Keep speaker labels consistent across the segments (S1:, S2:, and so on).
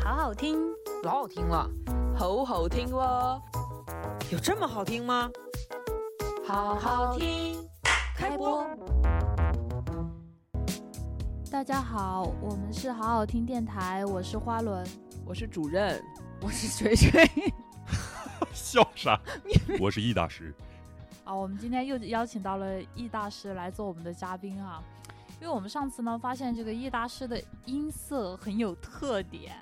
S1: 好好听，
S2: 老好听了，好好听哦，
S3: 有这么好听吗？
S2: 好好听。
S1: 开播。大家好，我们是好好听电台，我是花轮。
S2: 我是主任，我是锤锤。
S4: 笑啥？ 我是易大师，
S1: 啊，我们今天又邀请到了易大师来做我们的嘉宾啊，因为我们上次呢发现这个易大师的音色很有特点，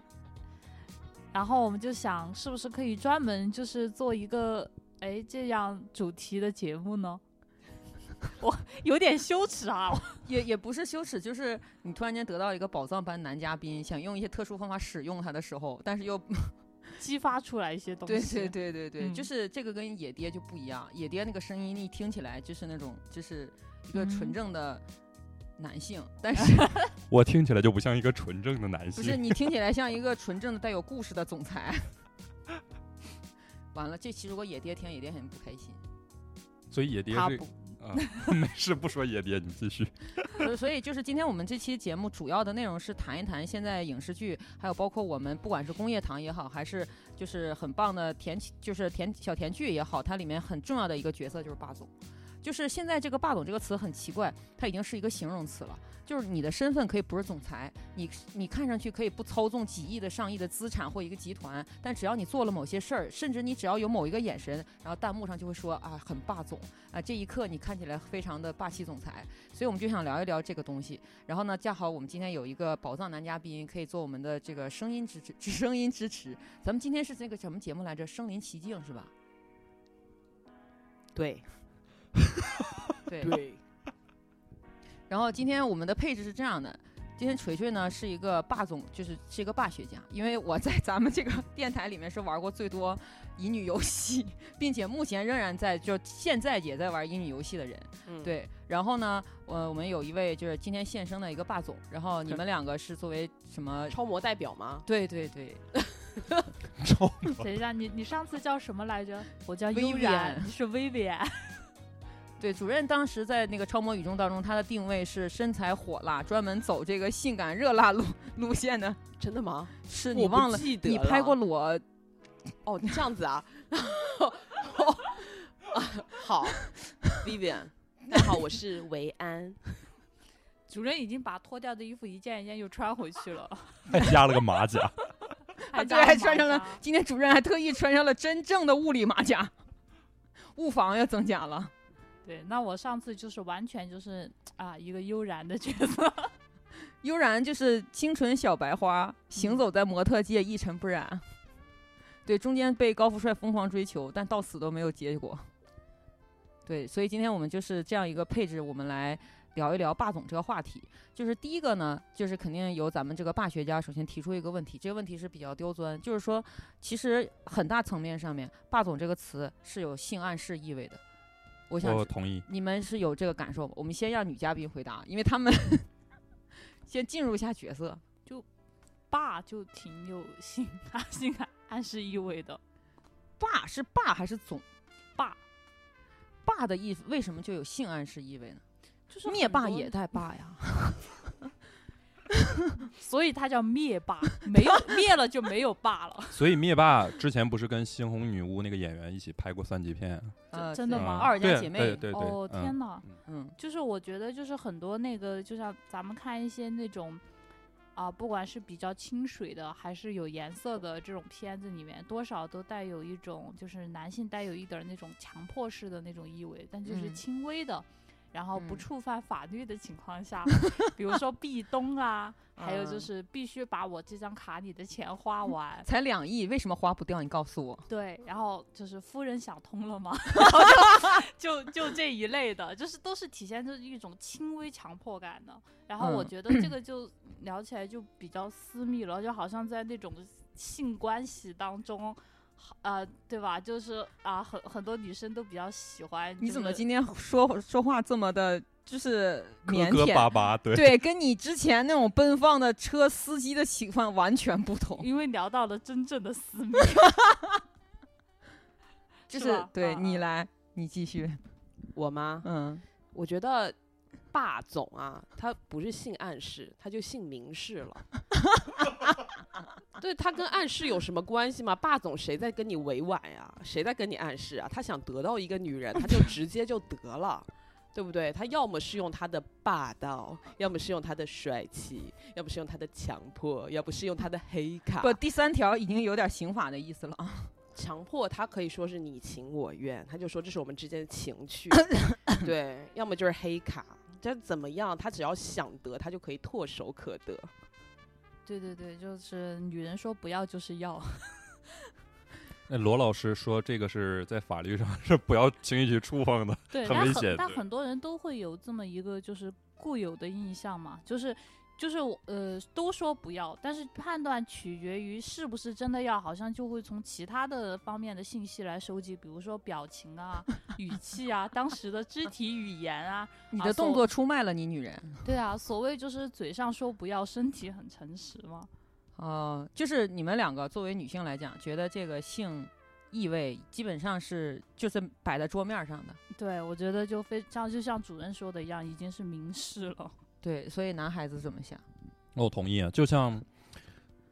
S1: 然后我们就想是不是可以专门就是做一个哎这样主题的节目呢？ 我有点羞耻啊， 我
S2: 也也不是羞耻，就是你突然间得到一个宝藏般男嘉宾，想用一些特殊方法使用他的时候，但是又
S1: 激发出来一些东西。
S2: 对 对对对对，
S1: 嗯
S2: 就是这个跟野爹就不一样，野爹那个声音一听起来就是那种就是一个纯正的男性，但是
S4: 我听起来就不像一个纯正的男
S2: 不是
S4: 性。
S2: 你听起来像一个纯正的带有故事的总裁。 完了，这期如果野爹听，野爹很不开心。
S4: 所以野爹
S1: 他
S4: 是
S1: 不
S4: 啊，没事不说野爹，你继 续。
S2: 所以所以就是今天我们这期节目主要的内容是谈一谈现在影视剧，还有包括我们不管是工业糖也好，还是就是很棒的甜起，就是甜小甜剧也好，它里面很重要的一个角色就是霸总。就是现在这个“霸总”这个词很奇怪，它已经是一个形容词了。就是你的身份可以不是总裁，你你看上去可以不操纵几亿的、上亿的资产或一个集团，但只要你做了某些事儿，甚至你只要有某一个眼神，然后弹幕上就会说啊，很霸总啊，这一刻你看起来非常的霸气总裁。所以我们就想聊一聊这个东西。然后呢，恰好我们今天有一个宝藏男嘉宾，可以做我们的这个声音支持，支声音支持。咱们今天是那个什么节目来着？身临其境是吧？
S3: 对
S2: 对。
S3: 对，
S2: 然后今天我们的配置是这样的。今天锤锤呢是一个霸总，就是是一个霸学家，因为我在咱们这个 电台里面是玩过最多乙女游戏，并且目前仍然在就现在也在玩乙女游戏的人。
S3: 嗯，
S2: 对，然后呢，呃，我们有一位就是今天现身的一个霸总，然后你们两个是作为什么
S3: 超模代表吗？
S2: 对对对，
S4: 超
S1: 等一下，你你上次叫什么来着？我叫
S2: 薇
S1: 悠然，
S2: 然
S1: 你是薇薇安。
S2: 对，主任当时在那个超模宇宙当中，他的定位是身材火辣，专门走这个性感热辣路路线的。
S3: 真的吗？
S2: 是
S3: 我
S2: 你
S3: 不
S2: 忘了？
S3: 记得
S2: 你
S3: 了
S2: 拍过裸？
S3: 哦，这样子啊， 好，Vivian，大家 好，我是维安，
S1: 主任已经把脱掉的衣服一件一件又穿回去 了，
S4: 还加了个马甲，
S1: 还
S2: 啊对，还
S1: 加
S2: 穿上
S1: 马
S2: 了
S1: 甲。
S2: 今天主任还特意穿上了真正的物理马甲， 物防要增加了。
S1: 对，那我上次就是完全就是啊一个悠然的角色，
S2: 悠然就是清纯小白花，行走在模特界一尘不染。 对，中间被高富帅疯狂追求，但到死都没有结果。对，所以今天我们就是这样一个配置，我们来聊一聊霸总这个话题。就是第一个呢，就是肯定由咱们这个霸学家首先提出一个问题，这个问题是比较刁钻，就是说，其实很大层面上面，霸总这个词是有性暗示意味的。 我想
S4: 我同意。
S2: 你们是有这个感受吗？我们先让女嘉宾回答，因为他们 先进入一下角色。
S1: 爸就挺有性啊性暗暗示意味的。
S2: 霸是霸还是总？
S1: 霸
S2: 霸的意为什么就有性暗示意味呢？
S1: 就是
S2: 灭
S1: 很
S2: 霸
S1: 多
S2: 也，带霸 呀，
S1: 所以他叫灭霸，没有灭了就没有霸了，
S4: 所以灭霸之前不是跟猩红女巫那个演员一起拍过三级片？
S2: 呃，
S1: 真的
S2: 对
S1: 吗
S4: 啊
S2: 二家
S4: 对
S2: 姐妹，
S4: 对对对，
S1: 哦
S4: 嗯
S1: 天哪！
S2: 嗯，
S1: 就是我觉得就是很多那个，就像咱们看一些那种。啊，不管是比较清水的，还是有颜色的这种片子里面，多少都带有一种就是男性带有一点儿那种强迫式的那种意味，但就是
S2: 嗯
S1: 轻微的，然后不
S2: 嗯
S1: 触犯法律的情况 下，比如说壁咚啊，还有就
S2: 嗯
S1: 是必须把我这张卡里的钱花完，
S2: 啊才两亿，为什么花不掉？你告诉我。
S1: 对，然后就是夫人想通了 吗？就就就这一类的，就是都是体现着一种轻微强迫感的。然后我
S2: 嗯
S1: 觉得这个就聊起来就比较私密了，就好像在那种性关系当中，呃，对吧？就是啊、很很多女生都比较喜欢、
S2: 你怎么今天 说说话这么的，就是腼
S4: 磕磕 巴
S2: 腆？
S4: 巴，对，
S2: 对，跟你之前那种奔放的车司机的喜欢完全不同。
S1: 因为聊到了真正的私密，
S2: 就是是
S1: 吧
S2: 对
S1: 啊
S2: 你
S1: 啊
S2: 来，你继续。
S3: 我吗？
S2: 嗯，
S3: 我觉得霸总啊，他不是性暗示，他就性明示了。 对他跟暗示有什么关系吗？霸总谁在跟你委婉呀、谁在跟你暗示啊？他想得到一个女人，他就直接就得了，对不对？他要么是用他的霸道，要么是用他的帅气，要么是用他的强迫，要不是用他的黑卡。
S2: 不，第三条已经有点刑法的意思了 啊。
S3: 强迫他可以说是你情我愿，他就说这是我们之间的情趣， 对，要么就是黑卡，这怎么样？他只要想得，他就可以唾手可得。
S1: 对对对，就是女人说不要就是要，
S4: 那哎罗老师说这个是在法律上 是不要轻易去触碰的，
S1: 对，
S4: 很
S1: 但
S4: 危
S1: 很
S4: 险
S1: 但
S4: 对
S1: 很多人都会有这么一个就是固有的印象嘛，就是就是我呃都说不要，但是判断取决于是不是真的要，好像就会从其他的方面的信息来收集，比如说表情 啊、语气啊、当时的肢体语言 啊，
S2: 你
S1: 啊
S2: 的
S1: 所
S2: 动作出卖了你女人。
S1: 对啊，所谓就是嘴上说不要，身体很诚实嘛。
S2: 哦、就是你们两个作为女性来讲，觉得这个性意味基本上是就是摆在桌面上的。
S1: 对，我觉得就非像就像主任说的一样，已经是明示了。
S2: 对，所以男孩子怎么想？
S4: 那我同意啊。就像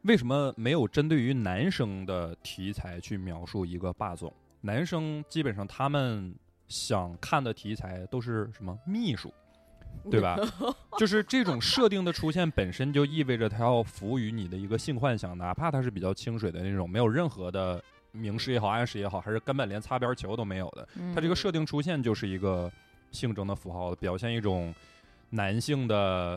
S4: 为什么没有针对于男生的题材去描述一个霸总？男生基本上他们想看的题材都是什么秘书，对 吧？就是这种设定的出现本身就意味着他要服务于你的一个性幻想，哪怕他是比较清水的那种，没有任何的明示也好、暗示也好，还是根本连擦边球都没有的。
S2: 嗯
S4: 它这个设定出现就是一个性征的符号，表现一种男性的，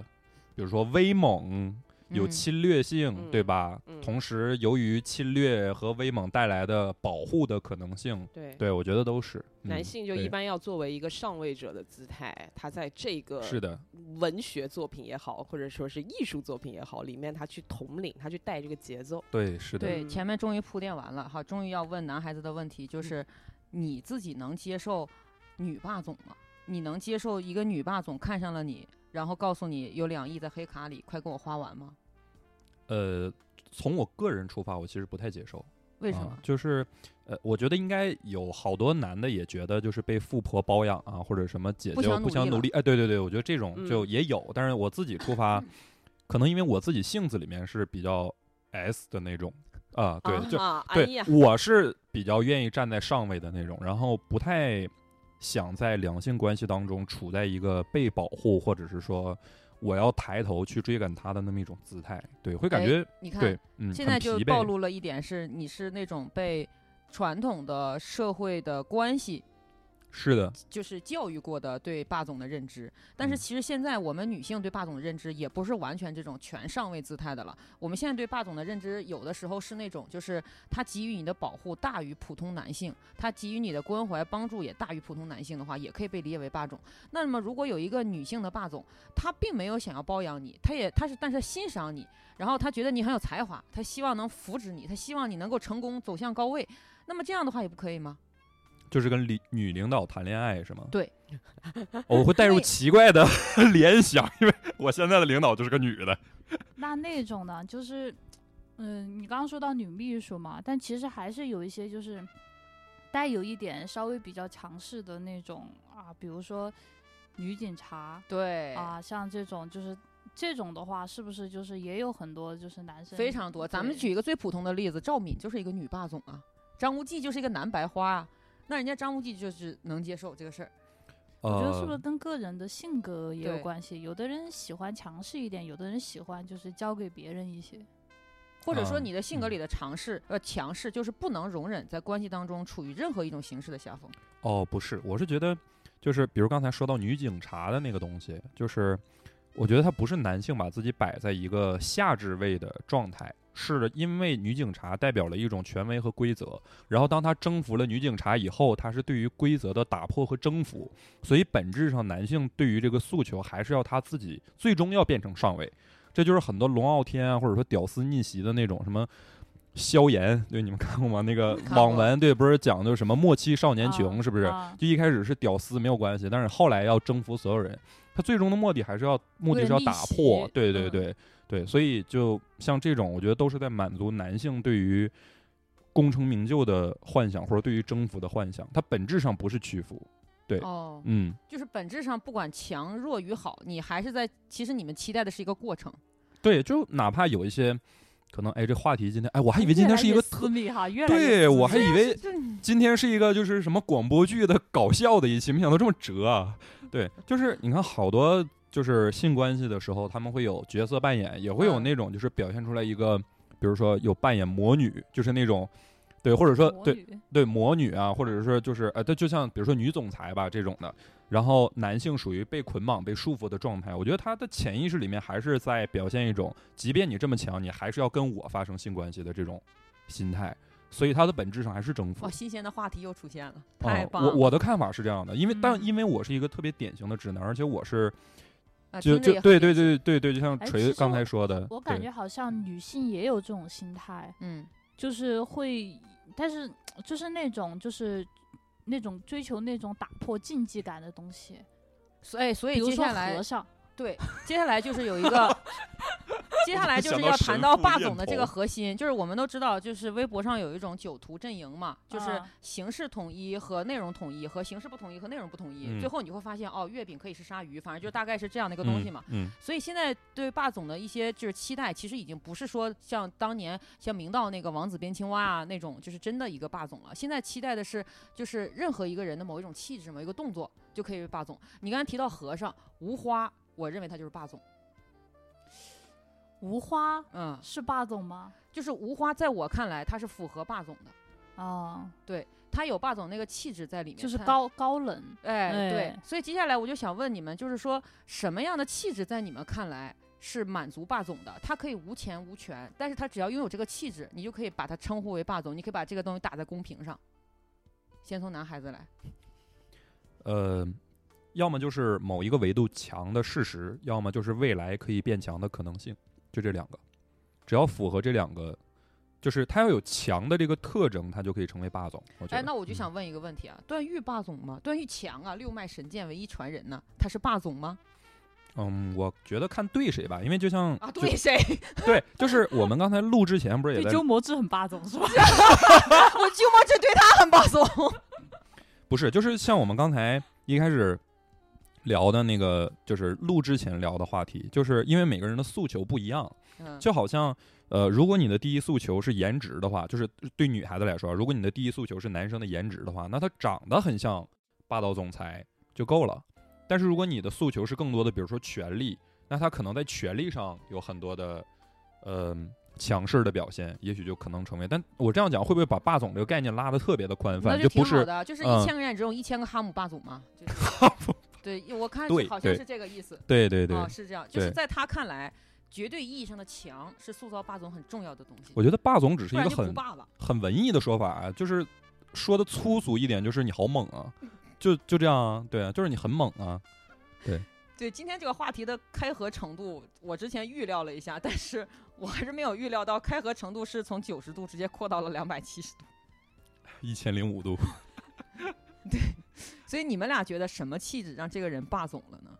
S4: 比如说威猛、有
S2: 嗯
S4: 侵略性，
S3: 嗯
S4: 对吧？
S3: 嗯
S4: 同时，由于侵略和威猛带来的保护的可能性，
S3: 对，
S4: 对我觉得都是、嗯
S3: 男性就一
S4: 对
S3: 般要作为一个上位者的姿态，他在这个
S4: 是的，
S3: 文学作品也好，或者说是艺术作品也好，里面他去统领，他去带这个节奏。
S4: 对，是的，
S2: 对，
S3: 嗯
S2: 前面终于铺垫完了，好，终于要问男孩子的问题，
S1: 嗯
S2: 就是你自己能接受女霸总吗？你能接受一个女霸总看上了你，然后告诉你有两亿在黑卡里，快给我花完吗？
S4: 呃，从我个人出发，我其实不太接受。
S2: 为什
S4: 啊
S2: 么？
S4: 就是，呃，我觉得应该有好多男的也觉得就是被富婆包养啊，或者什么姐
S2: 不
S4: 姐
S2: 想
S4: 我不
S2: 努
S4: 想
S2: 力
S4: 努
S2: 了
S4: 力，哎，对对对，我觉得这种
S3: 嗯
S4: 就也有，但是我自己出发，可能因为我自己性子里面是比较 S 的那种啊，对，就
S3: 啊，哎
S4: 对
S3: 呀，，
S4: 我是比较愿意站在上位的那种，然后不太想在两性关系当中处在一个被保护，或者是说我要抬头去追赶他的那么一种姿态，对，会感
S2: 哎
S4: 觉、
S2: 你看，
S4: 对，嗯，
S2: 现
S4: 很
S2: 在就
S4: 疲惫
S2: 暴露了一点是，你是那种被传统的社会的关系
S4: 是的，
S2: 就是教育过的对霸总的认知，但是
S4: 嗯
S2: 其实现在我们女性对霸总的认知也不是完全这种全上位姿态的了。我们现在对霸总的认知，有的时候是那种就是他给予你的保护大于普通男性，他给予你的关怀帮助也大于普通男性的话，也可以被理解为霸总。那么如果有一个女性的霸总，她并没有想要包养你，她也她是但是欣赏你，然后她觉得你很有才华，她希望能扶植你，她希望你能够成功走向高位，那么这样的话也不可以吗？
S4: 就是跟领女领导谈恋爱是吗？
S2: 对
S4: 哦，我会带
S2: 因
S4: 入
S2: 为
S4: 奇怪的 联想，因为我现在的领导就是个女的。
S1: 那那种呢，就是，嗯、你刚刚说到女秘书嘛，但其实还是有一些就是带有一点稍微比较强势的那种啊，比如说女警察
S2: 对
S1: 啊，像这种就是这种的话，是不是就是也有很多就是男生
S2: 非常多。咱们
S1: 对
S2: 举一个最普通的例子，赵敏就是一个女霸总啊，张无忌就是一个男白花啊。那人家张无忌就是能接受这个事儿，
S1: 我觉得是不是
S4: 呃，
S1: 跟个人的性格也有
S2: 对
S1: 关系？有的人喜欢强势一点，有的人喜欢就是交给别人一些。
S2: 或者说
S4: 嗯
S2: 你的性格里的尝试，呃，强势就是不能容忍在关系当中处于任何一种形式的下风。
S4: 哦，不是，我是觉得就是比如刚才说到女警察的那个东西，就是我觉得她不是男性把自己摆在一个下置位的状态。是因为女警察代表了一种权威和规则，然后当她征服了女警察以后，她是对于规则的打破和征服，所以本质上男性对于这个诉求还是要他自己最终要变成上位，这就是很多龙傲天啊，或者说屌丝逆袭的那种什么。萧炎，对你们看过吗？那个
S2: 看过
S4: 网文，对，不是讲究什么莫欺少年穷，
S1: 啊
S4: 是不是？
S1: 啊
S4: 就一开始是屌丝没有关系，但是后来要征服所有人，他最终的目的还是要目的是
S1: 为
S4: 要
S1: 了逆
S4: 打
S1: 袭
S4: 破，对对
S1: 嗯
S4: 对、对，所以就像这种，我觉得都是在满足男性对于功成名就的幻想，或者对于征服的幻想，它本质上不是屈服，对
S2: 哦，
S4: 嗯，
S2: 就是本质上不管强弱与好，你还是在，其实你们期待的是一个过程。
S4: 对，就哪怕有一些可能哎，这话题今天哎，我还以为今天是一
S1: 越来
S4: 个
S1: 越私
S4: 特，
S1: 密哈，越来越
S4: 对
S1: 私密
S4: 我还以为
S2: 这
S4: 今天是一个就是什么广播剧的搞笑的一期，没想到这么折啊！对，就是你看好多就是性关系的时候，他们会有角色扮演，也会有
S2: 嗯
S4: 那种就是表现出来一个，比如说有扮演魔女，就是那种。对，或者说
S1: 魔
S4: 对
S1: 女
S4: 对魔女啊，或者是就是呃，它就像比如说女总裁吧这种的，然后男性属于被捆绑、被束缚的状态。我觉得他的潜意识里面还是在表现一种，即便你这么强，你还是要跟我发生性关系的这种心态。所以他的本质上还是征服
S2: 哇，。新鲜的话题又出现了，
S4: 啊
S2: 太棒了！
S4: 我我的看法是这样的，因为但
S1: 嗯
S4: 因为我是一个特别典型的直男，而且我是
S2: 啊
S4: 就
S2: 听着
S4: 就
S2: 也
S4: 对
S2: 很
S4: 对
S2: 有
S4: 对对对，就像
S1: 哎其
S4: 锤
S1: 实
S4: 刚
S1: 我
S4: 才说的，
S1: 我感
S4: 对
S1: 觉好像女性也有这种心态，
S2: 嗯，
S1: 就是会，但是就是那种就是那种追求那种打破禁忌感的东西，
S2: 所以所
S1: 比
S2: 以
S1: 如
S2: 接
S1: 说
S2: 下来
S1: 和尚，
S2: 对，接下来就是有一 个，接下来就
S4: 想
S2: 是
S4: 到
S2: 要
S4: 神
S2: 谈到
S4: 父
S2: 霸
S4: 念
S2: 总的这
S4: 头
S2: 个核心，就是我们都知道，就是微博上有一种九图阵营嘛，就是
S1: 啊
S2: 形式统一和内容统一，和形式不统一和内容不统一，
S4: 嗯
S2: 最后你会发现哦，月饼可以是鲨鱼，反正就大概是这样的一个
S4: 嗯
S2: 东西嘛。
S4: 嗯
S2: 所以现在对霸总的一些就是期待，其实已经不是说像当年像明道那个王子变青蛙啊那种，就是真的一个霸总了。现在期待的是，就是任何一个人的某一种气质、某一个动作就可以为霸总。你刚才提到和尚无花，我认为他就是霸总。
S1: 无花
S2: 嗯，
S1: 是霸总吗？
S2: 就是无花，在我看来，他是符合霸总的，
S1: 啊，
S2: 他有霸总那个气质在里面，
S1: 就是
S2: 他。
S1: 高高冷，
S2: 哎，
S1: 哎
S2: 对，所以接下来我就想问你们，就是说什么样的气质在你们看来是满足霸总的？他可以无钱无权，但是他只要拥有这个气质，你就可以把他称呼为霸总，你可以把这个东西打在公屏上。先从男孩子来，
S4: 呃，要么就是某一个维度强的事实，要么就是未来可以变强的可能性，就这两个。只要符合这两个，就是他要有强的这个特征，他就可以成为霸总。我觉得。
S2: 哎，那我就
S4: 嗯
S2: 想问一个问题啊，段誉霸总吗？段誉强啊，六脉神剑唯一传人呢，他是霸总吗？
S4: 嗯，我觉得看对谁吧，因为就像
S2: 啊，
S4: 就
S2: 对谁？
S4: 对，就是我们刚才录之前不是也
S1: 对
S4: 在
S1: 鸠摩智很霸总是吧？
S2: 我舅妈这对他很霸 总。
S4: 不是，就是像我们刚才一开始聊的那个，就是录之前聊的话题，就是因为每个人的诉求不一样，
S2: 嗯，
S4: 就好像呃，如果你的第一诉求是颜值的话，就是对女孩子来说，如果你的第一诉求是男生的颜值的话，那他长得很像霸道总裁就够了。但是如果你的诉求是更多的，比如说权力，那他可能在权力上有很多的，呃，强势的表现，也许就可能成为。但我这样讲会不会把霸总这个概念拉得特别的宽
S2: 那
S4: 泛？
S2: 就挺
S4: 不
S2: 好
S4: 是
S2: 的啊，就是
S4: 嗯
S2: 一千个人只有一千个哈姆霸总嘛。就是
S4: 哈佛
S2: 对，我看
S4: 对
S2: 好像
S4: 对
S2: 是这个意思。
S4: 对对对，
S2: 啊，是这样，就是
S4: 对
S2: 在他看来，绝对意义上的强是塑造霸总很重要的东西，
S4: 我觉得霸总只是
S2: 不
S4: 一
S2: 然
S4: 个
S2: 就不
S4: 很
S2: 霸了。
S4: 很文艺的说法啊，就是说的粗俗一点，就是你好猛啊，就就这样啊，对啊，就是你很猛啊，
S2: 对，今天这个话题的开合程度，我之前预料了一下，但是我还是没有预料到开合程度是从九十度直接扩到了两百七十度。
S4: 一千零五度。
S2: 所以你们俩觉得什么气质让这个人霸总了呢？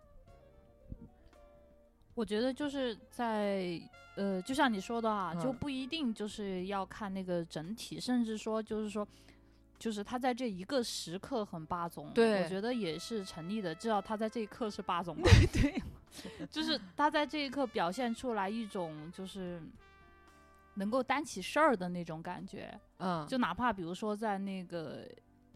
S1: 我觉得就是在呃，就像你说的啊，就
S2: 嗯
S1: 不一定就是要看那个整体，甚至说就是说，就是他在这一个时刻很霸总，我
S2: 对
S1: 觉得也是成立的。至少他在这一刻是霸总嘛，
S2: 对 对，
S1: 就是他在这一刻表现出来一种就是能够担起事儿的那种感觉。
S2: 嗯，
S1: 就哪怕比如说在那个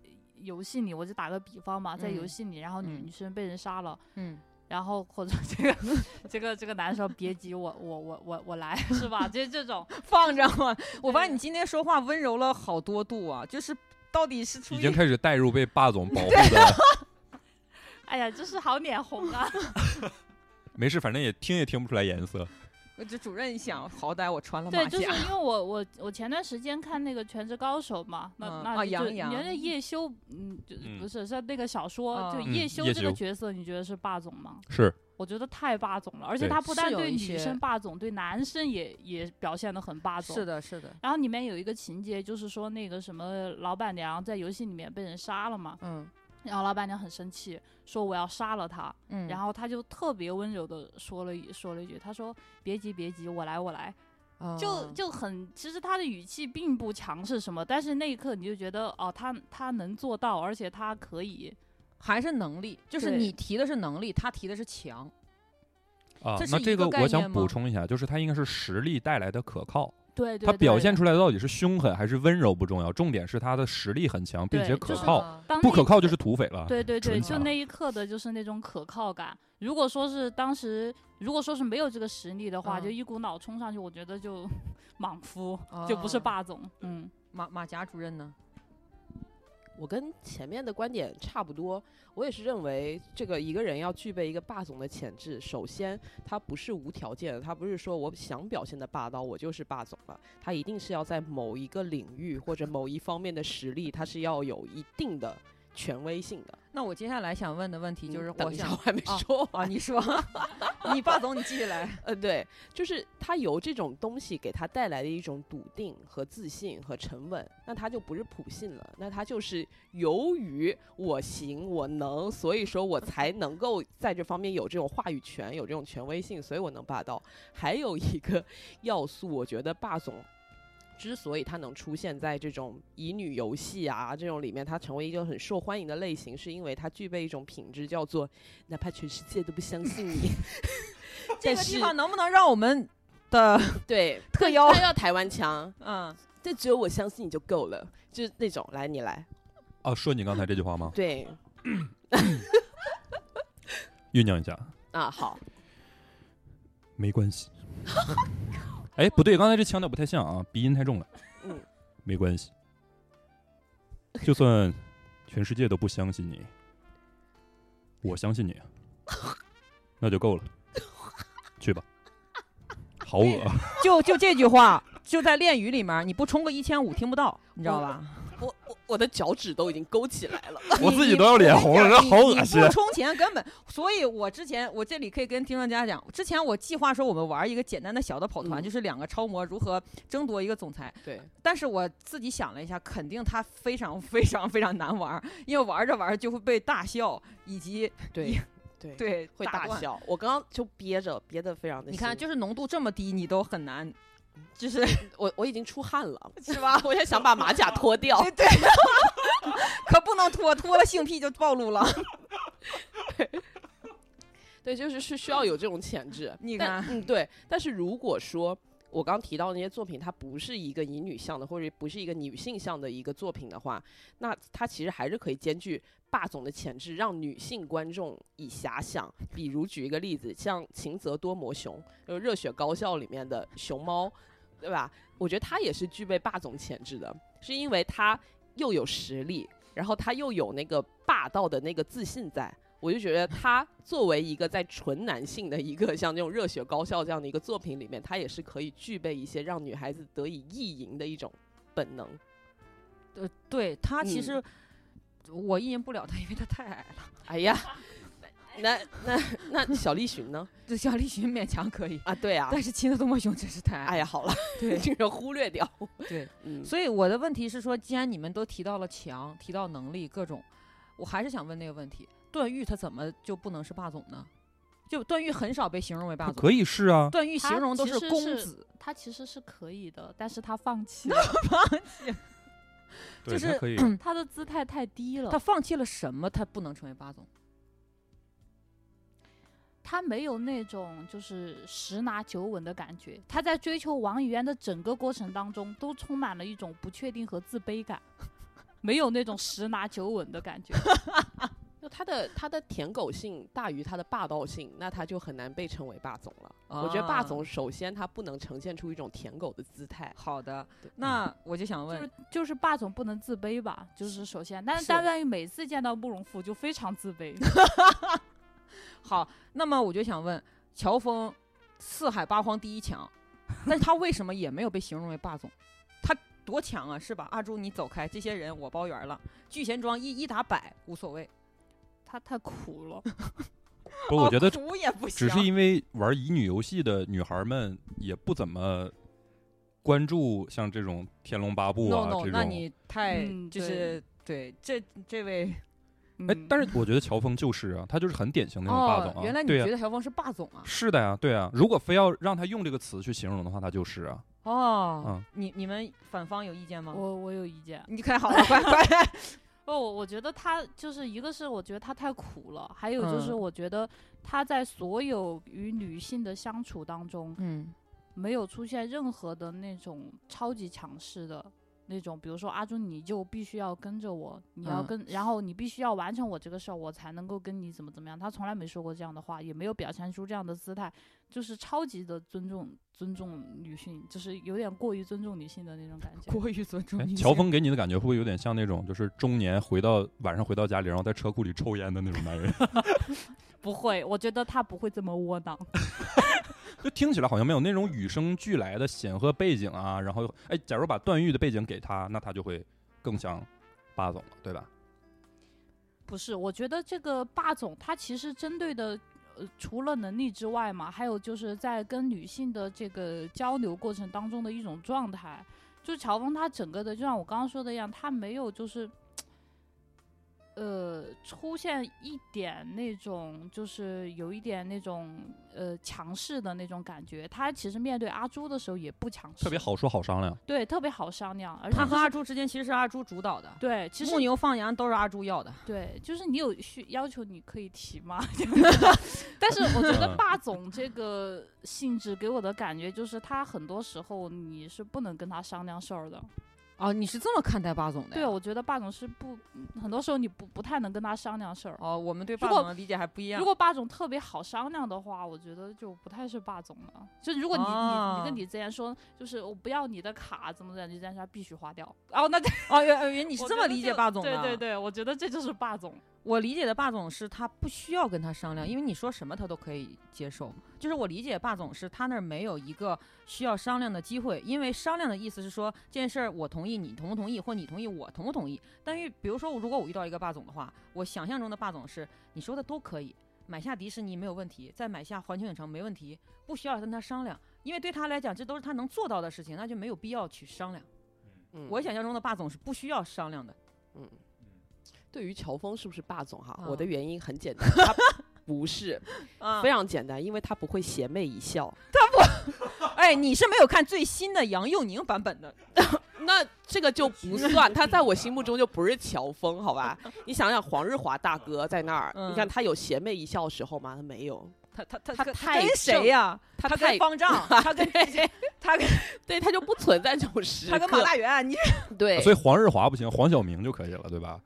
S1: 呃游戏里，我就打个比方嘛，在游
S2: 嗯
S1: 戏里，然后女、
S2: 嗯
S1: 女生被人杀了。
S2: 嗯，
S1: 然后或者这个 这个这个男生别急，我我我我我来是吧？就是这种，
S2: 放着嘛。我发现你今天说话温柔了好多度啊，就是到底是出
S4: 已
S2: 于
S4: 经开始带入被霸总保护的，
S1: 哎呀，就是好脸红啊！
S4: 没事，反正也听也听不出来颜色。
S2: 这主任一想，好歹我穿了马
S1: 对，
S2: 甲，
S1: 就是因为我我我前段时间看那个《全职高手》嘛，那、
S2: 嗯
S1: 那
S2: 啊
S1: 就
S2: 杨
S1: 你
S2: 洋
S1: 觉得叶修，嗯，就
S4: 嗯
S1: 不是是那个小说，
S2: 啊
S1: 就
S4: 嗯
S1: 叶修
S4: 叶
S1: 这个
S4: 修
S1: 角色，你觉得是霸总吗？
S4: 是，
S1: 我觉得太霸总了，而且
S4: 对
S1: 他不
S2: 是
S1: 但
S2: 有
S1: 对
S2: 一
S1: 女
S2: 些
S1: 生霸总，对男生也也表现的很霸总。
S2: 是的，是的，
S1: 然后里面有一个情节，就是说那个什么老板娘在游戏里面被人杀了嘛，
S2: 嗯
S1: 然后老板娘很生气，说我要杀了他。
S2: 嗯，
S1: 然
S2: 后
S1: 后他就特别温柔的说了一说了一句，他说：“别急，别急，我来，我来。就
S2: 哦
S1: 就很，其实他的语气并不强势什么，但是那一刻你就觉得哦，他他能做到，而且他可以。
S2: 还是能力，就是
S1: 对
S2: 你提的是能力，他提的是强。
S4: 啊
S2: 这，是
S4: 那
S2: 一
S4: 这
S2: 个
S4: 个
S2: 概
S4: 我想
S2: 念吗
S4: 补充一下，就是它应该是实力带来的可靠，
S1: 对对，
S4: 他表
S1: 对
S4: 现出来的到底是凶狠还是温柔不重要，重点是他的实力很强，并
S1: 对
S4: 且
S1: 就
S4: 可
S1: 是
S4: 靠。
S2: 啊
S1: 当
S4: 不
S1: 那
S4: 可
S1: 一
S4: 靠
S1: 刻
S4: 就是土匪了。
S1: 对对对，
S4: 纯
S1: 就
S4: 强
S1: 那一刻的就是那种可靠感。如果说是当时，如果说是没有这个实力的话，
S2: 嗯
S1: 就一股脑冲上去，我觉得就 莽夫，就不是
S2: 哦
S1: 霸总。嗯，
S2: 马马甲主任呢？
S3: 我跟前面的观点差不多，我也是认为这个一个人要具备一个霸总的潜质，首先他不是无条件的，他不是说我想表现的霸道我就是霸总了，他一定是要在某一个领域或者某一方面的实力，他是要有一定的权威性的。
S2: 那我接下来想问的问题就是，
S3: 嗯等
S2: 我
S3: 一下
S2: 想
S3: 我还没
S2: 啊
S3: 说
S2: 啊，
S3: 完，
S2: 你说， 你霸总，你继续来。
S3: 呃，对，就是他由这种东西给他带来的一种笃定和自信和沉稳，那他就不是普信了，那他就是由于我行我能，所以说我才能够在这方面有这种话语权，有这种权威性，所以我能霸道。还有一个 要素，我觉得霸总。之所以他能出现在这种乙女游戏啊这种里面，他成为一个很受欢迎的类型，是因为他具备一种品质，叫做哪怕全世界都不相信你，
S2: 这
S3: 但
S2: 个地
S3: 是
S2: 方能不能让我们的
S3: 对，
S2: 特
S3: 他
S2: 邀？
S3: 要台湾腔，
S2: 嗯，
S3: 但只有我相信你就够了，就是那种来你来，
S4: 哦，说你刚才这句话吗？
S3: 对
S4: 酝酿一下，
S3: 啊，好，
S4: 没关系。哎，不对，刚才这腔调不太像啊，鼻音太重了。
S3: 嗯，
S4: 没关系，就算全世界都不相信你，我相信你，那就够了。去吧，好恶啊！
S2: 就就这句话，就在练语里面，你不充个一千五听不到，你知道吧？
S3: 我我我的脚趾都已经勾起来了，
S4: 我
S2: 你
S4: 自己都要脸红了这好恶心
S2: 你你不充钱根本，所以我之前我这里可以跟听众家讲，之前我计划说我们玩一个简单的小的跑团，
S3: 嗯
S2: 就是两个超模如何争夺一个总裁。
S3: 对，
S2: 但是我自己想了一下，肯定它非常非常非常难玩儿，因为玩着玩着就会被大笑，以及
S3: 对对
S2: 对
S3: 会大
S2: 断。
S3: 笑，我刚刚就憋着，憋得非常的，
S2: 你看，就是浓度这么低，你都很难， 就是
S3: 我我已经出汗了，
S2: 是吧？
S3: 我也想把马甲脱 掉，
S2: 对对，可不能脱，脱了性癖就暴露了。
S3: 对，就是是需要有这种潜质，
S2: 嗯你
S3: 但
S2: 看
S3: 嗯，对，但是如果说。我刚提到的那些作品，它不是一个以女向的，或者不是一个女性向的一个作品的话，那它其实还是可以兼具霸总的潜质，让女性观众以遐想。比如举一个例子，像《秦泽多摩熊》就是《热血高校》里面的熊猫，对吧？我觉得它也是具备霸总潜质的，是因为它又有实力，然后它又有那个霸道的那个自信在。我就觉得他作为一个在纯男性的一个像这种热血高校这样的一个作品里面，他也是可以具备一些让女孩子得以意淫的一种本能。
S2: 呃，对他其
S3: 嗯
S2: 实我意淫不了他，因为他太矮了。
S3: 哎呀，那那那小栗旬呢？
S2: 这小栗旬勉强可以，
S3: 啊，对啊，
S2: 但是亲的多么熊真是太矮。
S3: 哎呀，好了，
S2: 对
S3: 这个忽略掉。
S2: 对，
S3: 嗯，
S2: 所以我的问题是说，既然你们都提到了强，提到能力各种，我还是想问那个问题：段誉他怎么就不能是霸总呢？就段誉很少被形容为霸总，
S4: 可以是啊，
S2: 段誉
S1: 他
S2: 形容都
S1: 其
S2: 是
S1: 实
S2: 公
S1: 是
S2: 子，
S1: 他其实是可以的，但是他放 弃了，
S4: 对
S2: 就是
S4: 他可以。
S1: 他的姿态太低了
S2: 他，放弃了什么？他不能成为霸总？
S1: 他没有那种就是十拿九稳的感觉。他在追求王语嫣的整个过程当中，都充满了一种不确定和自卑感， 没有那种十拿九稳的感觉。
S3: 就他的他的舔狗性大于他的霸道性，那他就很难被称为霸总了。我觉得霸
S2: 啊
S3: 总首先他不能呈现出一种舔狗的姿态。
S2: 好的
S3: 对，
S2: 那我就想
S1: 就
S2: 问，
S1: 是就是霸总不能自卑吧，就是首先，但是
S2: 是
S1: 大段誉每次见到慕容复就非常自卑，
S2: 好，那么我就想问，乔峰四海八荒第一强，但是他为什么也没有被形容为霸总？他多强啊，是吧？阿朱，你走开，这些人我包圆了。聚贤庄一一打百无所谓，
S1: 他太苦了。
S4: 不，我觉得
S2: 苦也哦不啊行，
S4: 只是因为玩乙女游戏的女孩们也不怎么关注像这种《天龙八部
S2: no
S4: 啊》
S2: no，
S4: 这
S2: 那
S4: 种。
S2: 你太、
S1: 嗯
S2: 就是对这这位
S4: 哎，
S1: 嗯
S4: 但是我觉得乔峰就是啊，他就是很典型的那种霸
S2: 哦
S4: 总，啊。
S2: 原来你
S4: 对
S2: 觉
S4: 呀、
S2: 得乔峰是霸总啊？
S4: 是的呀，对啊。如果非要让他用这个词去形容的话，他就是啊。
S2: 哦，
S4: 嗯
S2: 你你们反方有意见吗？
S1: 我我有意见，
S2: 你看好了，快 快，
S1: 哦，我我觉得他就是一个是我觉得他太苦了，还有就是
S2: 嗯
S1: 我觉得他在所有与女性的相处当中，
S2: 嗯
S1: 没有出现任何的那种超级强势的那种，比如说阿朱，你就必须要跟着我，你要
S2: 嗯
S1: 跟，然后你必须要完成我这个事儿，我才能够跟你怎么怎么样。他从来没说过这样的话，也没有表现出这样的姿态，就是超级的尊重尊重女性，就是有点过于尊重女性的那种感觉。
S2: 过于尊重
S4: 哎
S2: 女，性
S4: 乔峰给你的感觉会不会有点像那种，就是中年回到晚上回到家里，然后在车库里抽烟的那种男人？
S1: 不会，我觉得他不会这么窝囊。
S4: 就听起来好像没有那种与生俱来的显赫背景啊。然后，哎，假如把段誉的背景给他，那他就会更像霸总了，对吧？
S1: 不是，我觉得这个霸总他其实针对的，呃，除了能力之外嘛，还有就是在跟女性的这个交流过程当中的一种状态。就乔峰他整个的，就像我刚刚说的一样，他没有就是，呃，出现一点那种就是有一点那种呃强势的那种感觉。他其实面对阿朱的时候也不强势，
S4: 特别，好说好商量。
S1: 对，特别好商量，而且
S2: 他
S1: 就
S2: 和
S1: 是
S2: 阿朱之间其实是阿朱主导的，
S1: 对，其实
S2: 牧牛放羊都是阿朱要的。
S1: 对，就是你有需要求，你可以提 嘛。 但是我觉得
S4: 嗯
S1: 霸总这个性质给我的感觉就是，他很多时候你是不能跟他商量事儿的。
S2: 哦，你是这么看待霸总的呀？
S1: 对，我觉得霸总是不，很多时候你不不太能跟他商量事儿。
S2: 哦，我们对霸
S1: 如果
S2: 总的理解还不一样。
S1: 如果霸总特别好商量的话，我觉得就不太是霸总了。就如果你、你你
S2: 哦
S1: 跟你之前说，就是我不要你的卡，怎么怎么样，就但是他必须花掉。哦，那这
S2: 哦，原原你是
S1: 我
S2: 这
S1: 觉
S2: 么
S1: 得
S2: 理解
S1: 就
S2: 霸总的？
S1: 对对，对，我觉得这就是霸总。
S2: 我理解的霸总是他不需要跟他商量，因为你说什么他都可以接受。就是我理解霸总是他那儿没有一个需要商量的机会，因为商量的意思是说这件事儿我同意你同不同意，或你同意我同不同意。但是比如说我如果我遇到一个霸总的话，我想象中的霸总是你说的都可以，买下迪士尼没有问题，再买下环球影城没问题，不需要跟他商量，因为对他来讲这都是他能做到的事情，那就没有必要去商量。
S3: 嗯
S2: 我想象中的霸总是不需要商量的。
S3: 对于乔峰是不是霸总哈，
S2: 啊
S3: 我的原因很简单，他不是，
S2: 啊
S3: 非常简单，因为他不会邪魅一笑。
S2: 哎，你是没有看最新的杨佑宁版本的，
S3: 那这个就不算，他在我心目中就不是乔峰，好 吧？你想想黄日华大哥在那儿，你看
S2: 嗯
S3: 他有邪魅一笑的时候吗？他没有，
S2: 他他他
S3: 他
S2: 跟
S3: 太
S2: 跟
S3: 正
S2: 谁呀、
S3: 他
S2: 他
S3: 太
S2: 跟方 丈，他跟
S3: 对
S2: 他跟
S3: 对他就不存在这种时刻，
S2: 他跟马大元，啊你
S3: 对，
S4: 所以黄日华不行，黄晓明就可以了，对吧？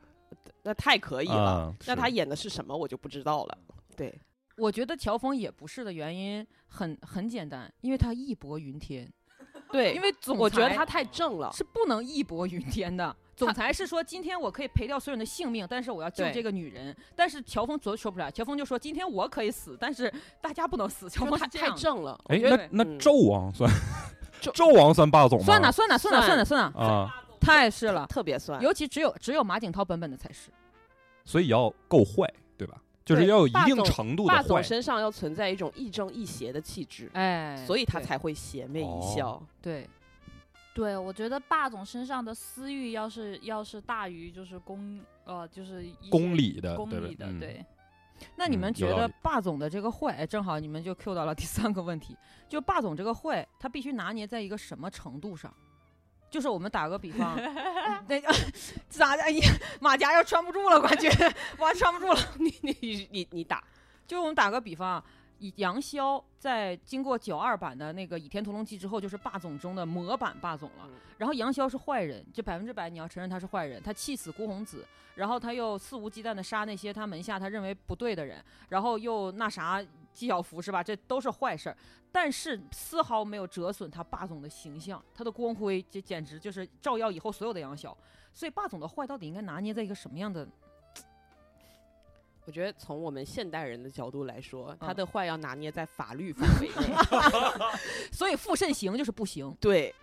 S3: 那太可以了。
S4: 嗯
S3: 那
S4: 是
S3: 他演的是什么，我就不知道了。对，
S2: 我觉得乔峰也不是的原因很很简单，因为他义薄云天，
S3: 对，
S2: 因为总
S3: 我觉得
S2: 裁
S3: 他太正了。
S2: 是不能义薄云天的。总
S3: 他
S2: 裁是说，今天我可以赔掉所有人的性命，但是我要救
S3: 对
S2: 这个女人。但是乔峰昨说不出来，乔峰就说今天我可以死，但是大家不能死。乔
S3: 就
S2: 峰
S3: 太
S2: 是这
S3: 太
S2: 样的，
S3: 正了，
S4: 哎，
S2: 觉得
S4: 那那
S3: 嗯
S4: 纣王算
S3: 纣
S4: 纣王算霸总吗？
S2: 算了算了算了嗯算了算了，
S4: 啊，
S2: 太是了。
S3: 特别算。
S2: 尤其只有只有马景涛版本的才是。
S4: 所以要够坏，对吧？就是
S3: 对
S4: 要有一
S3: 霸
S4: 定
S3: 总
S4: 程度的
S3: 霸
S4: 坏
S3: 总。身上要存在一种亦正亦邪的气质，
S2: 哎，
S3: 所以他
S2: 对
S3: 才会邪魅一
S4: 哦
S3: 笑。
S2: 对。
S1: 对，我觉得霸总身上的私欲要是要是大于就是公呃就是一些
S4: 公理的，
S1: 公
S4: 对吧
S1: 理的，
S4: 嗯
S1: 对，
S2: 那你
S4: 嗯
S2: 们
S4: 有
S2: 觉
S4: 道
S2: 得
S4: 理
S2: 霸总的这个坏，哎正好你们就 Q 到了第三个问题，就霸总这个坏，他必须拿捏在一个什么程度上？就是我们打个比方，
S4: 哦
S2: 那 个咋的？哎呀，马甲要穿不住了，感觉 我穿不住了。
S3: 你你你你打，
S2: 就我们打个比方，啊以杨逍在经过九二版的那个《倚天屠龙记》之后，就是霸总中的模板霸总了
S3: 嗯。
S2: 然后杨逍是坏人，就百分之百你要承认他是坏人，他气死孤鸿子，然后他又肆无忌惮的杀那些他门下他认为不对的人，然后又那啥纪晓芙是吧？这都是坏事儿，但是丝毫没有折损他霸总的形象，他的光辉这简直就是照耀以后所有的杨逍。所以霸总的坏到底应该拿捏在一个什么样的？
S3: 我觉得从我们现代人的角度来说，他
S2: 嗯
S3: 的坏要拿捏在法律范 围内。
S2: 所以傅慎行就是不行，
S3: 对，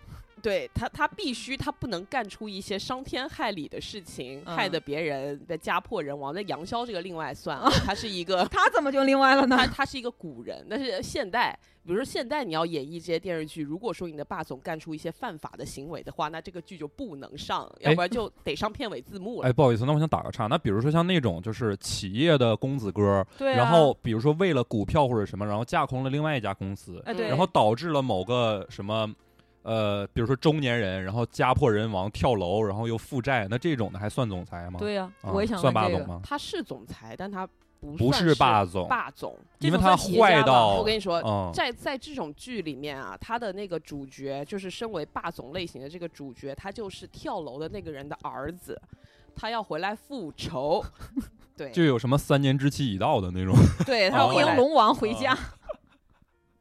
S3: 对他，他必须他不能干出一些伤天害理的事情，害
S2: 嗯。
S3: 得别人被家破人亡。那杨逍这个另外算 了，他是一个
S2: 他怎么就另外了呢
S3: 他？他是一个古人，但是现代，比如说现代你要演绎这些电视剧，如果说你的霸总干出一些犯法的行为的话，那这个剧就不能上，要
S4: 哎
S3: 不然就得上片尾字幕了。
S4: 哎，不好意思，那我想打个岔。那比如说像那种就是企业的公子哥，
S2: 对、啊，
S4: 然后比如说为了股票或者什么，然后架空了另外一家公司，
S2: 哎对，
S4: 然后导致了某个什么，呃，比如说中年人，然后家破人亡、跳楼，然后又负债，那这种的还算总裁吗？
S2: 对呀、
S4: 啊，
S2: 我也想
S4: 算
S2: 问
S4: 霸
S2: 这
S4: 总
S2: 个
S4: 吗？
S3: 他是总裁，但他不
S4: 不
S3: 算
S4: 是霸总，
S3: 霸总。
S4: 因为
S2: 这种
S4: 他
S2: 算企业家
S4: 坏
S2: 吧
S4: 到
S3: 我跟你说，
S4: 嗯，
S3: 在在这种剧里面啊，他的那个主角就是身为霸总类型的这个主角，他就是跳楼的那个人的儿子，他要回来复仇。对，
S4: 就有什么三年之期已到的那种，
S3: 对他
S4: 哦
S3: 回
S2: 欢迎
S3: 来，
S2: 龙王 回家。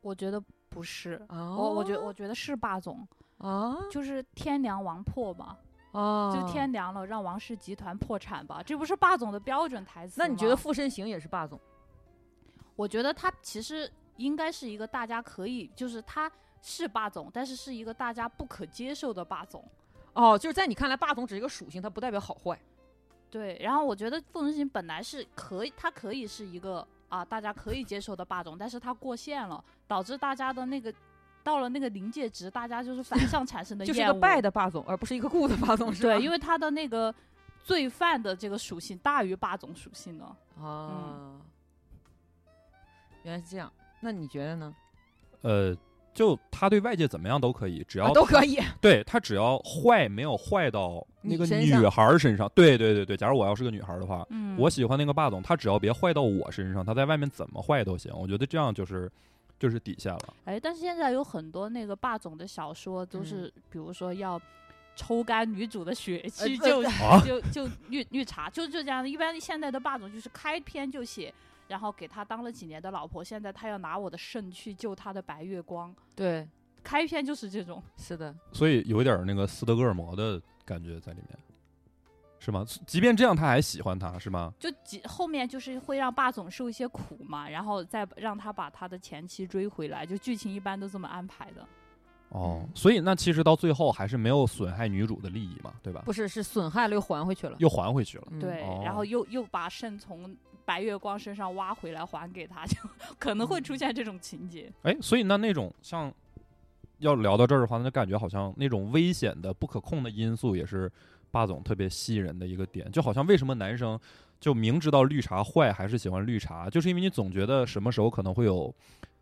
S1: 我觉得不是，
S2: 哦
S1: 我我觉我觉得是霸总，
S2: 啊
S1: 就是天凉王破嘛，
S2: 啊，
S1: 就天凉了，让王氏集团破产吧，这不是霸总的标准台词吗。
S2: 那你觉得《附身行》也是霸总？
S1: 我觉得他其实应该是一个大家可以，就是他是霸总，但是是一个大家不可接受的霸总。
S2: 哦，就是在你看来，霸总只是一个属性，它不代表好坏。
S1: 对，然后我觉得傅仁行本来是可以，他可以是一个啊大家可以接受的霸总，但是他过线了，导致大家的那个到了那个临界值，大家就是反向产生的
S2: 就是一
S1: 厌
S2: 个
S1: 恶。
S2: 败的霸总，而不是一个 good 的霸总，是吧？
S1: 对，因为他的那个罪犯的这个属性大于霸总属性了。
S2: 啊，原来是这样。那你觉得呢？
S4: 呃，就他对外界怎么样都可以，只
S2: 啊
S4: 要
S2: 都可以。
S4: 对他只要坏没有坏到那
S2: 你
S4: 个
S2: 身
S4: 女
S2: 上
S4: 孩儿身上，对对对对，假如我要是个女孩儿的话，
S1: 嗯，
S4: 我喜欢那个霸总，他只要别坏到我身上，他在外面怎么坏都行，我觉得这样就是就是底线了。
S1: 哎，但是现在有很多那个霸总的小说都是，比如说要抽干女主的血去
S2: 呃
S1: 救、
S4: 啊
S1: 就就绿绿茶，就就这样的。一般现在的霸总就是开篇就写，然后给他当了几年的老婆，现在他要拿我的肾去救他的白月光，
S2: 对，
S1: 开篇就是这种。
S2: 是的，
S4: 所以有一点儿那个斯德哥尔摩的感觉在里面，是吗？即便这样，他还喜欢他是吗？
S1: 就几后面就是会让霸总受一些苦嘛，然后再让他把他的前妻追回来，就剧情一般都这么安排的。
S4: 哦
S2: 嗯，
S4: 所以那其实到最后还是没有损害女主的利益嘛，对吧？
S2: 不是是损害了又还回去了。
S4: 又还回去了。
S2: 嗯
S1: 对，然
S4: 哦
S1: 后又又把肾从白月光身上挖回来还给他，就可能会
S4: 嗯
S1: 出现这种情节。
S4: 哎，所以那那种像要聊到这儿的话，那就感觉好像那种危险的、不可控的因素也是霸总特别吸引人的一个点。就好像为什么男生就明知道绿茶坏还是喜欢绿茶，就是因为你总觉得什么时候可能会有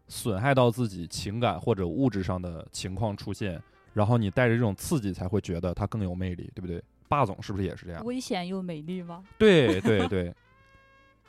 S4: 损害到自己情感或者物质上的情况出现，然后你带着这种刺激才会觉得它更有魅力，对不对？霸总是不是也是这样？
S1: 危险又美丽吗？
S4: 对对对，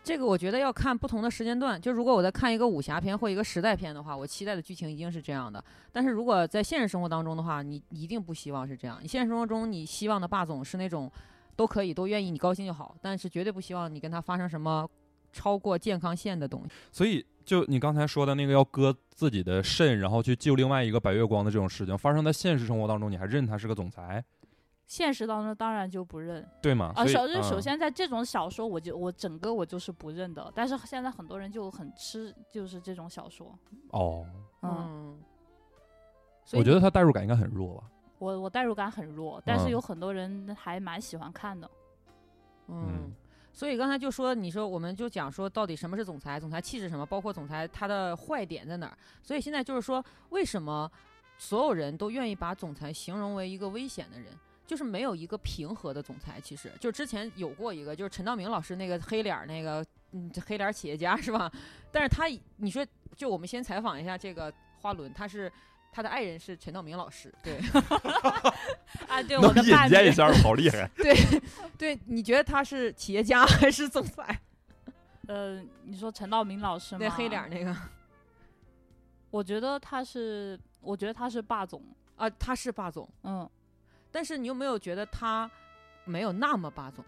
S2: 这个我觉得要看不同的时间段。就如果我在看一个武侠片或一个时代片的话，我期待的剧情一定是这样的。但是如果在现实生活当中的话，你一定不希望是这样。你现实生活中你希望的霸总是那种都可以都愿意你高兴就好，但是绝对不希望你跟他发生什么超过健康线的东西。
S4: 所以就你刚才说的那个要割自己的肾，然后去救另外一个白月光的这种事情，发生在现实生活当中，你还认他是个总裁，
S1: 现实当中当然就不认
S4: 对吗？
S1: 啊，
S4: 所以
S1: 首首、
S4: 嗯
S1: 先在这种小说，我就我整个我就是不认的。但是现在很多人就很吃，就是这种小说。
S4: 哦，
S1: 嗯，
S2: 嗯，所以
S4: 我觉得他代入感应该很弱吧？
S1: 我我代入感很弱，但是
S4: 嗯
S1: 有很多人还蛮喜欢看的。
S2: 嗯，所以刚才就说，你说我们就讲说到底什么是总裁，总裁气质什么，包括总裁他的坏点在哪儿。所以现在就是说，为什么所有人都愿意把总裁形容为一个危险的人？就是没有一个平和的总裁，其实就之前有过一个，就是陈道明老师那个黑脸儿那个，嗯，这黑脸儿企业家是 吧？但是他，你说，就我们先采访一下这个花轮，他是他的爱人是陈道明老师， 对，
S1: 啊，对， 我的伴侣。
S4: 下，好厉害！
S2: 对，对，你觉得他是企业家还是总裁？
S1: 呃，你说陈道明老师吗？
S2: 那黑脸儿那个。
S1: 我觉得他是，我觉得他是霸总。
S2: 啊，他是霸总，
S1: 嗯，
S2: 但是你有没有觉得他没有那么霸总？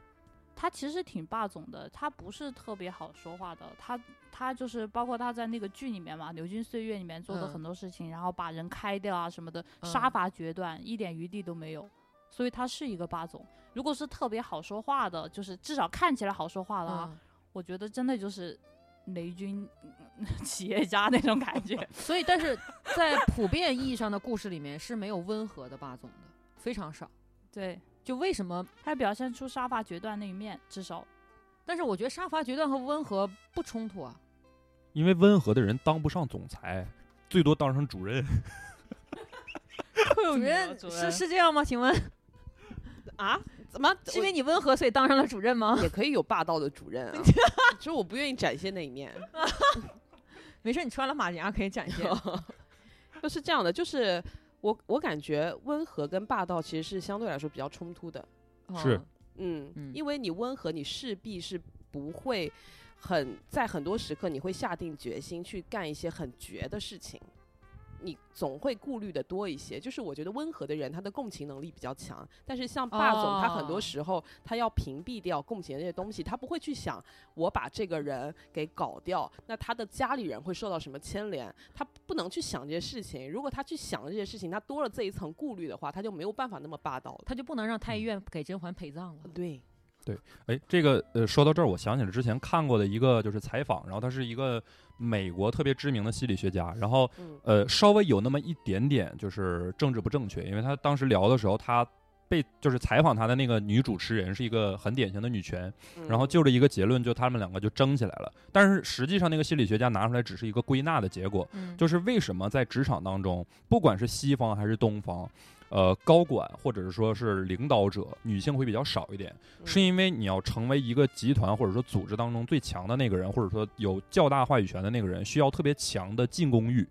S1: 他其实挺霸总的，他不是特别好说话的，他他就是包括他在那个剧里面嘛，《流金岁月》里面做的
S2: 嗯
S1: 很多事情，然后把人开掉啊什么的，杀
S2: 嗯
S1: 伐决断，一点余地都没有，所以他是一个霸总。如果是特别好说话的，就是至少看起来好说话的啊，
S2: 嗯，
S1: 我觉得真的就是雷军 嗯企业家那种感 觉。
S2: 所以但是在普遍意义上的故事里面是没有温和的霸总的，非常少。
S1: 对，
S2: 就为什么？
S1: 他表现出杀伐决断那一面，至少
S2: 但是我觉得杀伐决断和温和不冲突啊。
S4: 因为温和的人当不上总裁，最多当上主任。
S2: 主任是是这样吗？请问
S3: 啊？怎么？
S2: 是因为你温和所以当上了主任吗
S3: 我？ 也可以有霸道的主任啊？ 就是我不愿意展现那一 面。
S2: 没事，你穿了马甲可以展 现。
S3: 就是这样的，就是我我感觉温和跟霸道其实是相对来说比较冲突的。
S4: 是
S2: 哦
S3: 嗯，
S2: 嗯
S3: 因为你温和，你势必是不会很在很多时刻你会下定决心去干一些很绝的事情，你总会顾虑的多一些。就是我觉得温和的人他的共情能力比较强，但是像霸总，他很多
S2: 哦
S3: 时候他要屏蔽掉共情的这些东西，他不会去想我把这个人给搞掉，那他的家里人会受到什么牵连，他不能去想这些事情。如果他去想了这些事情，他多了这一层顾虑的话，他就没有办法那么霸道了。
S2: 他就不能让太医院给甄嬛陪葬了。
S3: 对，
S4: 哎，这个呃，说到这儿，我想起了之前看过的一个就是采访，然后他是一个美国特别知名的心理学家，然后
S3: 嗯
S4: 呃，稍微有那么一点点就是政治不正确，因为他当时聊的时候，他被就是采访他的那个女主持人是一个很典型的女权，然
S3: 嗯
S4: 后就着一个结论，就他们两个就争起来了。但是实际上，那个心理学家拿出来只是一个归纳的结果，
S2: 嗯，
S4: 就是为什么在职场当中，不管是西方还是东方，呃，高管或者是说是领导者，女性会比较少一点，是因为你要成为一个集团或者说组织当中最强的那个人，或者说有较大话语权的那个人，需要特别强的进攻欲。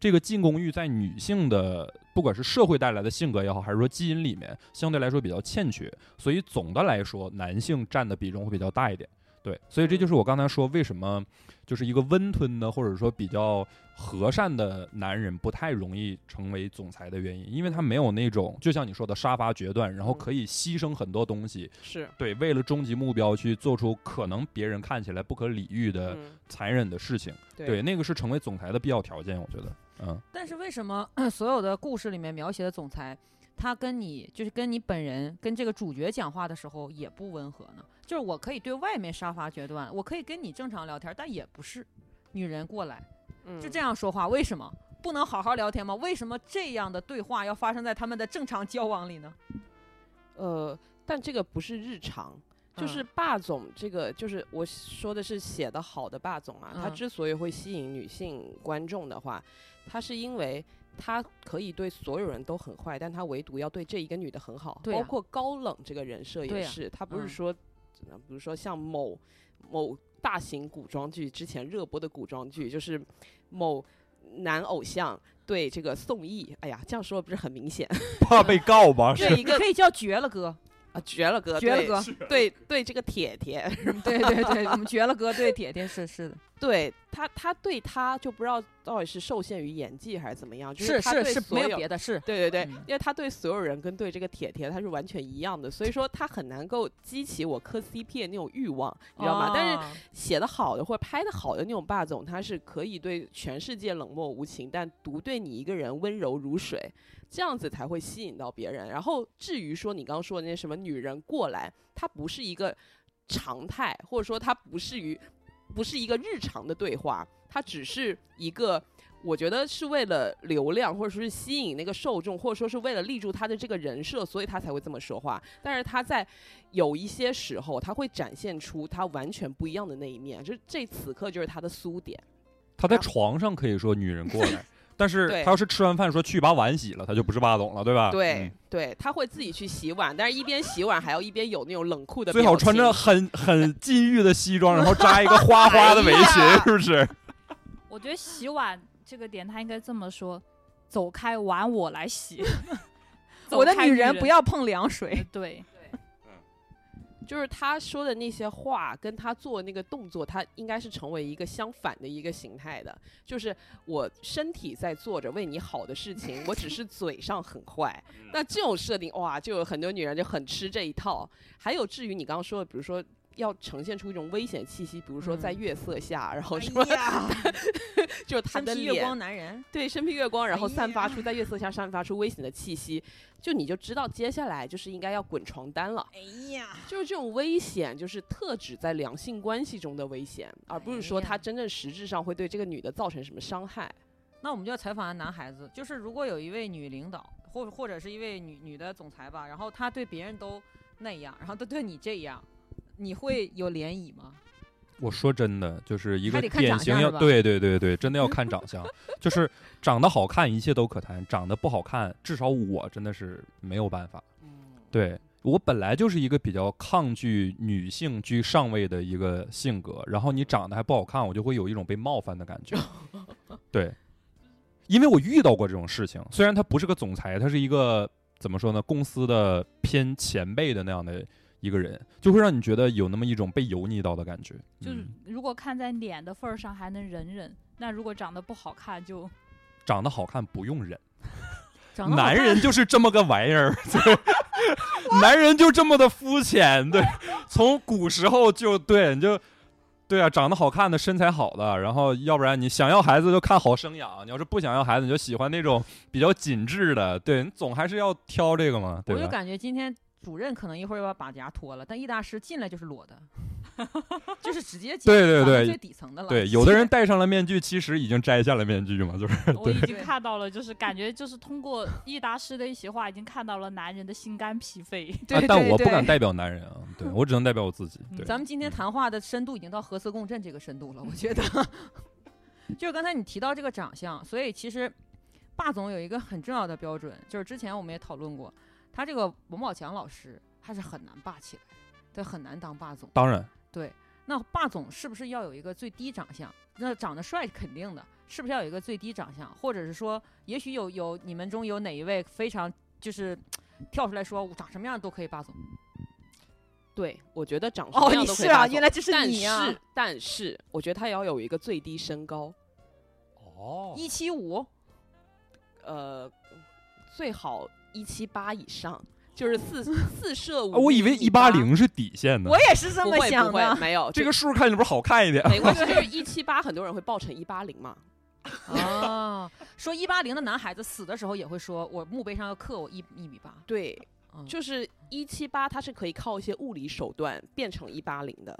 S4: 这个进攻欲在女性的不管是社会带来的性格也好，还是说基因里面相对来说比较欠缺，所以总的来说，男性占的比重会比较大一点。对，所以这就是我刚才说为什么就是一个温吞的，或者说比较和善的男人不太容易成为总裁的原因，因为他没有那种就像你说的杀伐决断，然后
S3: 嗯
S4: 可以牺牲很多东西，
S3: 是
S4: 对，为了终极目标去做出可能别人看起来不可理喻的
S3: 嗯
S4: 残忍的事情，
S3: 对
S4: 对，那个是成为总裁的必要条件，我觉得，嗯，
S2: 但是为什么 所有的故事里面描写的总裁，他跟你就是跟你本人跟这个主角讲话的时候也不温和呢？就是我可以对外面杀伐决断，我可以跟你正常聊天，但也不是女人过来就这
S3: 样。
S2: 样说话，为什么？不能好好聊天吗？为什么这样的对话要发生在他们的正常交往里呢？
S3: 呃，但这个不是日常，就是
S2: 嗯
S3: 霸总这个，就是我说的是写的好的霸总啊，他
S2: 嗯
S3: 之所以会吸引女性观众的话，他是因为他可以对所有人都很坏，但他唯独要对这一个女的很好，
S2: 对
S3: 包
S2: 啊
S3: 括高冷这个人设
S2: 对
S3: 也
S2: 啊
S3: 是，他不是
S2: 嗯
S3: 说，呃比如说像某某大型古装剧之前热播的古装剧，就是某男偶像。对这个宋轶，哎呀，这样说不是很明显
S4: 怕被告吧
S3: 对一
S2: 你
S3: 个
S2: 可以叫绝了哥，
S3: 啊？绝了哥，
S2: 绝了
S3: 对
S2: 哥，
S3: 对对，这个铁铁，
S2: 嗯对对对，我们绝了哥对铁铁是是的，
S3: 对他，他对他就不知道到底是受限于演技还是怎么样，就是
S2: 是
S3: 他对
S2: 是
S3: 所
S2: 没
S3: 有
S2: 有别的，是
S3: 对对对，
S2: 嗯
S3: 因为他对所有人跟对这个铁铁他是完全一样的，所以说他很难够激起我磕 CP 的那种欲望，你知道
S2: 哦
S3: 吗？但是
S2: 是
S3: 写的好的或者拍的好的那种霸总，他是可以对全世界冷漠无情，但独对你一个人温柔如水，这样子才会吸引到别人。然后至于说你刚刚说的那什么女人过来，它不是一个常态，或者说它不是于不是一个日常的对话，它只是一个。我觉得是为了流量，或者说是吸引那个受众，或者说是为了立住他的这个人设，所以他才会这么说话。但是他在有一些时候，他会展现出他完全不一样的那一面，就是这此刻就是他的苏点。
S4: 他在床上可以说女人过 来，但是
S3: 对
S4: 他要是吃完饭说去把碗洗了，他就不是霸总了，对吧？
S3: 对
S4: 嗯、
S3: 对，他会自己去洗碗，但是一边洗碗还要一边有那种冷酷的表情，
S4: 最好穿着很很禁欲的西装，然后扎一个花花的 围
S3: 哎呀
S4: 裙，是不是？
S1: 我觉得洗碗这个点，他应该这么说：走开，碗我来洗。
S2: 我的
S1: 走开
S2: 女
S1: 人
S2: 人不要碰凉水
S1: 呃。对，
S3: 就是他说的那些话，跟他做的那个动作，他应该是成为一个相反的一个形态的。就是我身体在做着为你好的事情，我只是嘴上很坏。那这种设定，哇，就有很多女人就很吃这一套。还有至于你刚刚说的，比如说。要呈现出一种危险气息，比如说在
S2: 嗯
S3: 月色下，然后
S2: 哎
S3: 什么，
S2: 呀，
S3: 就是他
S2: 身
S3: 的
S2: 披
S3: 脸
S2: 月光男人，
S3: 对，身披月光，然后
S2: 哎
S3: 散发
S2: 呀
S3: 出在月色下散发出危险的气息，就你就知道接下来就是应该要滚床单了。
S2: 哎呀，
S3: 就是这种危险，就是特指在两性关系中的危险，而不是说
S2: 哎呀
S3: 他真正实质上会对这个女的造成什么伤害。
S2: 那我们就要采访男孩子，就是如果有一位女领导，或或者是一位女女的总裁吧，然后她对别人都那样，然后都对你这样，你会有涟漪吗？
S4: 我说真的，就是一
S2: 还
S4: 个
S2: 得看
S4: 典
S2: 长
S4: 型
S2: 相
S4: 要
S2: 是吧嗯
S4: 对对对对，真的要看长相，就是长得好看一切都可谈，长得不好看，至少我真的是没有办法。
S2: 嗯
S4: 对我本来就是一个比较抗拒女性居上位的一个性格，然后你长得还不好看，我就会有一种被冒犯的感 觉。对，因为我遇到过这种事情，虽然他不是个总裁，他是一个怎么说呢，公司的偏前辈的那样的一个人，就会让你觉得有那么一种被油腻到的感觉。
S1: 就是
S4: 嗯
S1: 如果看在脸的份儿上还能忍忍，那如果长得不好看 就
S4: 长得好看不用忍，
S2: 长得好
S4: 男
S2: 看
S4: 人就是这么个玩意儿， 对男人就这么的肤浅，对，从古时候就对，你就对啊，长得好看的，身材好的，然后要不然你想要孩子就看好生养，你要是不想要孩子，你就喜欢那种比较紧致的，对你总还是要挑这个嘛，对
S2: 我就
S4: 吧？
S2: 感觉今天主任可能一会儿要把牙脱了，但易大师进来就是裸 的，就是直接进
S4: 对对
S2: 咱们
S4: 对
S2: 最底层的了。
S4: 对，有的人戴上了面具，其实已经摘下了面具 嘛，就是啊
S1: 我已经
S2: 对
S1: 看到了，就是感觉就是通过益达师的一席话，已经看到了男人的心肝脾肺。
S2: 对
S4: 啊，但
S2: 对
S4: 我不
S2: 对
S4: 敢代表男人啊，对我只能代表我自己。对，嗯
S2: 咱们今天谈话的深度已经到核磁共振这个深度了，我觉得。 就是刚才你提到这个长相，所以其实霸总有一个很重要的标准，就是之前我们也讨论过，他这个王宝强老师他是很难霸气来的，他很难当霸总。
S4: 当然，
S2: 对，那霸总是不是要有一个最低长相？那长得帅肯定的，是不是要有一个最低长相？或者是说，也许有有你们中有哪一位非常就是跳出来说我长什么样都可以霸
S4: 嗯
S2: 总？
S3: 对，我觉得长什
S2: 哦，
S3: 么
S2: 你
S3: 样都可
S2: 是
S3: 以
S2: 啊，
S3: 打
S2: 原
S3: 肿
S2: 来这是
S3: 但
S2: 你啊
S3: 是，但是，我觉得他也要有一个最低身高，
S4: 哦
S2: 一七五，
S3: 呃，最好一七八以上，就是 四四舍五。
S4: 啊我以为一八，零是底线呢
S2: 我。也是这
S3: 不
S2: 么
S3: 会
S2: 想
S3: 不
S2: 的
S3: 会，。没有
S4: 这个数看着不是好看一点？
S3: 没关系，就是一七八，很多人会报成一八零嘛。
S2: 哦，说一八零的男孩子死的时候也会说，我墓碑上要刻我一一米八。
S3: 对，
S2: 嗯
S3: 就是一七八，它是可以靠一些物理手段变成一八零的，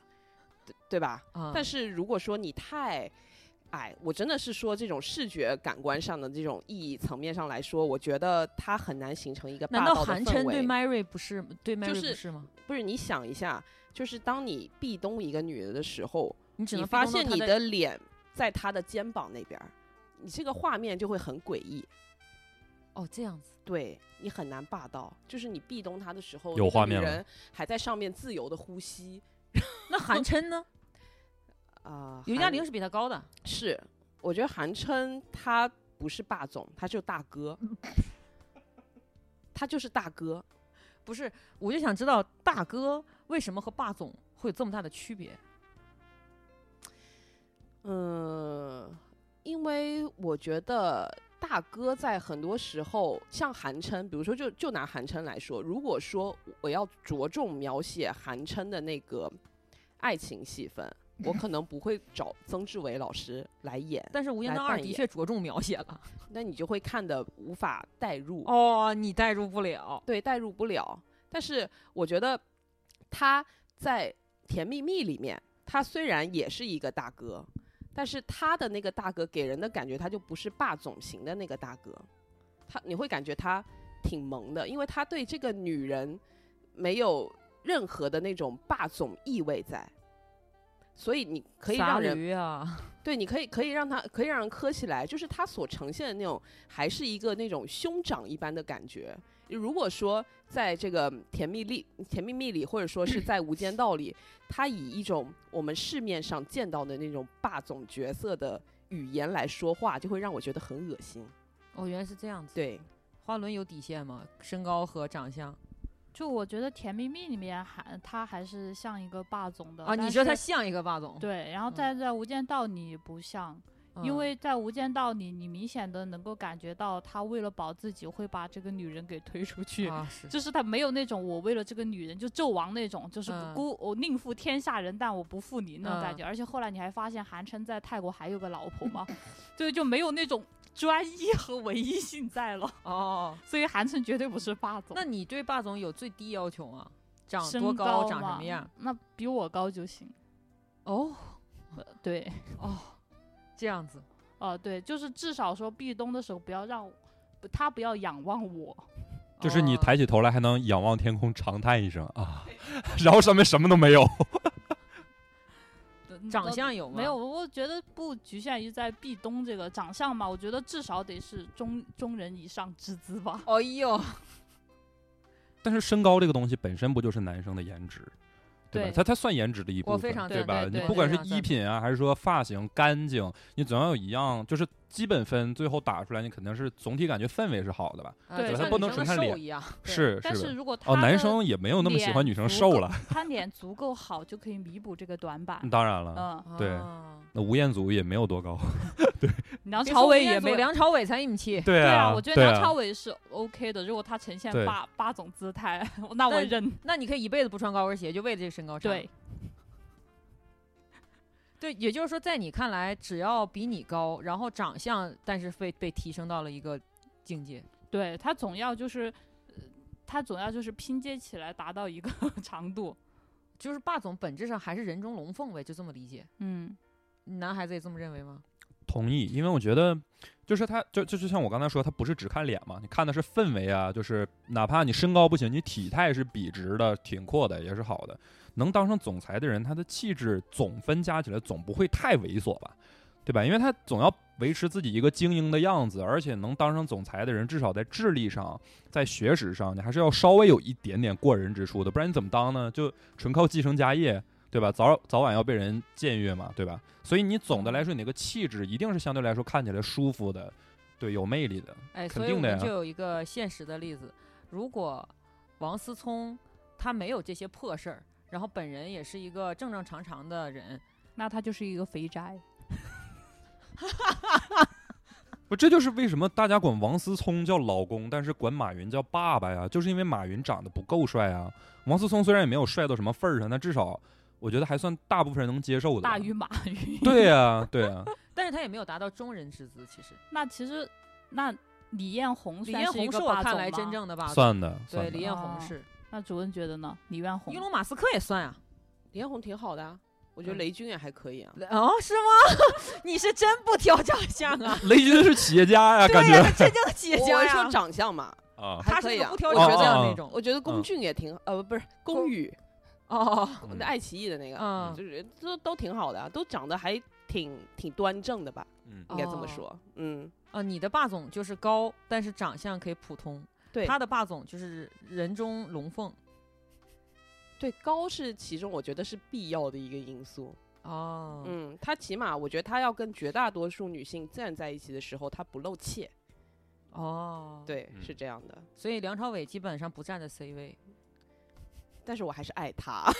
S3: 对对吧？
S2: 啊
S3: 但是如果说你太矮，我真的是说这种视觉感官上的这种意义层面上来说，我觉得它很难形成一个
S2: 难
S3: 霸
S2: 道
S3: 道的
S2: 韩
S3: 氛
S2: 琛对
S3: 围。
S2: Mary 不是对 Mary
S3: 就是
S2: 不是吗？
S3: 不是你想一下，就是当你壁咚一个女人的时候，
S2: 你只
S3: 你
S2: 能
S3: 发
S2: 逼供
S3: 现
S2: 到
S3: 你
S2: 他
S3: 的脸在她的肩膀那边儿，你这个画面就会很诡异。
S2: 哦这样子，
S3: 对你很难霸道，就是你壁咚她的时候，
S4: 有
S3: 那个
S4: 画
S3: 女
S4: 面了
S3: 人还在上面自由的呼吸
S2: 那韩琛呢？
S3: 啊。
S2: 刘嘉
S3: 韩
S2: 玲是比他高的。
S3: 是，我觉得韩琛他不是霸总，他就是大哥，他就是大哥。
S2: 不是，我就想知道大哥为什么和霸总会有这么大的区别？
S3: 嗯，因为我觉得大哥在很多时候，像韩琛，比如说就就拿韩琛来说，如果说我要着重描写韩琛的那个爱情戏份，我可能不会找曾志伟老师来演，
S2: 但是《无间
S3: 来
S2: 道二
S3: 扮》
S2: 的
S3: 演
S2: 确着重描写了。
S3: 那你就会看的无法代入。
S2: 哦，你代入不了。
S3: 对，代入不了。但是我觉得他在《甜蜜蜜》里面，他虽然也是一个大哥，但是他的那个大哥给人的感觉，他就不是霸总型的那个大哥，他你会感觉他挺萌的，因为他对这个女人没有任何的那种霸总意味在。所以你可以
S2: 撒
S3: 让人
S2: 驴啊！
S3: 对，你可以可以让他可以让人磕起来，就是他所呈现的那种，还是一个那种兄长一般的感觉。如果说在这个《甜蜜蜜》《甜蜜蜜》里，或者说是在《无间道》里，他以一种我们市面上见到的那种霸总角色的语言来说话，就会让我觉得很恶心。
S2: 哦，原来是这样子。
S3: 对，
S2: 花轮有底线吗？身高和长相
S1: 就我觉得《甜蜜蜜》里面还他还是像一个霸总的
S2: 啊？
S1: 但
S2: 你说他
S1: 是
S2: 像一个霸总？
S1: 对，然后
S2: 嗯
S1: 在在《无间道》你不像，
S2: 嗯，
S1: 因为在《无间道》里，你明显的能够感觉到他为了保自己会把这个女人给推出去，
S2: 啊 是
S1: 就是他没有那种我为了这个女人就纣王那种，就是
S2: 嗯
S1: 孤我宁负天下人，但我不负你那种感
S2: 嗯
S1: 觉。而且后来你还发现韩琛在泰国还有个老婆嘛，对，就没有那种专一和唯一性在了，
S2: 哦哦。哦
S1: 所以韩琛绝对不是霸总。
S2: 那你对霸总有最低要求吗？长
S1: 身
S2: 多
S1: 高
S2: 长什
S1: 嘛
S2: 么样？？
S1: 那比我高就行。
S2: 哦
S1: 呃对，
S2: 哦，这样子。
S1: 哦、对，就是至少说壁咚的时候不要让不他不要仰望我。
S4: 就是你
S2: 哦
S4: 抬起头来还能仰望天空，长叹一声啊， 然后上面什么都没有。
S2: 长
S1: 都
S2: 相有吗？
S1: 没有，我觉得不局限于在壁咚这个长相嘛，我觉得至少得是中中人以上之姿吧。
S2: 哎呦，
S4: 但是身高这个东西本身不就是男生的颜值？ 对吧
S1: 对？
S4: 它它算颜值的一部
S2: 我
S4: 分，
S2: 非常
S4: 对
S2: 赞
S4: 吧？
S2: 对
S4: 你
S2: 对
S4: 不
S2: 我
S4: 管
S2: 非
S4: 是
S2: 常
S4: 衣
S2: 赞
S4: 品啊，还是说发型干净，你总要有一样，就是基本分，最后打出来，你肯定是总体感觉氛围是好的吧？
S2: 啊
S1: 对
S2: 就
S1: 它
S2: 像
S1: 不
S2: 女
S4: 能
S2: 生的
S4: 只看
S2: 瘦
S4: 脸
S2: 一样，对
S4: 是
S1: 但是
S4: 是吧。
S1: 如果他
S4: 哦，男
S1: 的
S4: 生也没有那么喜欢女生
S1: 足
S4: 瘦
S1: 够
S4: 了，
S1: 他脸足够好就可以弥补这个短板。
S4: 当然了，
S1: 嗯，
S4: 对
S2: 啊
S4: 那吴彦祖也没有多高，
S1: 梁
S2: 别
S1: 朝
S2: 说
S1: 伟
S2: 吴彦
S1: 也
S2: 祖
S1: 没有。
S2: 梁朝伟才一米七，
S4: 对
S1: 对
S4: 啊，
S1: 我觉得
S4: 对
S1: 梁
S4: 啊
S1: 朝伟是 OK 的，如果他呈现
S4: 对
S1: 八八种姿态，那我
S2: 但
S1: 认。
S2: 那你可以一辈子不穿高跟鞋，就为了这个身高差。
S1: 对，
S2: 对，也就是说，在你看来，只要比你高，然后长相，但是被被提升到了一个境界。
S1: 对他总要就是，呃他总要就是拼接起来达到一个 长度。
S2: 就是霸总本质上还是人中龙凤呗，就这么理解。
S1: 嗯，
S2: 男孩子也这么认为吗？
S4: 同意，因为我觉得，就是他，就就就像我刚才说，他不是只看脸嘛，你看的是氛围啊，就是哪怕你身高不行，你体态是笔直的、挺阔的，也是好的。能当上总裁的人，他的气质总分加起来总不会太猥琐吧，对吧？因为他总要维持自己一个精英的样子，而且能当上总裁的人，至少在智力上、在学识上，你还是要稍微有一点点过人之处的，不然你怎么当呢？就纯靠继承家业，对吧？早早晚要被人僭越嘛，对吧？所以你总的来说，你那个气质一定是相对来说看起来舒服的，对，有魅力的。
S2: 哎，
S4: 肯
S2: 所以
S4: 定
S2: 我
S4: 的
S2: 们
S4: 呀
S2: 就有一个现实的例子：如果王思聪他没有这些破事儿，然后本人也是一个正正常常的人，
S1: 那他就是一个肥宅。
S4: 不，这就是为什么大家管王思聪叫老公，但是管马云叫爸爸呀，就是因为马云长得不够帅啊。王思聪虽然也没有帅到什么份儿上，但至少我觉得还算大部分人能接受的吧。
S1: 大于马云。
S4: 啊对呀、对呀、
S2: 但是他也没有达到中人之姿。其实
S1: 那其实，那李彦宏
S2: 李
S1: 算
S2: 彦
S1: 是一
S2: 宏
S1: 个
S2: 是我
S1: 霸
S2: 看
S1: 总
S2: 来真
S1: 吗。
S2: 正的霸总，
S4: 算的，
S2: 对
S4: 算
S2: 李
S4: 的。
S2: 彦
S1: 哦
S2: 宏是，
S1: 那主任觉得呢？李彦宏
S2: 伊隆马斯克也算啊。
S3: 李彦宏挺好的啊，我觉得
S2: 嗯
S3: 雷军也还可以啊。
S2: 哦，是吗？ 你是真不挑长相啊？
S4: 雷军是企业家呀，感
S2: 对呀、
S4: 觉
S2: 他真正企业
S3: 我
S2: 家
S3: 我
S2: 呀、
S3: 说长相嘛，
S4: 啊，
S2: 他
S3: 还
S2: 是那
S3: 可以
S2: 种
S3: 啊。
S2: 不挑
S3: 我
S4: 长
S2: 长
S3: 觉
S2: 相
S3: 得，
S4: 相
S2: 的
S4: 哦
S2: 那种。
S3: 我觉得龚
S4: 嗯
S3: 俊也挺呃，不是龚
S2: 龚
S3: 宇，
S2: 哦，
S4: 嗯
S3: 爱奇艺的那个，
S2: 嗯，
S3: 就是都都挺好的啊，都长得还挺挺端正的吧，
S4: 嗯
S3: 应该这么
S2: 哦
S3: 说。嗯，
S2: 啊，你的霸总就是高，但是长相可以普通。
S3: 对
S2: 他的霸总就是人中龙凤。
S3: 对，高是其中我觉得是必要的一个因素。
S2: 哦，
S3: 嗯，他起码我觉得他要跟绝大多数女性站在一起的时候，他不露怯，
S2: 哦，，
S3: 对，
S4: 嗯
S3: 是这样的。
S2: 所以梁朝伟基本上不站在 C 位。
S3: 但是我还是爱他。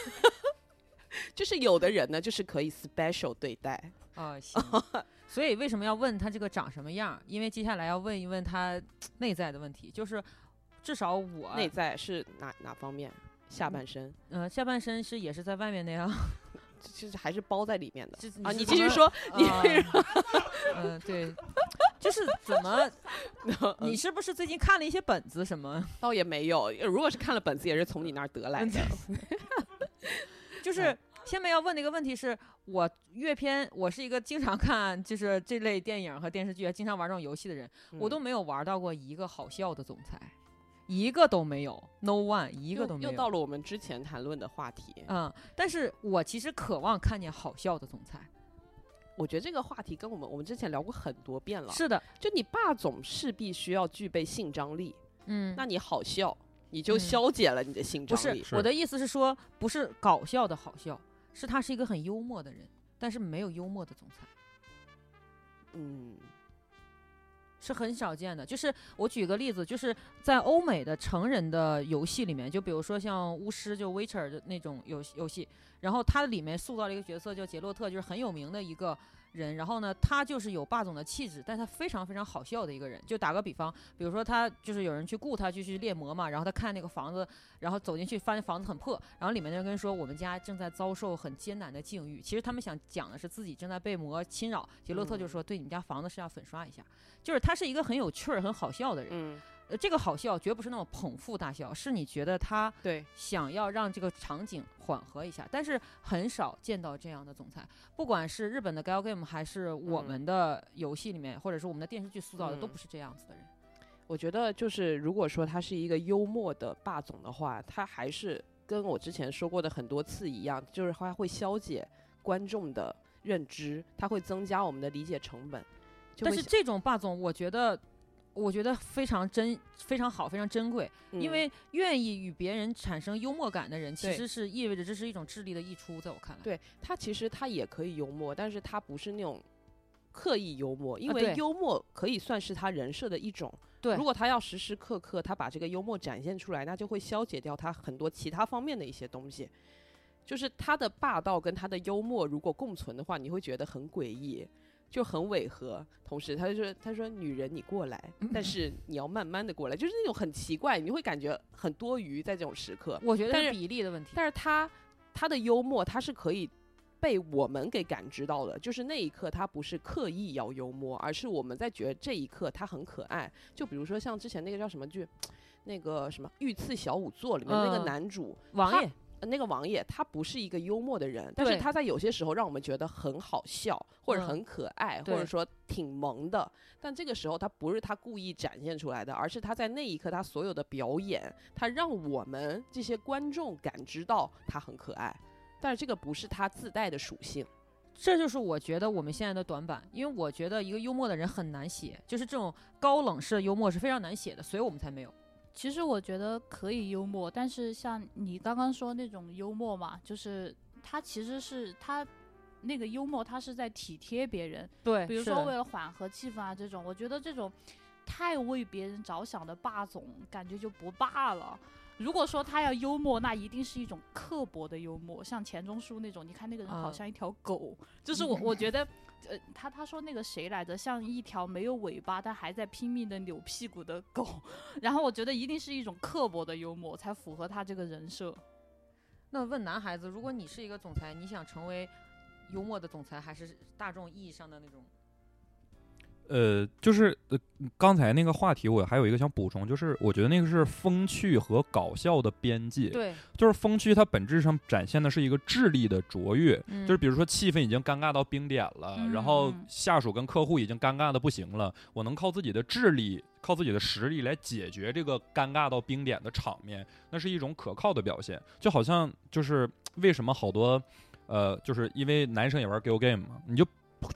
S3: 就是有的人呢，就是可以 special 对待，
S2: 啊，行。
S3: 哦
S2: 所以为什么要问他这个长什么样儿？因为接下来要问一问他内在的问题，就是至少我
S3: 内在是哪哪方面？下半身，
S2: 呃下半身是也是在外面那样。
S3: 就是还是包在里面的
S2: 这
S3: 啊。
S2: 是
S3: 你
S2: 怎
S3: 继续
S2: 么
S3: 说，你
S2: 啊 嗯、对，就是怎么， 你是不是最近看了一些本子什么？
S3: 嗯倒也没有。如果是看了本子，也是从你那儿得来 的。嗯
S2: 就是下面要问的一个问题是，我阅片，我是一个经常看就是这类电影和电视剧，啊还经常玩这种游戏的人，
S3: 嗯
S2: 我都没有玩到过一个好笑的总裁，一个都没有，no one，一
S3: 一
S2: 个都没
S3: 又到
S2: 有。
S3: 了我们之前谈论的话题。
S2: 嗯，但是我其实渴望看见好笑的总裁。
S3: 我觉得这个话题跟我们我们之前聊过很多遍了。
S2: 是的，
S3: 就你霸总势必需要具备性张力，
S2: 嗯，
S3: 那你好笑，你就
S2: 嗯
S3: 消解了你的性
S2: 不
S3: 张
S2: 是
S3: 力。
S2: 我的意思是说，不是搞笑的好笑，是他是一个很幽默的人，但是没有幽默的总裁。
S3: 嗯，
S2: 是很少见的。就是我举个例子，就是在欧美的成人的游戏里面，就比如说像巫师就 Witcher 的那种游戏游戏，然后它里面塑造了一个角色叫杰洛特，就是很有名的一个。人，然后呢，他就是有霸总的气质，但他非常非常好笑的一个人。就打个比方，比如说他就是有人去雇他就去猎魔嘛，然后他看那个房子，然后走进去发现房子很破，然后里面的人跟说我们家正在遭受很艰难的境遇。其实他们想讲的是自己正在被魔侵扰。杰洛特就说，对你们家房子是要粉刷一下。就是他是一个很有趣儿、很好笑的人。
S3: 嗯，
S2: 呃，这个好笑绝不是那种捧腹大笑，是你觉得他
S3: 对，
S2: 想要让这个场景缓和一下，但是很少见到这样的总裁。不管是日本的 Gal Game，还是我
S3: 嗯
S2: 们的游戏里面，或者是我们的电视剧塑造的，都
S3: 嗯
S2: 不是这样子的人。
S3: 我觉得就是如果说他是一个幽默的霸总的话，他还是跟我之前说过的很多次一样，就是他会消解观众的认知，他会增加我们的理解成本。就
S2: 但
S3: 会
S2: 是
S3: 想
S2: 这种霸总，我觉得。我觉得非常珍、非常好、非常珍贵，因
S3: 嗯
S2: 为愿意与别人产生幽默感的人，其
S3: 对
S2: 实是意味着这是一种智力的溢出，在我看来。
S3: 对他其实他也可以幽默，但是他不是那种刻意幽默，因
S2: 啊
S3: 为
S2: 对
S3: 幽默可以算是他人设的一种。
S2: 对
S3: 如果他要时时刻刻他把这个幽默展现出来，那就会消解掉他很多其他方面的一些东西。就是他的霸道跟他的幽默如果共存的话，你会觉得很诡异，就很违和。同时，他就说：“他说女人你过来， 但是你要慢慢的过来，就是那种很奇怪，你会感觉很多余在这种时刻。”
S2: 我觉得
S3: 但
S2: 是
S3: 是
S2: 比例的问题。
S3: 但是他他的幽默，他是可以被我们给感知到的，就是那一刻他不是刻意要幽默，而是我们在觉得这一刻他很可爱。就比如说像之前那个叫什么剧，那个什么《御赐小仵作》里面那个
S2: 嗯
S3: 男主、
S2: 王
S3: 他
S2: 爷，
S3: 呃那个王爷，他不是一个幽默的人，但是
S2: 对
S3: 他在有些时候让我们觉得很好笑，或者
S2: 嗯
S3: 很可爱，或
S2: 对
S3: 者说挺萌的。但这个时候他不是他故意展现出来的，而是他在那一刻他所有的表演，他让我们这些观众感知到他很可爱。但是这个不是他自带的属性，
S2: 这就是我觉得我们现在的短板，因为我觉得一个幽默的人很难写，就是这种高冷式的幽默是非常难写的，所以我们才没有。
S1: 其实我觉得可以幽默，但是像你刚刚说那种幽默嘛，就是他其实是他那个幽默，他是在体贴别人，
S2: 对
S1: 比如说为了缓和气氛啊这种，我觉得这种太为别人着想的霸总，感觉就不霸了。如果说他要幽默，那一定是一种刻薄的幽默，像钱钟书那种。你看那个人好
S2: 嗯
S1: 像一条狗，就是我我觉得，呃，他他说那个谁来着，像一条没有尾巴但还在拼命的扭屁股的狗。 然后我觉得一定是一种刻薄的幽默才符合他这个人设。
S2: 那问男孩子，如果你是一个总裁，你想成为幽默的总裁，还是大众意义上的那种？
S4: 呃，就是呃，刚才那个话题我还有一个想补充，就是我觉得那个是风趣和搞笑的边界。，
S2: 对，
S4: 就是风趣它本质上展现的是一个智力的卓越，
S2: 嗯
S4: 就是比如说气氛已经尴尬到冰点了，然后
S1: 嗯
S4: 下属跟客户已经尴尬的不行了，我能靠自己的智力、靠自己的实力来解决这个尴尬到冰点的场面，那是一种可靠的表现。就好像就是为什么好多，呃，就是因为男生也玩 Go game 嘛，你就。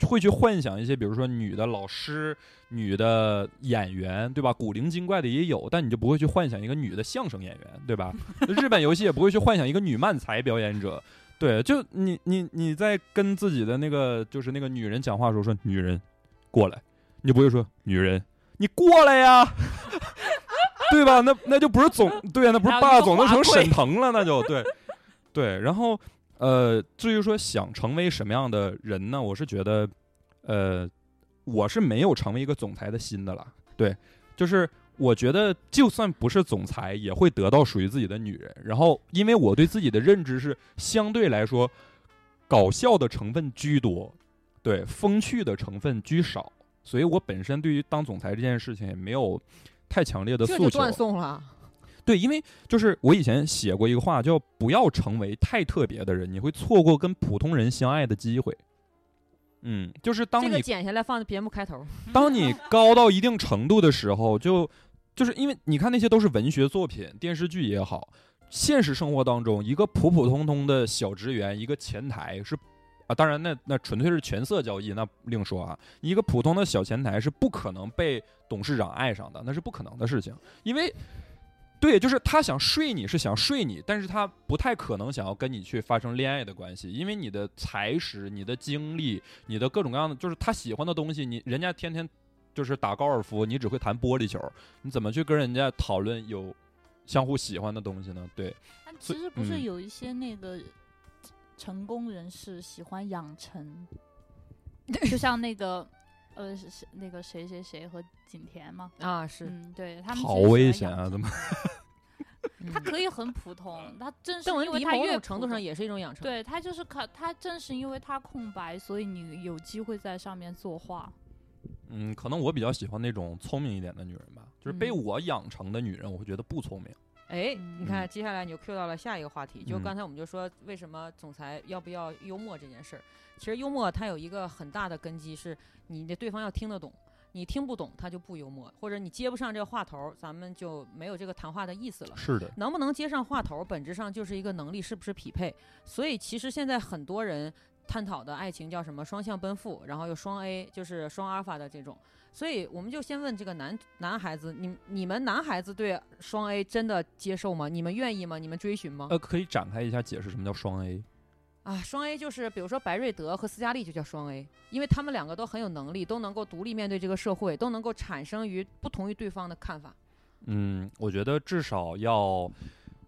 S4: 会去幻想一些，比如说女的老师、女的演员，对吧？古灵精怪的也有，但你就不会去幻想一个女的相声演员，对吧？日本游戏也不会去幻想一个女漫才表演者，对，就你你你在跟自己的那个就是那个女人讲话的时候说女人过来，你不会说女人你过来呀， 对吧？那那就不是总对啊，那不是
S2: 还有一
S4: 霸
S2: 个
S4: 总，那
S2: 华
S4: 成
S2: 贵
S4: 沈腾了，那就对对。然后呃，至于说想成为什么样的人呢？我是觉得呃，我是没有成为一个总裁的心的啦。对，就是我觉得就算不是总裁，也会得到属于自己的女人。然后，因为我对自己的认知是相对来说搞笑的成分居多，对风趣的成分居少，所以我本身对于当总裁这件事情也没有太强烈的
S2: 这
S4: 诉
S2: 就
S4: 求。
S2: 断送了。
S4: 对，因为就是我以前写过一个话，叫“不要成为太特别的人，你会错过跟普通人相爱的机会。”嗯，就是当
S2: 这
S4: 你
S2: 个剪下来放在节目开头。
S4: 当你高到一定程度的时候，就就是因为你看那些都是文学作品、电视剧也好，现实生活当中，一个普普通通的小职员，一个前台是啊，当然那那纯粹是权色交易，那另说啊。一个普通的小前台是不可能被董事长爱上的，那是不可能的事情，因为。对，就是他想睡你是想睡你，但是他不太可能想要跟你去发生恋爱的关系，因为你的才识、你的经历、你的各种各样的，就是他喜欢的东西，你人家天天就是打高尔夫，你只会弹玻璃球，你怎么去跟人家讨论有相互喜欢的东西呢？对，
S1: 但
S4: 所
S1: 其
S4: 以
S1: 实不是
S4: 嗯
S1: 有一些那个成功人士喜欢养成，就像那个呃是是那个谁谁谁和景甜嘛，
S2: 啊，是，
S1: 嗯，对他们
S4: 好
S1: 其实喜欢
S4: 危险
S1: 养
S4: 啊！
S1: 成
S4: 怎么？
S1: 他
S2: 嗯
S1: 可以很普通，他正是
S2: 邓文
S1: 因为
S2: 迪
S1: 他
S2: 某
S1: 越
S2: 种程
S1: 普
S2: 度上
S1: 通
S2: 也是一种养成。，
S1: 对他就是靠他正是因为他空白，所以你有机会在上面作画。
S4: 嗯，可能我比较喜欢那种聪明一点的女人吧，就是被
S2: 嗯
S4: 我养成的女人，我会觉得不聪明。
S2: 哎，你看，
S4: 嗯
S2: 接下来你就 cue 到了下一个话题，就
S4: 嗯
S2: 刚才我们就说为什么总裁要不要幽默这件事儿。其实幽默它有一个很大的根基是你的对方要听得懂。你听不懂，他就不幽默，或者你接不上这个话头儿，咱们就没有这个谈话的意思了。
S4: 是的，
S2: 能不能接上话头儿，本质上就是一个能力是不是匹配。所以其实现在很多人探讨的爱情叫什么双向奔赴，然后又双 A，就是双阿尔法的这种。所以我们就先问这个男男孩子，你你们男孩子对双 A 真的接受吗？你们愿意吗？你们追寻吗？
S4: 呃，可以展开一下解释什么叫双 A？
S2: 啊，双 A 就是比如说白瑞德和斯嘉丽就叫双 A，因为他们两个都很有能力，都能够独立面对这个社会，都能够产生于不同于对方的看法。
S4: 嗯，我觉得至少要，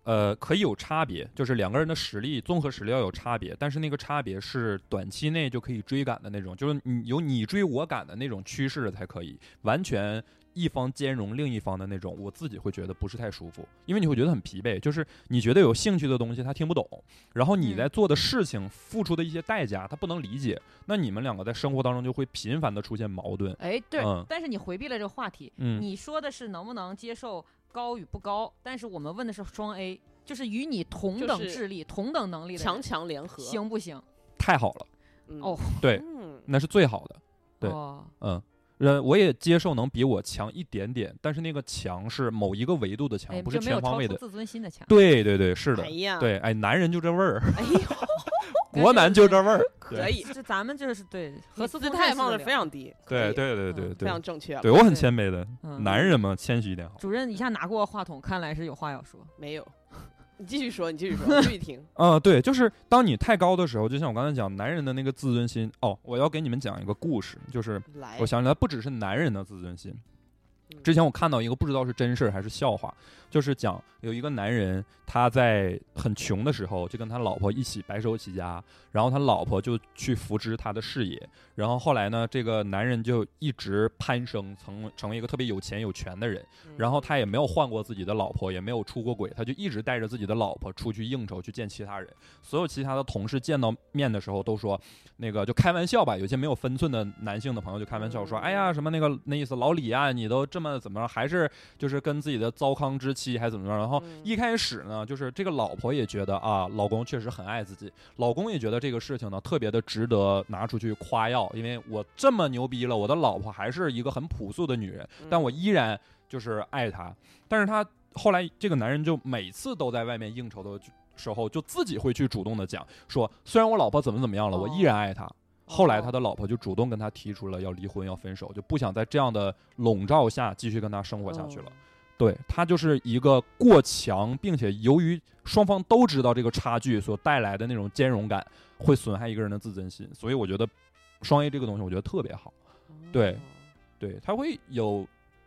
S4: 呃，可以有差别，就是两个人的实力综合实力要有差别，但是那个差别是短期内就可以追赶的那种，就是你有你追我赶的那种趋势才可以，完全一方兼容另一方的那种，我自己会觉得不是太舒服，因为你会觉得很疲惫，就是你觉得有兴趣的东西他听不懂，然后你
S2: 嗯
S4: 在做的事情付出的一些代价他不能理解，那你们两个在生活当中就会频繁的出现矛盾，
S2: 哎，对，
S4: 嗯
S2: 但是你回避了这个话题，
S4: 嗯，
S2: 你说的是能不能接受高与不高，但是我们问的是双 A，就是与你同
S3: 就
S2: 等
S3: 是
S2: 智力、同等能力的
S3: 强
S2: 人
S3: 强联合。
S2: 行不行？
S4: 太好了，
S3: 嗯
S2: 哦，
S4: 对
S3: 嗯，
S4: 那是最好的。对
S2: 哦
S4: 嗯，呃，我也接受能比我强一点点，但是那个强是某一个维度的强，
S2: 哎，
S4: 不是
S2: 就没有
S4: 全方
S2: 超
S4: 位
S2: 出
S4: 的。
S2: 自尊心的强。
S4: 对对对，是的
S3: 哎，呀，，
S4: 对，哎，男人就这味 儿，
S3: 哎 呦，
S4: 国男就这味儿，
S3: 可以，
S2: 这咱们就是对
S3: 和
S2: 和
S3: 姿
S2: 自尊
S3: 态
S2: 认识
S3: 放
S2: 得
S3: 的
S2: 了
S3: 非常低，可
S4: 对
S3: 以
S4: 对对对
S2: 嗯
S3: 非
S4: 对
S3: 常，正确了
S4: 对我很
S2: 对
S4: 谦卑的，
S2: 嗯
S4: 男人嘛，谦虚一点好。
S2: 主任一下拿过话筒，看来是有话要说。
S3: 没有， 你继续说，你继续 说，继续听。
S4: 嗯，对，就是当你太高的时候，就像我刚才讲，男人的那个自尊心。哦，我要给你们讲一个故事，就是
S2: 哎
S3: 来
S4: 我，想起来，不只是男人的自尊心。
S3: 嗯
S4: 之前我看到一个不知道是真事儿还是笑话，就是讲有一个男人他在很穷的时候就跟他老婆一起白手起家，然后他老婆就去扶植他的事业，然后后来呢，这个男人就一直攀升，成成为一个特别有钱有权的人，
S3: 嗯
S4: 然后他也没有换过自己的老婆，也没有出过轨，他就一直带着自己的老婆出去应酬，去见其他人。所有其他的同事见到面的时候都说，那个就开玩笑吧，有些没有分寸的男性的朋友就开玩笑说，
S3: 嗯
S4: 哎呀，什么那个那意思，老李啊，你都这么怎么着，还是就是跟自己的糟糠之妻还怎么着？然后
S3: 嗯
S4: 哦一开始呢，就是这个老婆也觉得啊，老公确实很爱自己，老公也觉得这个事情呢特别的值得拿出去夸耀，因为我这么牛逼了，我的老婆还是一个很朴素的女人。
S3: 嗯，
S4: 但我依然就是爱他。但是他后来这个男人就每次都在外面应酬的时候，就自己会去主动的讲说，虽然我老婆怎么怎么样了，我依然爱她。后
S3: 哦
S4: 来他的老婆就主动跟他提出了要离婚、要分手，就不想在这样的笼罩下继续跟他生活下
S3: 哦
S4: 去了。对他就是一个过强，并且由于双方都知道这个差距所带来的那种兼容感，会损害一个人的自尊心。所以我觉得双 A 这个东西，我觉得特别好。
S3: 哦，
S4: 对对，他会有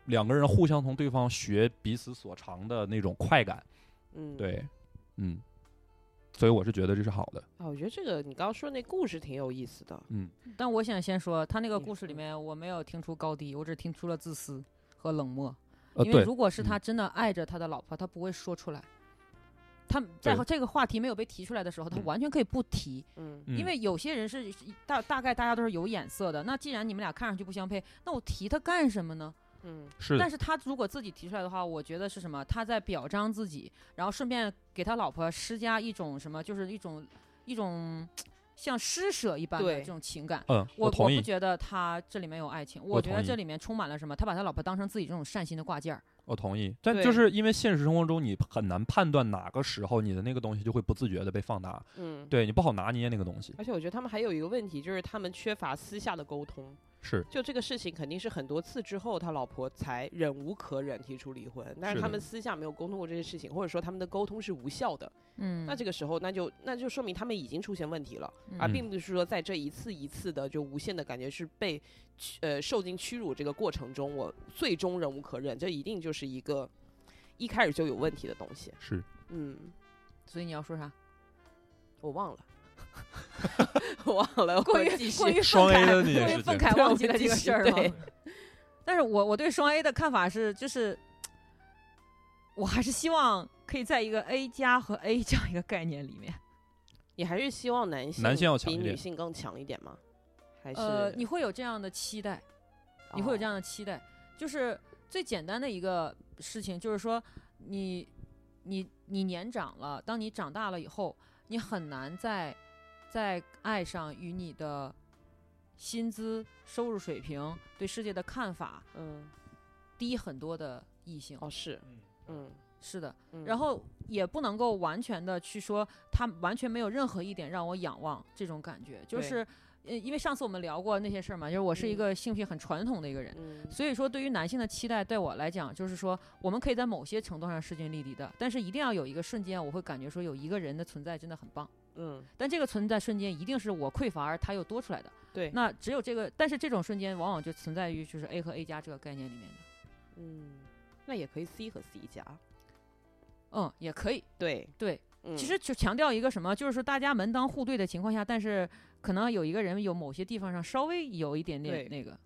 S4: 两个人互相从对方学彼此所长的那种快感，
S3: 嗯，
S4: 对，嗯，所以我是觉得这是好的，
S3: 啊，我觉得这个你刚刚说那故事挺有意思的，
S4: 嗯，
S2: 但我想先说，他那个
S3: 你
S2: 故事里
S3: 说
S2: 面我没有听出高低，我只听出了自私和冷漠。
S4: 呃，
S2: 因为
S4: 对，
S2: 如果是
S4: 嗯
S2: 他真的爱着他的老婆，他不会说出来。他在
S4: 对
S2: 这个话题没有被提出来的时候，他
S4: 嗯
S2: 完全可以不提，
S3: 嗯，
S4: 嗯
S2: 因为有些人是大大概大家都是有眼色的。那既然你们俩看上去不相配，那我提他干什么呢？
S3: 嗯，
S4: 是
S2: 但是他如果自己提出来的话，我觉得是什么？他在表彰自己，然后顺便给他老婆施加一种什么，就是一种一种像施舍一般的
S3: 对
S2: 这种情感。
S4: 嗯，
S2: 我
S4: 同
S2: 不
S4: 意，
S2: 觉得他这里面有爱情，我
S4: 我
S2: 觉
S4: 同
S2: 得
S4: 意
S2: 这里面充满了什么？他把他老婆当成自己这种善心的挂件儿。
S4: 我同意，但就
S3: 对
S4: 是因为现实生活中你很难判断哪个时候你的那个东西就会不自觉的被放大，
S3: 嗯，。
S4: 对你不好拿捏那个东西，
S3: 而且我觉得他们还有一个问题，就是他们缺乏私下的沟通。
S4: 是
S3: 就这个事情，肯定是很多次之后，他老婆才忍无可忍提出离婚。但
S4: 是
S3: 是他
S4: 的
S3: 们私下没有沟通过这些事情，或者说他们的沟通是无效的。
S2: 嗯，
S3: 那这个时候，那就那就说明他们已经出现问题了，而
S4: 嗯
S3: 并不是说在这一次一次的就无限的感觉是被屈呃受尽屈辱这个过程中，我最终忍无可忍，这一定就是一个一开始就有问题的东西。
S4: 是，
S3: 嗯，
S2: 所以你要说啥？
S3: 我忘了， 我忘了，
S2: 过
S3: 我
S2: 于
S3: 继续
S2: 过于
S4: 双
S2: 愤慨
S4: A 的那件
S2: 过于愤
S4: 事情
S2: 慨
S3: 对
S2: 忘
S3: 我
S2: 记
S3: 们
S2: 了这
S3: 继
S2: 个
S3: 续
S2: 事儿
S3: 对
S2: 了。但是我我对双 A 的看法是，就是我还是希望可以在一个 A 加和 A 这样一个概念里面。
S3: 你还是希望男性
S4: 男性要强
S3: 比
S4: 一
S3: 女
S4: 点
S3: 性更强一点吗？还是、哦
S2: 呃，你会有这样的期待，你会有这
S3: 样？
S2: 样的期待，就是最简单的一个事情，就是说你你你年长了，当你长大了以后，你很难再再爱上与你的薪资、收入水平、对世界的看法
S3: 嗯，
S2: 低很多的异性。
S3: 哦是，嗯，
S2: 是的，
S3: 嗯
S2: 然后也不能够完全的去说他完全没有任何一点让我仰望这种感觉，就
S3: 对
S2: 是呃，因为上次我们聊过那些事儿嘛，就是我是一
S3: 嗯
S2: 个性癖很传统的一个人，
S3: 嗯
S2: 所以说，对于男性的期待，对我来讲，就是说，我们可以在某些程度上势均力敌的，但是一定要有一个瞬间，我会感觉说有一个人的存在真的很棒。
S3: 嗯，
S2: 但这个存在瞬间一定是我匮乏而他又多出来的。
S3: 对
S2: 那只有这个，但是这种瞬间往往就存在于就是 A 和 A 加这个概念里面的。
S3: 嗯，那也可以 C 和 C 加，
S2: 嗯，也可以。
S3: 对
S2: 对，
S3: 嗯
S2: 其实就强调一个什么，就是说大家门当户对的情况下，但是可能有一个人有某些地方上稍微有一点点
S3: 对
S2: 那个。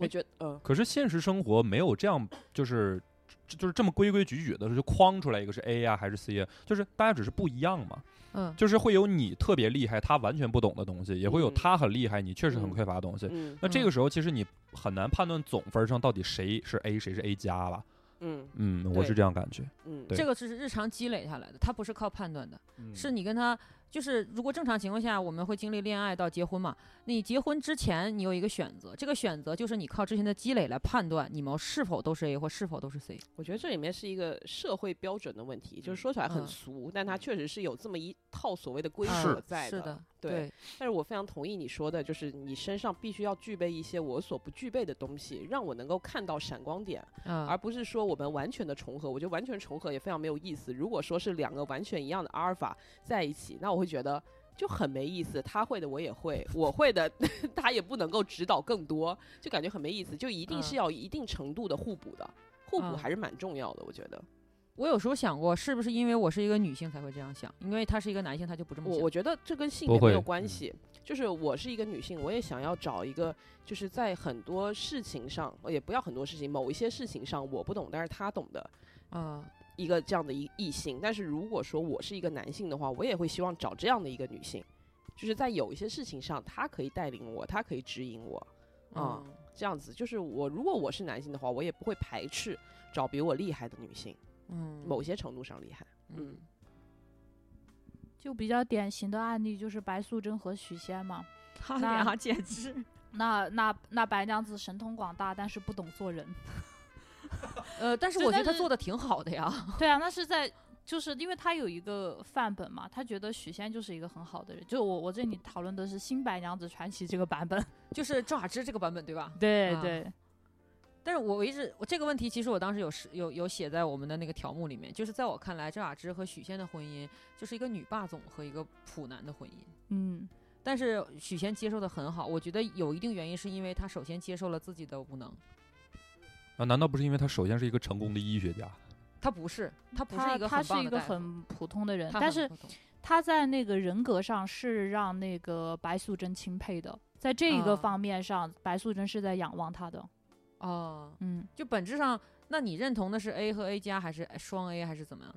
S3: 我觉得，嗯，
S4: 可是现实生活没有这样，就是就就是这么规规矩矩的，就框出来一个是 A 呀、还是 C 呀、就是大家只是不一样嘛，
S2: 嗯，
S4: 就是会有你特别厉害，他完全不懂的东西，也会有
S3: 嗯
S4: 他很厉害，你确实很
S3: 嗯
S4: 匮乏的东西。
S3: 嗯
S4: 那这个
S2: 嗯
S4: 时候其实你很难判断总分上到底谁是 A 谁是 A 加吧？
S3: 嗯
S4: 嗯，我是
S3: 对
S4: 这样感觉。
S3: 嗯，
S4: 对嗯
S2: 这个只是日常积累下来的，它不是靠判断的。是你跟他，就是如果正常情况下，我们会经历恋爱到结婚嘛。你结婚之前，你有一个选择，这个选择就是你靠之前的积累来判断你们是否都是 A 或是否都是 C。
S3: 我觉得这里面是一个社会标准的问题，就是说起来
S2: 嗯
S3: 很俗，但它确实是有这么一套所谓的规
S4: 是
S3: 则在
S2: 是
S3: 的
S2: 的，
S3: 对
S2: 对，
S3: 但是我非常同意你说的，就是你身上必须要具备一些我所不具备的东西，让我能够看到闪光点，
S2: 嗯，
S3: 而不是说我们完全的重合。我觉得完全重合也非常没有意思。如果说是两个完全一样的阿尔法在一起，那我会觉得就很没意思。他会的我也会，我会的 他也不能够指导更多，就感觉很没意思。就一定
S2: 嗯
S3: 是要一定程度的互补的，互补
S2: 嗯
S3: 还是蛮重要的，我觉得。
S2: 我有时候想过，是不是因为我是一个女性才会这样想，因为他是一个男性，他就不这么
S3: 我
S2: 想。
S3: 我觉得这跟性
S4: 不
S3: 别没
S4: 会
S3: 有关
S4: 嗯
S3: 系，就是我是一个女性，我也想要找一个，就是在很多事情上，呃也不要很多事情，某一些事情上我不懂，但是他懂的
S2: 嗯，
S3: 一个这样的一异性。但是如果说我是一个男性的话，我也会希望找这样的一个女性，就是在有一些事情上，她可以带领我，她可以指引我，啊、
S2: 嗯
S3: 这样子。就是我如果我是男性的话，我也不会排斥找比我厉害的女性，
S2: 嗯，
S3: 某些程度上厉害。
S2: 嗯
S1: 就比较典型的案例就是白素贞和许仙嘛。
S2: 他
S1: 那
S2: 俩简直，
S1: 那那那白娘子神通广大，但是不懂做人。
S2: 呃，但是
S1: 就
S2: 我觉得
S1: 但
S2: 他
S1: 是
S2: 做的挺好的呀。
S1: 对啊，那是在就是因为他有一个范本嘛，他觉得许仙就是一个很好的人。就我我这里讨论的是《新白娘子传奇》这个版本。
S2: 就是赵雅芝这个版本，对吧？
S1: 对
S2: 啊
S1: 对，
S2: 但是我一直我这个问题，其实我当时有是有有写在我们的那个条目里面，就是在我看来，赵雅芝和许仙的婚姻就是一个女霸总和一个普男的婚姻。
S1: 嗯，
S2: 但是许仙接受的很好，我觉得有一定原因是因为他首先接受了自己的无能，
S4: 啊，难道不是因为他首先是一个成功的医学家？
S3: 嗯
S2: 他不是他不是
S1: 他
S2: 一个
S1: 他
S2: 很
S1: 是
S2: 棒
S1: 一
S2: 的
S1: 个
S2: 大夫
S1: 很普通的人，
S2: 他
S1: 但
S2: 很
S1: 是
S2: 普通
S1: 他在那个人格上是让那个白素贞钦佩的，在这一
S2: 啊
S1: 个方面上，白素贞是在仰望他的。
S2: 哦，
S1: 嗯，
S2: 就本质上，那你认同的是 A 和 A 加还是双 A 还是怎么样？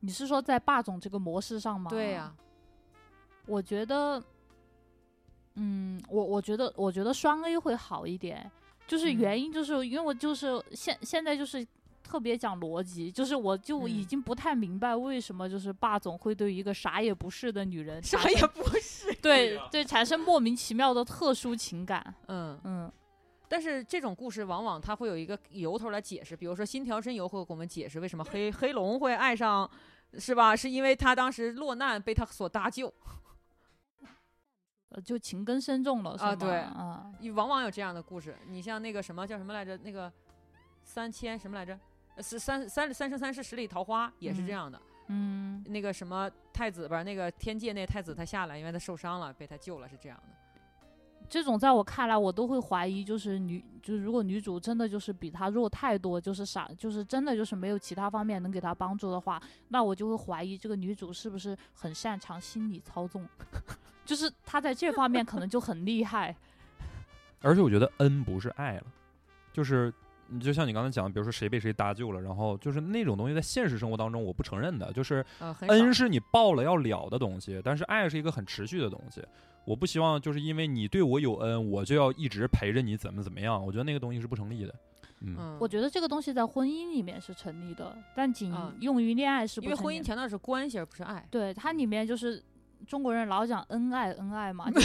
S1: 你是说在霸总这个模式上吗？
S2: 对啊呀、
S1: 我觉得，嗯，我我觉得我觉得双 A 会好一点，就是
S2: 嗯
S1: 原因就是因为我就是现现在就是特别讲逻辑，就是我就已
S2: 嗯
S1: 经不太明白为什么就是霸总会对一个啥也不是的女人产
S2: 啥也
S1: 生
S2: 不是，啊
S1: 对对产生莫名其妙的特殊情感，
S2: 嗯。
S1: 嗯。
S2: 但是这种故事往往它会有一个由头来解释，比如说《新条真由》会给我们解释为什么黑黑龙会爱上，是吧？是因为他当时落难被他所搭救，
S1: 呃，就情根深重了，是
S2: 啊
S1: 吗
S2: 对
S1: 啊，
S2: 往往有这样的故事。你像那个什么叫什么来着？那个三千什么来着？呃是三三三生三世十里桃花也是这
S1: 嗯
S2: 样的。
S1: 嗯，
S2: 那个什么太子吧，那个天界那太子他下来，因为他受伤了，被他救了，是这样的。
S1: 这种在我看来，我都会怀疑，就是女，就是如果女主真的就是比他弱太多，就是傻，就是真的就是没有其他方面能给他帮助的话，那我就会怀疑这个女主是不是很擅长心理操纵， 就是她在这方面可能就很厉害。
S4: 而且我觉得恩不是爱了，就是你就像你刚才讲的，比如说谁被谁搭救了，然后就是那种东西在现实生活当中我不承认的，就是
S2: 呃，很
S4: 恩
S2: 少。
S4: 是你报了要了的东西，但是爱是一个很持续的东西。我不希望就是因为你对我有恩，我就要一直陪着你怎么怎么样，我觉得那个东西是不成立的。嗯，
S2: 嗯，
S1: 我觉得这个东西在婚姻里面是成立的，但仅
S2: 啊
S1: 用于恋爱是不
S2: 因为
S1: 成
S2: 婚
S1: 立
S2: 姻嗯
S1: 的
S2: 强调的是关系而不是爱。
S1: 对，它里面就是中国人老讲恩爱恩爱 嘛，就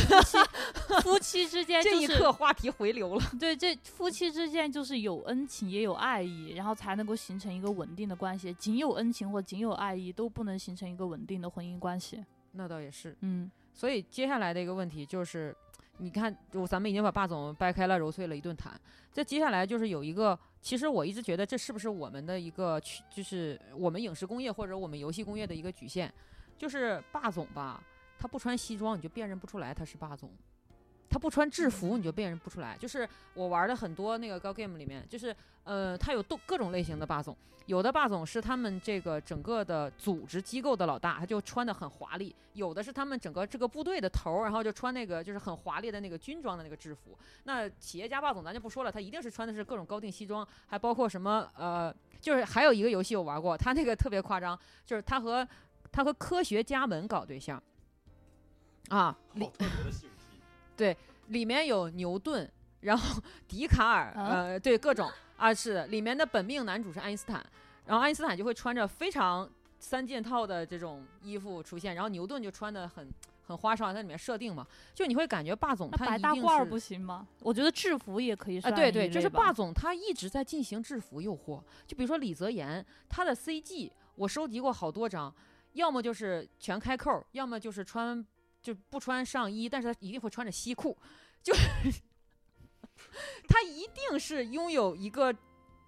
S1: 夫妻夫妻之间
S2: 这
S1: 就
S2: 一
S1: 是
S2: 刻话题回流了。
S1: 对这夫妻之间就是有恩情也有爱意，然后才能够形成一个稳定的关系。仅有恩情或仅有爱意都不能形成一个稳定的婚姻关系。
S2: 那倒也是。
S1: 嗯
S2: 所以接下来的一个问题就是，你看，就咱们已经把霸总掰开了揉碎了一顿谈。这接下来就是有一个，其实我一直觉得这是不是我们的一个趋，就是我们影视工业或者我们游戏工业的一个局限，就是霸总吧，他不穿西装你就辨认不出来他是霸总，他不穿制服你就辨认不出来。就是我玩的很多那个高 game 里面，就是呃，他有多各种类型的霸总，有的霸总是他们这个整个的组织机构的老大，他就穿的很华丽；有的是他们整个这个部队的头儿，然后就穿那个就是很华丽的那个军装的那个制服。那企业家霸总咱就不说了，他一定是穿的是各种高定西装，还包括什么呃，就是还有一个游戏我玩过，他那个特别夸张，就是他和他和科学家们搞对象，啊，里里面有牛顿，然后 笛卡尔，
S1: 啊
S2: 呃，对各种啊是的里面的本命男主是爱因斯坦，然后爱因斯坦就会穿着非常三件套的这种衣服出现，然后牛顿就穿的很很花哨，它里面设定嘛，就你会感觉霸总
S1: 那
S2: 他
S1: 白
S2: 一
S1: 大
S2: 定
S1: 褂儿
S2: 是
S1: 不行吗？我觉得制服也可以
S2: 啊，
S1: 算
S2: 对
S1: 一
S2: 对，
S1: 类
S2: 就是
S1: 吧
S2: 霸总他一直在进行制服诱惑。就比如说李泽言，他的 CG 我收集过好多张，要么就是全开扣，要么就是穿就不穿上衣，但是他一定会穿着西裤，就是 他一定是拥有一个。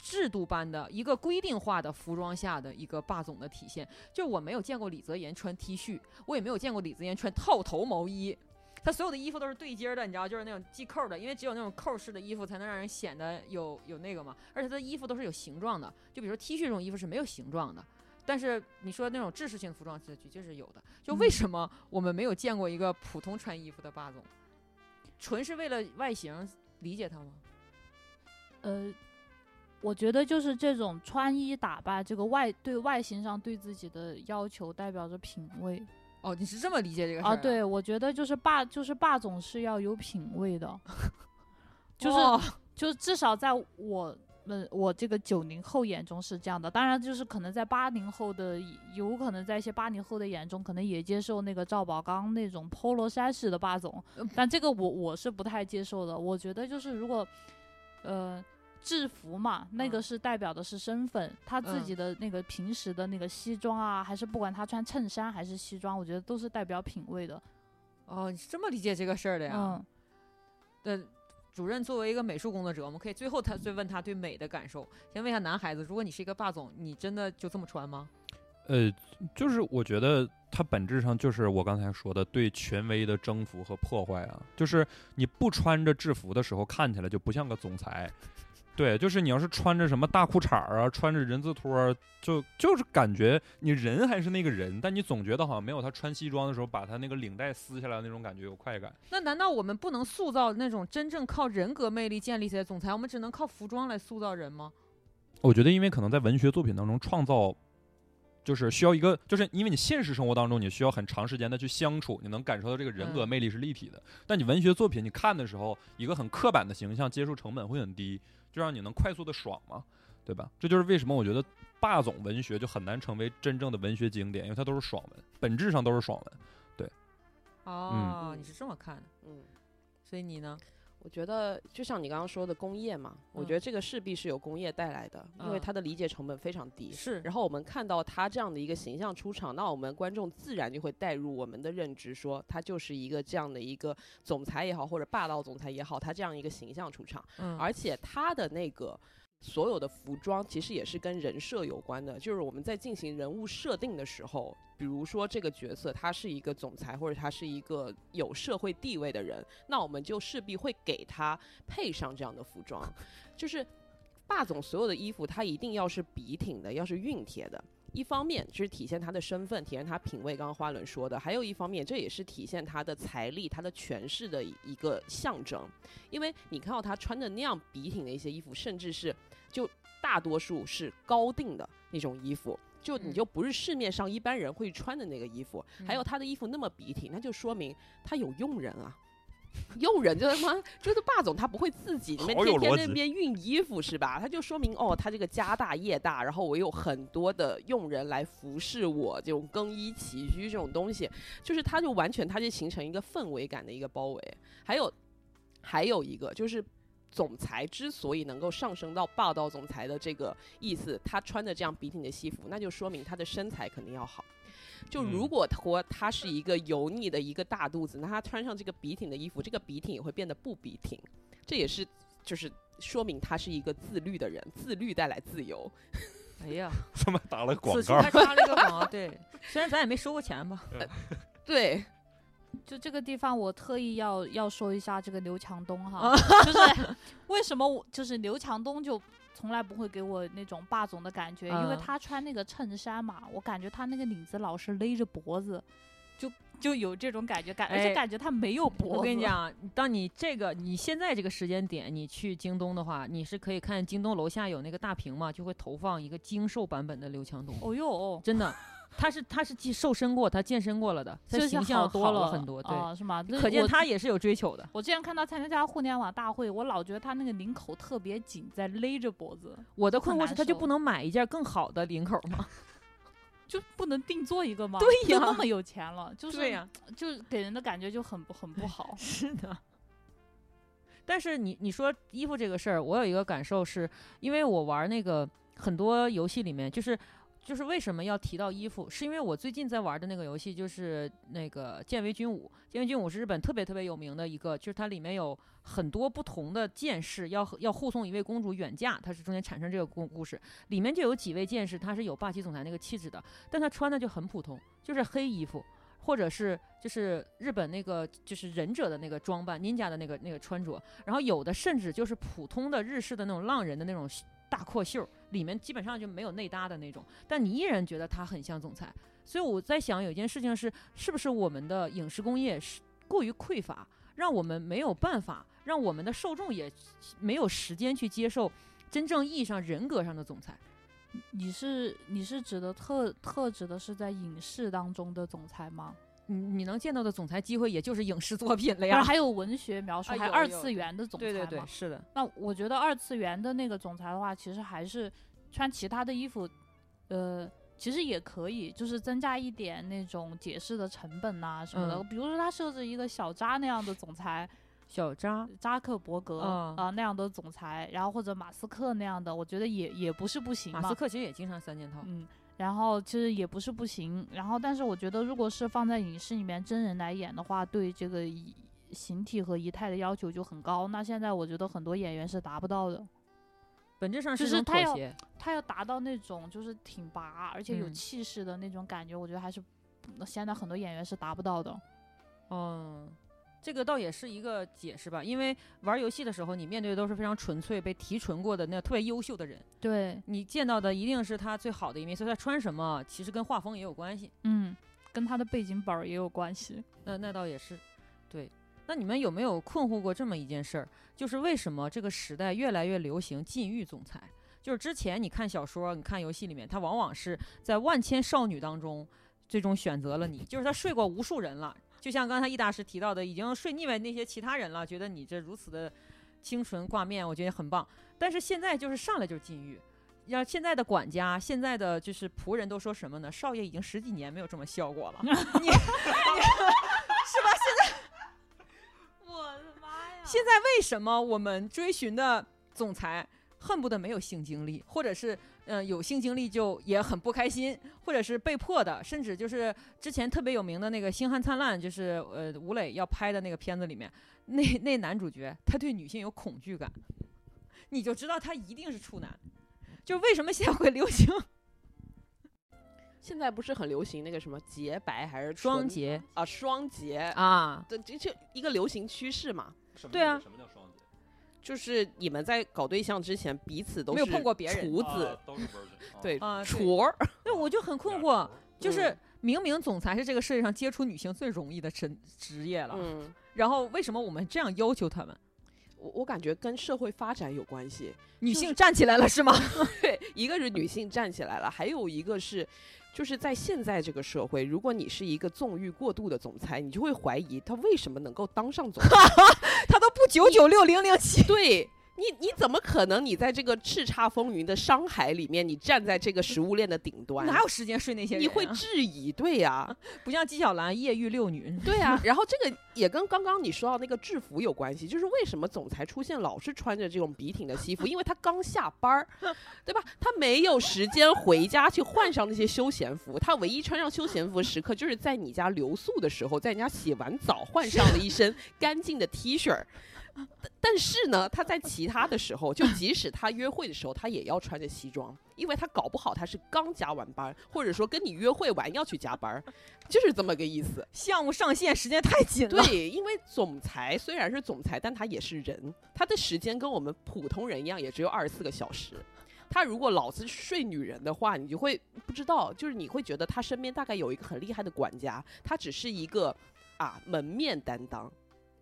S2: 制度般的一个规定化的服装下的一个霸总的体现，就我没有见过李泽言穿 T 恤，我也没有见过李泽言穿套头毛衣，他所有的衣服都是对襟儿的，你知道，就是那种系扣儿的，因为只有那种扣儿式的衣服才能让人显得有有那个嘛。而且他的衣服都是有形状的，就比如说 T 恤这种衣服是没有形状的。但是你说那种制式性服装，这就是有的。就为什么我们没有见过一个普通穿衣服的霸总？纯是为了外形理解他吗？
S1: 呃，我觉得就是这种穿衣打扮，这个外对外形上对自己的要求，代表着品味
S2: 哦，你是这么理解这个事儿
S1: 啊。对，我觉得就是霸，就是霸总是要有品味 的，就是、
S2: 哦
S1: 就至少在我们我这个九零后眼中是这样的。当然，就是可能在八零后的，有可能在一些八零后的眼中，可能也接受那个赵宝刚那种 polo 衫式的霸总
S2: 嗯，
S1: 但这个我我是不太接受的。我觉得就是如果，呃。制服嘛，那
S2: 嗯
S1: 个是代表的是身份，他自
S2: 嗯
S1: 己的那个平时的那个西装啊，还是不管他穿衬衫还是西装，我觉得都是代表品味的。
S2: 哦，你是这么理解这个事儿的呀？
S1: 嗯，
S2: 的主任作为一个美术工作者，我们可以最后他再问他对美的感受。先问一下男孩子，如果你是一个霸总，你真的就这么穿吗？
S4: 呃，就是我觉得它本质上就是我刚才说的对权威的征服和破坏啊，就是你不穿着制服的时候，看起来就不像个总裁。对，就是你要是穿着什么大裤衩儿啊，穿着人字拖儿，就就是感觉你人还是那个人，但你总觉得好像没有他穿西装的时候把他那个领带撕下来的那种感觉有快感。
S2: 那难道我们不能塑造那种真正靠人格魅力建立起来的总裁？我们只能靠服装来塑造人吗？
S4: 我觉得，因为可能在文学作品当中创造，就是需要一个，就是因为你现实生活当中你需要很长时间的去相处，你能感受到这个人格
S2: 嗯
S4: 魅力是立体的。但你文学作品你看的时候，一个很刻板的形象，接受成本会很低，就让你能快速的爽嘛，对吧？这就是为什么我觉得霸总文学就很难成为真正的文学经典，因为它都是爽文，本质上都是爽文。
S2: 哦，
S3: 嗯
S2: 你是这么看的，
S3: 嗯，
S2: 所以你呢？
S3: 我觉得就像你刚刚说的工业嘛，我
S2: 嗯
S3: 觉得这个势必是有工业带来的，因为
S2: 嗯
S3: 它的理解成本非常低。
S2: 是
S3: 然后我们看到他这样的一个形象出场，那我们观众自然就会带入我们的认知，说他就是一个这样的一个总裁也好，或者霸道总裁也好，他这样一个形象出场。
S2: 嗯，
S3: 而且他的那个所有的服装其实也是跟人设有关的，就是我们在进行人物设定的时候，比如说这个角色他是一个总裁或者他是一个有社会地位的人，那我们就势必会给他配上这样的服装，就是霸总所有的衣服他一定要是笔挺的，要是熨帖的。一方面就是体现他的身份，体现他品味，刚刚花轮说的；还有一方面，这也是体现他的财力、他的权势的一一个象征。因为你看到他穿着那样笔挺的一些衣服，甚至是就大多数是高定的那种衣服，就你
S2: 嗯
S3: 就不是市面上一般人会穿的那个衣服。还
S2: 嗯
S3: 有他的衣服那么笔挺，那就说明他有佣人啊。 佣人就是他妈就是霸总，他不会自己那边
S4: 好有
S3: 天天
S4: 逻
S3: 那
S4: 辑
S3: 边熨衣服是吧？他就说明哦，他这个家大业大，然后我有很多的佣人来服侍我，这种更衣起居这种东西，就是他就完全他就形成一个氛围感的一个包围。还有还有一个就是总裁之所以能够上升到霸道总裁的这个意思，他穿的这样笔挺的西服，那就说明他的身材肯定要好。就
S4: 嗯
S3: 如果他他是一个油腻的一个大肚子，那他穿上这个笔挺的衣服，这个笔挺也会变得不笔挺，这也是就是说明他是一个自律的人，自律带来自由。
S2: 哎呀，
S4: 他妈打了广
S2: 此处
S4: 告
S2: 还，插了一个广告，对，虽然咱也没收过钱吧，
S3: 对，
S1: 就这个地方，我特意要要说一下这个刘强东哈，
S2: 哦
S1: 就是为什么我就是刘强东就从来不会给我那种霸总的感觉，因为
S2: 嗯
S1: 他穿那个衬衫嘛，我感觉他那个领子老是勒着脖子，就就有这种感觉感，而
S2: 哎
S1: 且感觉他没有脖子。
S2: 我跟你，讲，当你这个你现在这个时间点，你去京东的话，你是可以看京东楼下有那个大屏嘛，就会投放一个精瘦版本的刘强东，
S1: 哦哟，
S2: 真的，他是他是既瘦身过，他健身过了的，他
S1: 就是
S2: 形
S1: 好
S2: 象
S1: 多
S2: 好
S1: 了
S2: 很多，对，
S1: 啊，是吗？那
S2: 可见
S1: 我
S2: 他也是有追求的。
S1: 我之前看他参加互联网大会，我老觉得他那个领口特别紧，在勒着脖子，
S2: 我的
S1: 很
S2: 困惑
S1: 难
S2: 是，他就
S1: 受
S2: 不能买一件更好的领口吗？
S1: 就不能定做一个吗？
S2: 对
S1: 都
S2: 呀
S1: 那么有钱了， 就是
S2: 对呀、。
S1: 就给人的感觉就很不很不好
S2: 是的。但是你你说衣服这个事儿，我有一个感受是，因为我玩那个很多游戏里面，就是就是为什么要提到衣服，是因为我最近在玩的那个游戏就是那个《剑为军武》，《剑为军武》是日本特别特别有名的一个，就是它里面有很多不同的剑士要要护送一位公主远嫁，它是中间产生这个故故事，里面就有几位剑士，他是有霸气总裁那个气质的，但他穿的就很普通，就是黑衣服，或者是就是日本那个就是忍者的那个装扮，ninja 的那个那个穿着，然后有的甚至就是普通的日式的那种浪人的那种袖大阔袖，里面基本上就没有内搭的那种，但你依然觉得他很像总裁。所以我在想，有一件事情是，是不是我们的影视工业是过于匮乏，让我们没有办法，让我们的受众也没有时间去接受真正意义上人格上的总裁。
S1: 你是你是指的特特指的是在影视当中的总裁吗？
S2: 你你能见到的总裁机会，也就是影视作品了
S1: 然
S2: 呀
S1: 后。还有文学描述，
S2: 啊
S1: 还
S2: 有
S1: 二
S2: 有
S1: 次元的总裁
S2: 对
S1: 吗？
S2: 对 对，是的。
S1: 那我觉得二次元的那个总裁的话，其实还是穿其他的衣服，呃，其实也可以，就是增加一点那种解释的成本呐、什么的。
S2: 嗯
S1: 比如说他设置一个小扎那样的总裁，
S2: 小扎，
S1: 扎克伯格啊
S2: 嗯、
S1: 那样的总裁，然后或者马斯克那样的，我觉得也也不是不行嘛。
S2: 马斯克其实也经常三件套。
S1: 嗯，然后其实也不是不行，然后但是我觉得，如果是放在影视里面真人来演的话，对这个仪形体和仪态的要求就很高。那现在我觉得很多演员是达不到的，
S2: 本质上
S1: 就是
S2: 一
S1: 是
S2: 种
S1: 他
S2: 妥
S1: 要
S2: 协。
S1: 他要达到那种就是挺拔而且有
S2: 嗯
S1: 气势的那种感觉，我觉得还是不现在很多演员是达不到的。哦
S2: 嗯，这个倒也是一个解释吧，因为玩游戏的时候，你面对的都是非常纯粹、被提纯过的那特别优秀的人，
S1: 对，
S2: 你见到的一定是他最好的一面，所以他穿什么其实跟画风也有关系。
S1: 嗯，跟他的背景板儿也有关系。
S2: 那那倒也是，对。那你们有没有困惑过这么一件事儿？就是为什么这个时代越来越流行禁欲总裁？就是之前你看小说、你看游戏里面，他往往是在万千少女当中，最终选择了你，就是他睡过无数人了。就像刚才易大师提到的，已经睡腻歪那些其他人了，觉得你这如此的清纯挂面，我觉得很棒。但是现在就是上来就是禁欲，要现在的管家、现在的就是仆人都说什么呢？少爷已经十几年没有这么笑过了。
S1: 我的妈呀
S2: 现在为什么我们追寻的总裁恨不得没有性经历，或者是嗯、呃有性经历就也很不开心，或者是被迫的，甚至就是之前特别有名的那个《星汉灿烂》，就是呃吴磊要拍的那个片子里面，那那男主角他对女性有恐惧感， 你就知道他一定是处男。就为什么现在会流行
S3: 现在不是很流行那个什么洁白还是
S2: 双
S3: 纯
S2: 节
S3: 啊双洁，
S2: 啊？
S3: 对，这这一个流行趋势嘛。
S2: 对啊
S4: 什么叫双节？
S3: 就是你们在搞对象之前，彼此都
S2: 没有
S3: 是
S2: 碰过别人哦
S3: 厨子，
S4: 啊都是 virgin，啊
S3: 对，
S2: 啊对
S3: 厨儿，
S2: 对，我就很困惑，就是明明总裁是这个世界上接触女性最容易的职职业了，
S3: 嗯，
S2: 然后为什么我们这样要求他们？
S3: 我我感觉跟社会发展有关系。
S2: 女性站起来了 是吗？
S3: 对，一个是女性站起来了，还有一个是，就是在现在这个社会，如果你是一个纵欲过度的总裁，你就会怀疑他为什么能够当上总裁。
S2: 她都不九九六零零七，
S3: 对你你怎么可能？你在这个叱咤风云的商海里面，你站在这个食物链的顶端，
S2: 哪有时间睡那些人、啊？啊
S3: 你会质疑？对呀、
S2: 不像纪晓岚夜遇六女，
S3: 对呀、 然后这个也跟刚刚你说到那个制服有关系，就是为什么总裁出现老是穿着这种笔挺的西服？因为他刚下班儿，对吧？他没有时间回家去换上那些休闲服，他唯一穿上休闲服的时刻就是在你家留宿的时候，在你家洗完澡换上了一身干净的 T 恤儿。但但是呢，他在其他的时候，就即使他约会的时候，他也要穿着西装，因为他搞不好他是刚加完班，或者说跟你约会完要去加班儿，就是这么个意思。
S2: 项目上线时间太紧了。
S3: 对，因为总裁虽然是总裁，但他也是人，他的时间跟我们普通人一样，也只有二十四个小时。他如果老是睡女人的话，你就会不知道，就是你会觉得他身边大概有一个很厉害的管家，他只是一个啊门面担当，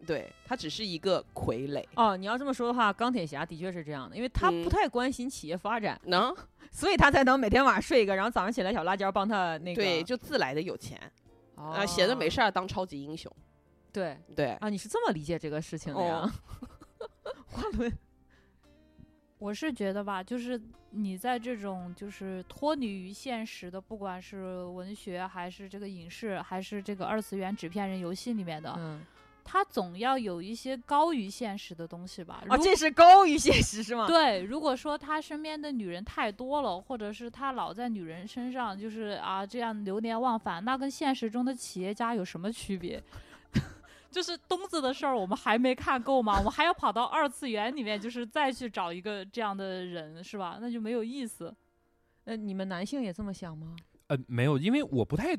S3: 对他只是一个傀儡。
S2: 哦，你要这么说的话，钢铁侠的确是这样的，因为他
S3: 嗯
S2: 不太关心企业发展，
S3: 能、
S2: 所以他才能每天晚上睡一个，然后早上起来小辣椒帮他那个
S3: 对，就自来的有钱
S2: 哦
S3: 啊，闲着没事儿当超级英雄。
S2: 对
S3: 对，
S2: 啊，你是这么理解这个事情的呀？
S3: 哦
S2: 花轮
S1: 我是觉得吧，就是你在这种就是脱离于现实的，不管是文学还是这个影视，还是这个二次元纸片人游戏里面的，
S2: 嗯
S1: 它总要有一些高于现实的东西吧。
S2: 啊，
S1: 如
S2: 这是高于现实是吗？
S1: 对，如果说他身边的女人太多了，或者是他老在女人身上就是啊这样流连忘返，那跟现实中的企业家有什么区别？ 就是东子的事儿，我们还没看够吗？我们还要跑到二次元里面，就是再去找一个这样的人，是吧？那就没有意思。
S2: 呃，你们男性也这么想吗？
S4: 呃，没有，因为我不太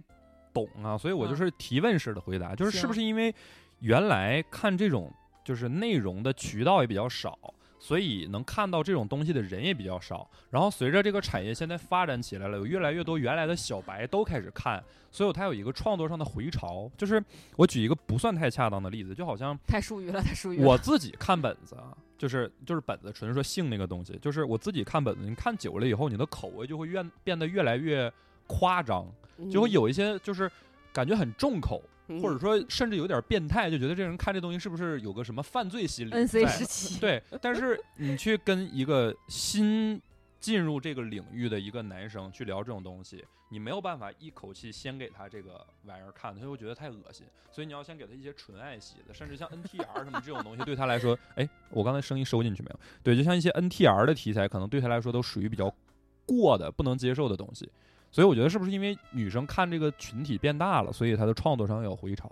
S4: 懂啊，所以我就
S2: 嗯
S4: 是提问式的回答，就是是不
S2: 行
S4: 是因为原来看这种就是内容的渠道也比较少。所以能看到这种东西的人也比较少，然后随着这个产业现在发展起来了，有越来越多原来的小白都开始看，所以它有一个创作上的回潮。就是我举一个不算太恰当的例子，就好像
S2: 太术语了，太术语了。
S4: 我自己看本子啊，就是就是本子，纯说性那个东西，就是我自己看本子，你看久了以后，你的口味就会越变得越来越夸张，就会有一些就是感觉很重口，
S3: 嗯，
S4: 或者说甚至有点变态，就觉得这人看这东西是不是有个什么犯罪心理
S2: N C
S4: 在
S2: 时期，
S4: 对，但是你去跟一个新进入这个领域的一个男生去聊这种东西，你没有办法一口气先给他这个玩意儿看，他就会觉得太恶心，所以你要先给他一些纯爱系的，甚至像 NTR 什么这种东西，对他来说，哎，我刚才声音收进去没有？对，就像一些 NTR 的题材，可能对他来说都属于比较过的、不能接受的东西。所以我觉得是不是因为女生看这个群体变大了，所以她的创作上有回潮？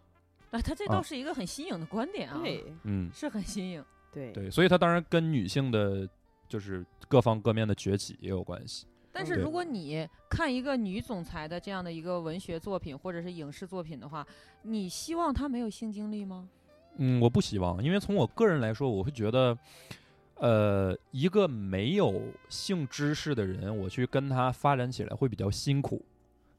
S2: 啊，他这倒
S4: 啊
S2: 是一个很新颖的观点啊，
S3: 对
S4: 嗯，
S2: 是很新颖。
S3: 对
S4: 对，所以它当然跟女性的，就是各方各面的崛起也有关系。
S2: 但是
S4: 对
S2: 如果你看一个女总裁的这样的一个文学作品或者是影视作品的话，你希望她没有性经历吗？
S4: 嗯，我不希望，因为从我个人来说，我会觉得，呃，一个没有性知识的人，我去跟他发展起来会比较辛苦。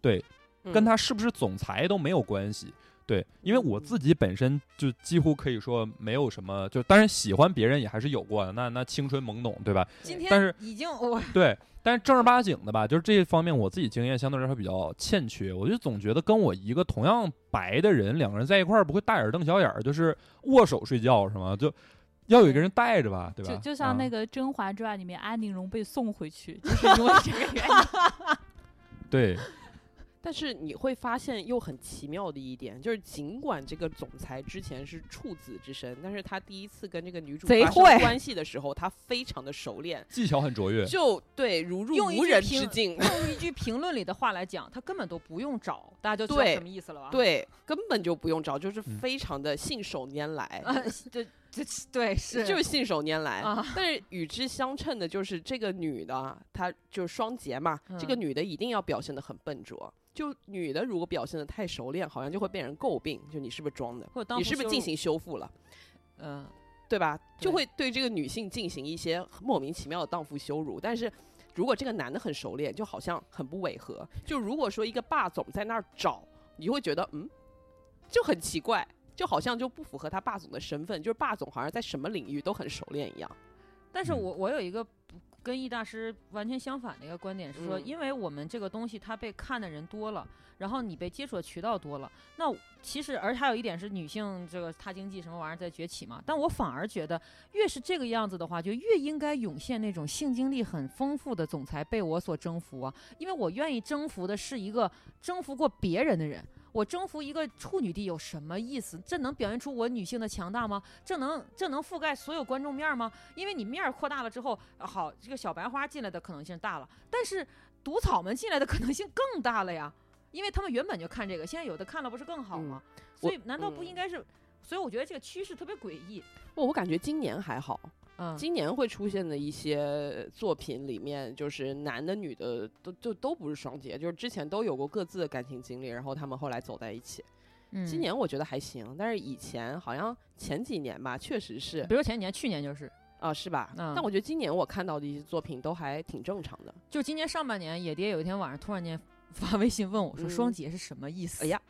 S4: 对，
S3: 嗯
S4: 跟他是不是总裁都没有关系。对，因为我自己本身就几乎可以说没有什么，就当然喜欢别人也还是有过的，那那青春懵懂，对吧？
S2: 今
S4: 但
S2: 天
S4: 是
S2: 已经 我
S4: 对，但是正儿八经的吧，就是这一方面我自己经验相对来说比较欠缺，我就总觉得跟我一个同样白的人，两个人在一块儿不会大眼瞪小眼儿，就是握手睡觉是吗？就要有一个人带着吧，对吧？啊
S1: 就就像
S2: 嗯
S1: 那
S4: 个、
S1: 个《甄嬛传》里面安陵容被送回去，就是因为这个原因。
S2: 哎
S4: 对，
S3: 但是你会发现又很奇妙的一点，就是尽管这个总裁之前是处子之身，但是他第一次跟这个女主
S2: 贼
S3: 发生
S2: 会
S3: 关系的时候，他非常的熟练，
S4: 技巧很卓越，
S3: 就对如入
S2: 用一
S3: 无
S2: 句
S3: 人
S2: 评
S3: 之 境，
S2: 用一句评论里的话来讲，她根本都不用找，大家就知道
S3: 对
S2: 什么意思了吧？
S3: 对，根本就不用找，就是
S4: 嗯
S3: 非常的信手拈来。
S2: 啊，这这对是
S3: 就是信手拈来，
S2: 啊
S3: 但是与之相称的就是这个女的，啊她就是双节嘛，这个
S2: 嗯
S3: 女的一定要表现得很笨拙。就女的如果表现得太熟练，好像就会被人诟病，就你是不是装的，
S2: 或者当
S3: 你
S2: 头
S3: 是不是
S2: 羞
S3: 进
S2: 辱
S3: 行修复了？
S2: 嗯。
S3: 对吧？就
S2: 对
S3: 会对这个女性进行一些莫名其妙的荡妇羞辱。但是如果这个男的很熟练，就好像很不违和。就如果说一个霸总在那儿找，你会觉得嗯，就很奇怪，就好像就不符合他霸总的身份。就是霸总好像在什么领域都很熟练一样。
S2: 但是
S4: 嗯
S2: 我我有一个不跟易大师完全相反的一个观点是说，
S3: 嗯
S2: 因为我们这个东西它被看的人多了，然后你被接触的渠道多了，那其实而还有一点是女性这个踏经济什么玩意儿在崛起嘛，但我反而觉得越是这个样子的话，就越应该涌现那种性经历很丰富的总裁被我所征服啊，因为我愿意征服的是一个征服过别人的人。我征服一个处女地有什么意思？这能表现出我女性的强大吗？这能这能覆盖所有观众面儿吗？因为你面儿扩大了之后，啊好，这个小白花进来的可能性大了，但是毒草们进来的可能性更大了呀，因为他们原本就看这个，现在有的看了不是更好吗？所
S3: 嗯我
S2: 以难道不
S3: 嗯
S2: 应该是？所以我觉得这个趋势特别诡异。
S3: 哦我我感觉今年还好，
S2: 嗯，
S3: 今年会出现的一些作品里面，就是男的女的都就都不是双结，就是之前都有过各自的感情经历，然后他们后来走在一起。
S2: 嗯
S3: 今年我觉得还行，但是以前好像前几年吧，确实是
S2: 比如前几年、去年就是，
S3: 啊、是吧？
S2: 嗯
S3: 但我觉得今年我看到的一些作品都还挺正常的。
S2: 就今年上半年，野爹有一天晚上突然间发微信问我说：“
S3: 嗯
S2: 双节是什么意思？”
S3: 哎呀，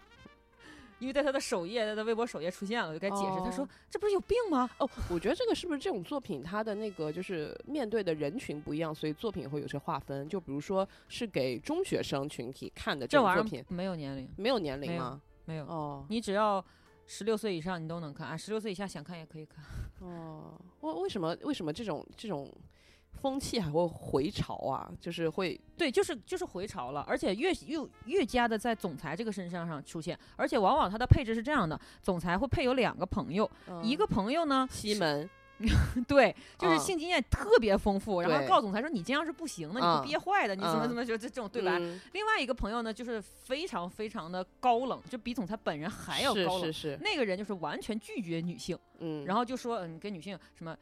S2: 因为在他的首页，在他微博首页出现了，我就该解释。他说
S3: 哦：“
S2: 这不是有病吗
S3: 哦，我觉得这个是不是这种作品它的那个就是面对的人群不一样，所以作品会有些划分。就比如说是给中学生群体看的？”这
S2: 这
S3: 种
S2: 玩
S3: 作
S2: 意
S3: 品
S2: 儿，没有年龄，
S3: 没有年
S2: 没
S3: 龄
S2: 有嗯
S3: 吗？
S2: 没有，
S3: 哦
S2: 你只要十六岁以上你都能看啊，十六岁以下想看也可以看。
S3: 哦，为为什么为什么这种这种风气还会回潮啊？就是会
S2: 对，就是就是回潮了，而且越越越加的在总裁这个身上上出现，而且往往他的配置是这样的：总裁会配有两个朋友，一个朋友呢
S3: 嗯西门，
S2: 对，就是
S3: 嗯
S2: 性经验特别丰富，然后
S3: 对
S2: 告诉总裁说你这样是不行的，你
S3: 嗯
S2: 不憋坏的，你怎么
S3: 嗯
S2: 怎么就这这种对白。
S3: 嗯
S2: 另外一个朋友呢，就是非常非常的高冷，就比总裁本人还要高
S3: 是是
S2: 冷。
S3: 是，
S2: 那个人就是完全拒绝女性，
S3: 嗯，
S2: 然
S3: 后
S2: 后就说嗯，跟女性什么。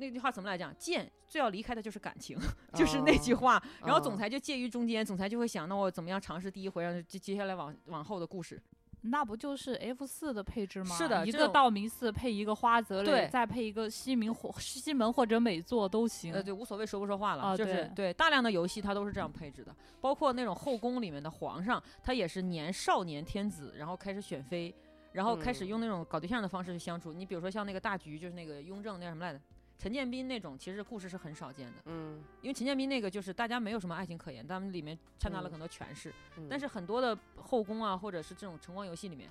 S2: 那句话怎么来讲？贱最要离开的就是感情， 就是那句话。然后总
S3: 哦
S2: 裁就介于中间，总裁就会想，那我怎么样尝试第一回，然后接接下来往往后的故事。
S1: 那不就是 F 四的配置吗？
S2: 是的
S1: 一
S2: 这
S1: 个
S2: 种
S1: 道明寺配一个花泽类，
S2: 对
S1: 再配一个西明或西门或者美作都行。
S2: 呃，对，无所谓说不说话了，
S1: 啊
S3: 哦
S2: 就是
S1: 对
S2: 大量的游戏它都是
S3: 嗯
S2: 这样配置的，包括那种后宫里面的皇上，他也是年少年天子，然后开始选妃，然后开始
S3: 嗯
S2: 用那种搞对象的方式去相处。你比如说像那个大局，就是那个雍正那什么来着，陈建斌那种，其实故事是很少见的，
S3: 嗯，
S2: 因为陈建斌那个就是大家没有什么爱情可言，他们里面掺杂了
S3: 嗯
S2: 很多权势，
S3: 嗯
S2: 但是很多的后宫啊，或者是这种晨光游戏里面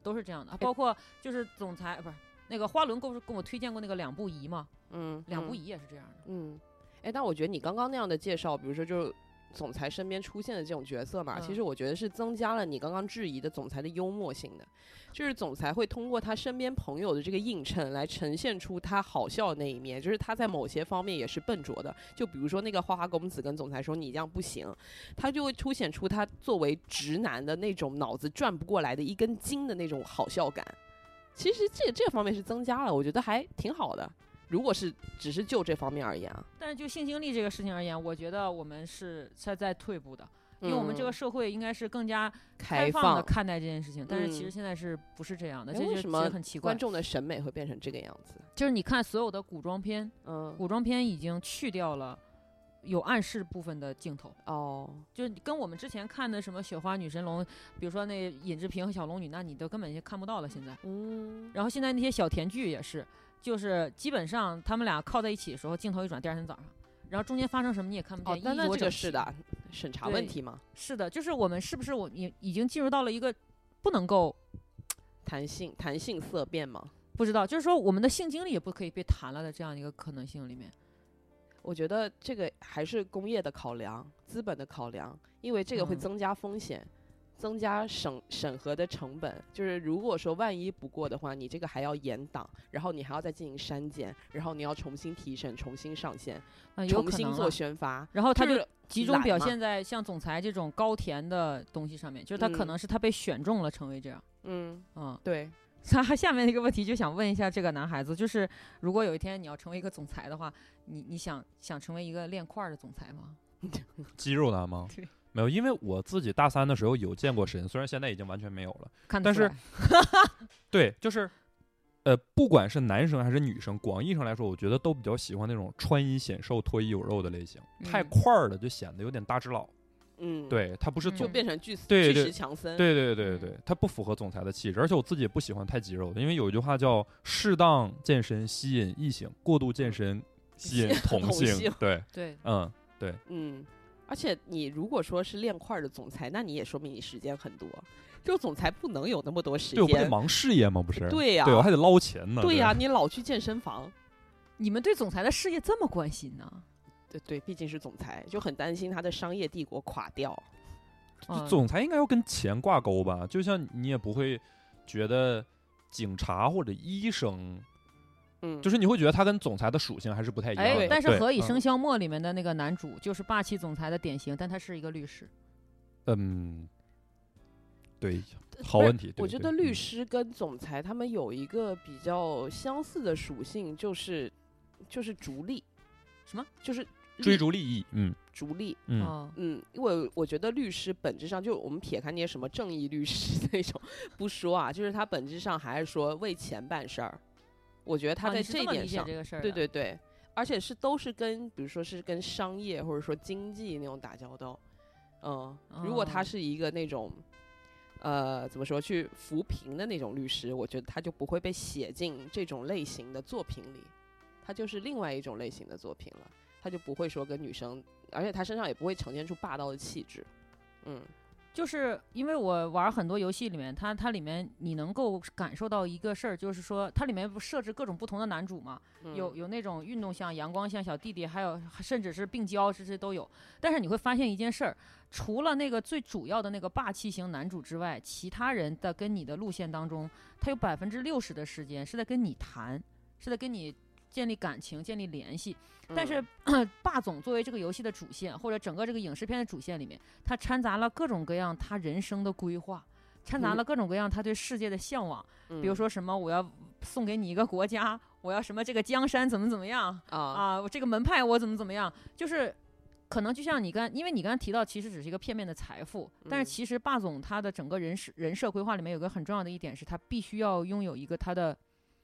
S2: 都是这
S3: 哎
S2: 样的，啊包括就是总裁呃不是那个花轮跟我跟我推荐过那个两不疑嘛，
S3: 嗯
S2: 两不疑
S3: 一，
S2: 也是这样的。
S3: 嗯，哎，但我觉得你刚刚那样的介绍，比如说就是。总裁身边出现的这种角色嘛，
S2: 嗯
S3: 其实我觉得是增加了你刚刚质疑的总裁的幽默性的，就是总裁会通过他身边朋友的这个映衬来呈现出他好笑的那一面，就是他在某些方面也是笨拙的，就比如说那个花花公子跟总裁说你这样不行，他就会凸显出他作为直男的那种脑子转不过来的一根筋的那种好笑感。其实这这方面是增加了，我觉得还挺好的。如果是只是就这方面而言啊，
S2: 但是就性经历这个事情而言，我觉觉得我们是在在退步的，因为我们这
S3: 嗯
S2: 个社会应该是更加
S3: 开
S2: 放的
S3: 放
S2: 看待这件事情，但是其实
S3: 嗯
S2: 现在是不是这样的？
S3: 哎
S2: 这就
S3: 为
S2: 是其
S3: 什
S2: 实
S3: 么
S2: 很奇怪
S3: 观。众的审美会变成这个样子。
S2: 就是你看所有的古装片，
S3: 嗯，
S2: 古装片已经去掉了有暗示部分的镜头，
S3: 哦，
S2: 就是跟我们之前看的什么《雪花女神龙》，比如说那尹志平和小龙女，那你都根本就看不到了现在。
S3: 嗯，
S2: 然后现在那些小甜剧也是，就是基本上他们俩靠在一起的时候，镜头一转，第二天早上，然后中间发生什么你也看不见。
S3: 哦，那
S2: 一
S3: 那
S2: 裸
S3: 这
S2: 者
S3: 个是的，审查问题嘛，
S2: 是的，就是我们是不是我已已经进入到了一个不能够
S3: 弹性弹性色变嘛。
S2: 不知道，就是说我们的性经历也不可以被谈了的这样一个可能性里面。
S3: 我觉得这个还是工业的考量，资本的考量，因为这个会
S2: 嗯
S3: 增加风险，增加审审核的成本。就是如果说万一不过的话，你这个还要延档，然后你还要再进行删减，然后你要重新提审、重新上线、
S2: 嗯，有
S3: 重
S2: 可
S3: 新
S2: 能
S3: 做
S2: 了。
S3: 宣发，
S2: 然后他
S3: 啊哦就
S2: 就是集中表
S3: 懒嘛
S2: 现在像总裁这种高甜的东西上面，就是他可
S3: 嗯
S2: 能是他被选中了成为这样。
S3: 嗯，
S2: 嗯，
S3: 对，
S2: 他下面一个问题就想问一下这个男孩子，就是如果有一天你要成为一个总裁的话，你你想想成为一个练块儿的总裁吗？
S4: 肌肉男吗
S2: 对？
S4: 没有，因为我自己大三的时候有健过身，虽然现在已经完全没有了。
S2: 看得
S4: 但
S2: 出
S4: 是
S2: 来
S4: 对，就是，呃，不管是男生还是女生，广义上来说，我觉得都比较喜欢那种穿衣显瘦、脱衣有肉的类型。太
S2: 嗯
S4: 块儿的就显得有点大只佬。
S3: 嗯，，
S4: 对，他不是
S2: 嗯
S4: 总，
S3: 变成巨
S4: 对
S3: 巨
S4: 对
S3: 石强森，
S4: 对对对
S2: 嗯
S4: 对，他不符合总裁的气质。而且我自己也不喜欢太肌肉的，因为有一句话叫“适当健身吸引异性，过度健身吸引同
S3: 同
S4: 性
S3: 性，
S4: 对，
S2: 对，
S4: 嗯，
S3: 嗯，而且你如果说是练块儿的总裁，那你也说明你时间很多。就总裁不能有那么多时
S4: 对，我不得
S3: 间，
S4: 忙事业吗？不是，
S3: 呃对呀
S4: 对我还得捞钱呢，
S3: 对呀、你老去健身房，
S2: 你们对总裁的事业这么关心呢？
S3: 对对，毕竟是总裁，就很担心他的商业帝国垮掉。
S4: 就
S2: 嗯
S4: 总裁应该要跟钱挂钩吧？就像你也不会觉得警察或者医生，
S3: 嗯，
S4: 就是你会觉得他跟总裁的属性还是不太一样的。
S2: 哎，但是《
S4: 对
S2: 何以
S4: 嗯
S2: 笙箫默》里面的那个男主就是霸气总裁的典型，但他是一个律师。
S4: 嗯，对，好
S3: 不是
S4: 问题。对
S3: 我觉得律，
S4: 对嗯
S3: 师跟总裁他们有一个比较相似的属性，就是就是逐利，
S2: 什么
S3: 就是
S4: 嗯追
S3: 利
S4: 逐利益，嗯
S3: 逐利。
S4: 嗯，
S2: 哦，
S3: 嗯，因为我觉得律师本质上就我们撇开那些什么正义律师 那种不说啊，就是他本质上还是说为钱办事儿。我觉得他
S2: 啊
S3: 在
S2: 你是
S3: 这一
S2: 么
S3: 点
S2: 理解
S3: 上，
S2: 这个事儿的，
S3: 对对对，而且是都是跟比如说是跟商业或者说经济那种打交道。嗯，如果他
S2: 哦
S3: 是一个那种，呃，怎么说去扶贫的那种律师，我觉得他就不会被写进这种类型的作品里，他就是另外一种类型的作品了，他就不会说跟女生，而且他身上也不会呈现出霸道的气质。嗯，
S2: 就是因为我玩很多游戏里面，它它里面你能够感受到一个事儿，就是说它里面不设置各种不同的男主嘛，
S3: 嗯
S2: 有有那种运动像阳光像小弟弟，还有甚至是病娇，这些都有。但是你会发现一件事儿，除了那个最主要的那个霸气型男主之外，其他人的跟你的路线当中，他有百分之六十的时间是在跟你谈，是在跟你建立感情、建立联系。但是、
S3: 嗯
S2: 霸总作为这个游戏的主线，或者整个这个影视片的主线里面，他掺杂了各种各样他人生的规划，掺杂
S3: 嗯
S2: 了各种各样他对世界的向往，
S3: 嗯
S2: 比如说什么我要送给你一个国家，我要什么这个江山怎么怎么样
S3: 啊，
S2: 啊，我这个门派我怎么怎么样，就是。可能就像你刚，因为你刚才提到，其实只是一个片面的财富，但
S3: 嗯
S2: 是其实霸总他的整个人设人设规划里面有个很重要的一点是，他必须要拥有一个他的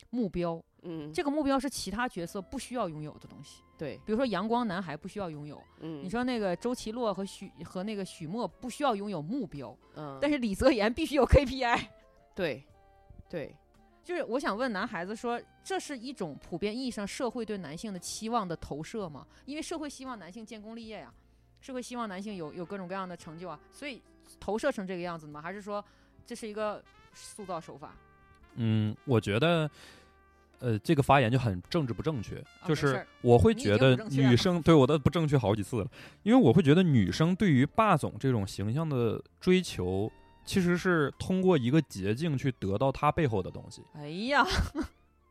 S2: 目标，
S3: 嗯，
S2: 这个目标是其他角色不需要拥有的东西。
S3: 对，
S2: 比如说阳光男孩不需要拥有，
S3: 嗯，
S2: 你，说那个周奇洛和许和那个许墨不需要拥有目标，
S3: 嗯，
S2: 但是嗯李泽言必须有 KPI。
S3: 对，对，
S2: 就是我想问男孩子说，这是一种普遍意义上社会对男性的期望的投射吗？因为社会希望男性建功立业呀、社会希望男性有有各种各样的成就啊，所以投射成这个样子的吗？还是说这是一个塑造手法？
S4: 嗯，我觉得，呃，这个发言就很政治不正确，就
S2: 哦没事
S4: 是
S2: 儿
S4: 我会
S2: 你已经
S4: 觉
S2: 不
S4: 得
S2: 正确
S4: 女
S2: 了
S4: 生对我的不正确好几次了，因为我会觉得女生对于霸总这种形象的追求，其实是通过一个捷径去得到他背后的东西。
S2: 哎 呀，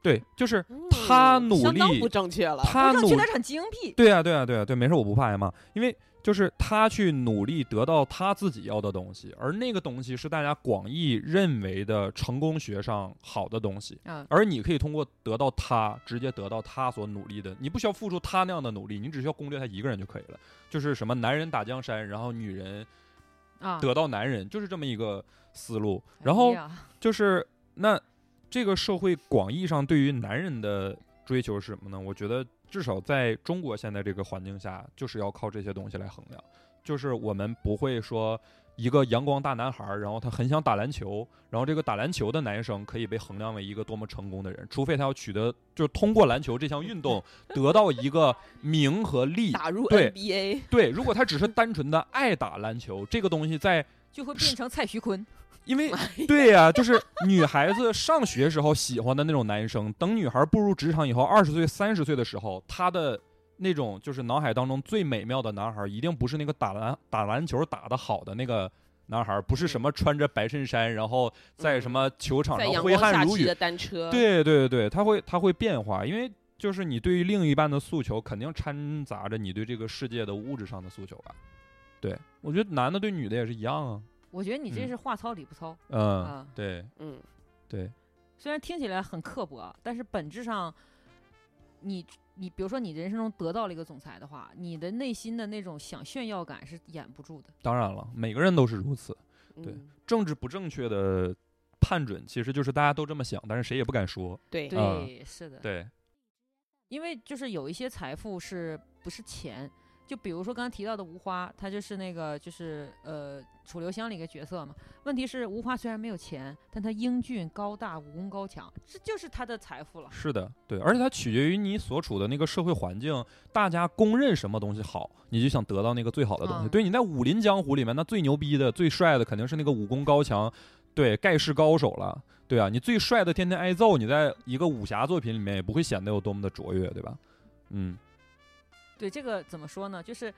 S4: 对，就是他
S3: 嗯
S4: 努
S3: 相当
S4: 力
S3: 不正确了，
S4: 他
S2: 不
S4: 努
S2: 正确，但是很精 辟。
S4: 对啊，对啊，对啊，对，没事，我不怕挨骂，因为就是他去努力得到他自己要的东西，而那个东西是大家广义认为的成功学上好的东西，
S2: 嗯
S4: 而你可以通过得到他，直接得到他所努力的，你不需要付出他那样的努力，你只需要攻略他一个人就可以了，就是什么男人打江山，然后女人
S2: 啊，
S4: 得到男人，就是这么一个思路，
S2: 哎
S4: 然后
S2: 呀
S4: 就是那这个社会广义上对于男人的追求是什么呢？我觉得至少在中国现在这个环境下，就是要靠这些东西来衡量。就是我们不会说一个阳光大男孩儿，然后他很想打篮球，然后这个打篮球的男生可以被衡量为一个多么成功的人，除非他要取得就是通过篮球这项运动得到一个名和利。
S3: 打入
S4: 对
S3: NBA，
S4: 对，如果他只是单纯的爱打篮球，这个东西在
S2: 就会变成蔡徐坤。
S4: 因为 对呀、就是女孩子上学时候喜欢的那种男生，等女孩步入职场以后，二十岁、三十岁的时候，她的那种就是脑海当中最美妙的男孩，一定不是那个打篮打篮球打得好的那个男孩，不是什么穿着白衬衫，然后在什么球场
S3: 在
S4: 上
S3: 阳
S4: 挥
S3: 光
S4: 汗
S3: 下
S4: 如
S3: 骑
S4: 雨
S3: 的。单车，，
S4: 对对对，他会他会变化，因为就是你对于另一半的诉求，肯定掺杂着你对这个世界的物质上的诉求吧。对，我觉得男的对女的也是一样啊。
S2: 我觉得你这
S4: 嗯
S2: 是话糙理不糙。
S4: 嗯，
S2: 啊
S4: 对
S3: 嗯，
S4: 对。
S2: 虽然听起来很刻薄啊，但是本质上，你你比如说你人生中得到了一个总裁的话，你的内心的那种想炫耀感是掩不住的。
S4: 当然了，每个人都是如此。对
S3: 嗯
S4: 政治不正确的判准其实就是大家都这么想，但是谁也不敢说。
S3: 对
S2: 对，
S4: 啊
S2: 是的，
S4: 对，
S2: 因为就是有一些财富是不是钱，就比如说刚刚提到的吴花，她就是那个就是呃《楚留香》里一个角色嘛。问题是吴花虽然没有钱，但她英俊高大，武功高强，这就是她的财富了。
S4: 是的，对，而且它取决于你所处的那个社会环境，大家公认什么东西好，你就想得到那个最好的东西。
S2: 嗯
S4: 对，你在武林江湖里面，那最牛逼的、最帅的肯定是那个武功高强，对，盖世高手了，对啊，你最帅的天天挨揍，你在一个武侠作品里面也不会显得有多么的卓越，对吧？嗯，
S2: 对这个怎么说呢？就是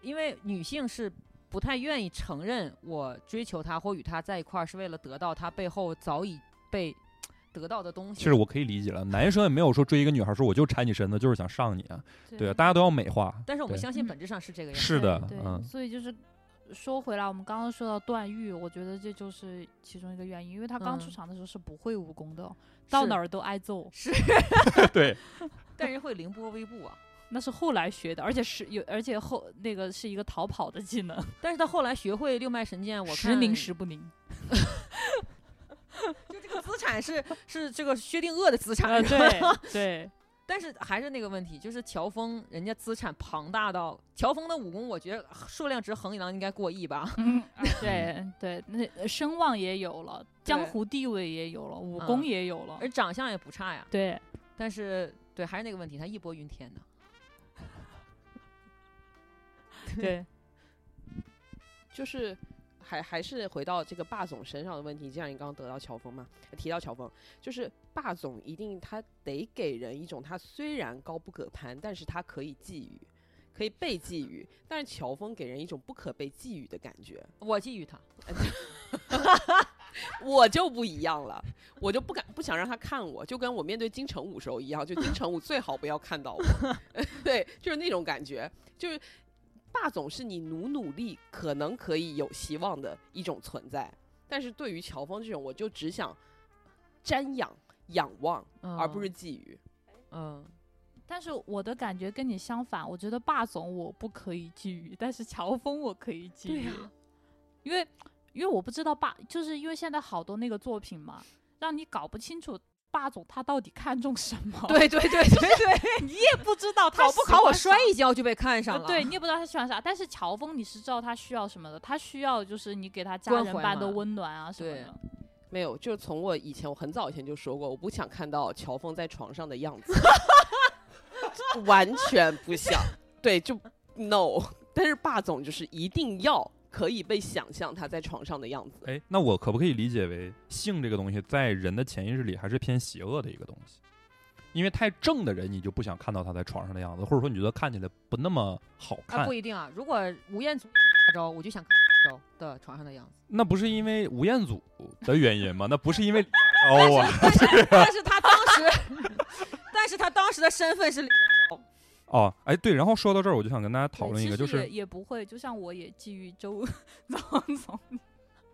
S2: 因为女性是不太愿意承认我追求他或与他在一块儿是为了得到他背后早已被得到的东西。
S4: 其实我可以理解了，男生也没有说追一个女孩说我就缠你身子，就是想上你啊，对啊，大家都要美化，
S2: 但是我们
S4: 对
S2: 相信
S1: 嗯
S2: 本质上是这个样子。
S4: 是的，
S1: 对，
S4: 嗯，
S1: 所以就是说回来，我们刚刚说到段誉，我觉得这就是其中一个原因，因为他刚出
S2: 嗯
S1: 场的时候是不会武功的哦，到
S2: 是
S1: 哪儿都挨揍，
S2: 是，
S4: 对，
S2: 但人会凌波微步啊。
S1: 那是后来学的，而且是有，而且后那个是一个逃跑的技能，
S2: 但是他后来学会六脉神剑，我
S1: 时
S2: 看
S1: 灵时不灵，
S2: 就这个资 产是是这个薛定谔的资产。
S1: 呃， 对对，
S2: 但是还是那个问题，就是乔峰人家资产庞大到乔峰的武功，我觉得数量值衡量应该过亿吧。
S1: 嗯，啊对对，那声望也有了，江
S2: 对
S1: 湖地位也有了，武
S2: 嗯
S1: 功也有了，
S2: 而长相也不差呀。
S1: 对，
S2: 但是对，还是那个问题，他义薄云天的。
S1: 对，
S3: 就是还还是回到这个霸总身上的问题。既然你刚刚得到乔峰嘛，提到乔峰，就是霸总一定他得给人一种他虽然高不可攀，但是他可以觊觎，可以被觊觎。但是乔峰给人一种不可被觊觎的感觉。
S2: 我觊觎他，
S3: 我就不一样了，我就不敢不想让他看我，就跟我面对金城武时候一样，就金城武最好不要看到我， 对，就是那种感觉，就是霸总是你努努力可能可以有希望的一种存在，但是对于乔峰这种，我就只想瞻仰仰望，
S2: 嗯
S3: 而不是觊觎。
S2: 嗯，
S1: 但是我的感觉跟你相反，我觉得霸总我不可以觊觎，但是乔峰我可以觊
S2: 对
S1: 觎，
S2: 呀
S1: 因为因为我不知道霸，就是因为现在好多那个作品嘛，让你搞不清楚霸总他到底看中什么，
S2: 对对对对 对，
S1: 你也不知道他
S2: 考不
S1: 喜
S2: 考我
S1: 欢啥
S2: 摔一跤就被看上
S1: 呃
S2: 了。啊
S1: 对你也不知道他喜欢啥，但是乔峰你是知道他需要什么的，他需要就是你给他家
S2: 关
S1: 人
S2: 怀
S1: 般的
S2: 嘛
S1: 温暖啊什么
S2: 对
S1: 的。
S3: 没有，就是从我以前，我很早以前就说过，我不想看到乔峰在床上的样子， 完全不想。对，就 no。但 是霸总就是一定要可以被想象他在床上的样子。
S4: 哎，那我可不可以理解为性这个东西在人的潜意识里还是偏邪恶的一个东西？因为太正的人，你就不想看到他在床上的样子，或者说你觉得看起来不那么好看。
S2: 啊，不一定啊。如果吴彦祖大招，我就想看大招的床上的样子。
S4: 那不是因为吴彦祖的原因吗？那不是 因为哦啊
S2: 但是但是他当时， 但是他当时的身份是李大钊
S4: 哦，哎对，然后说到这儿，我就想跟大家讨
S1: 对
S4: 论一
S1: 其
S4: 个，就
S1: 实也
S4: 是
S1: 也不会，就像我也觊觎周 总总，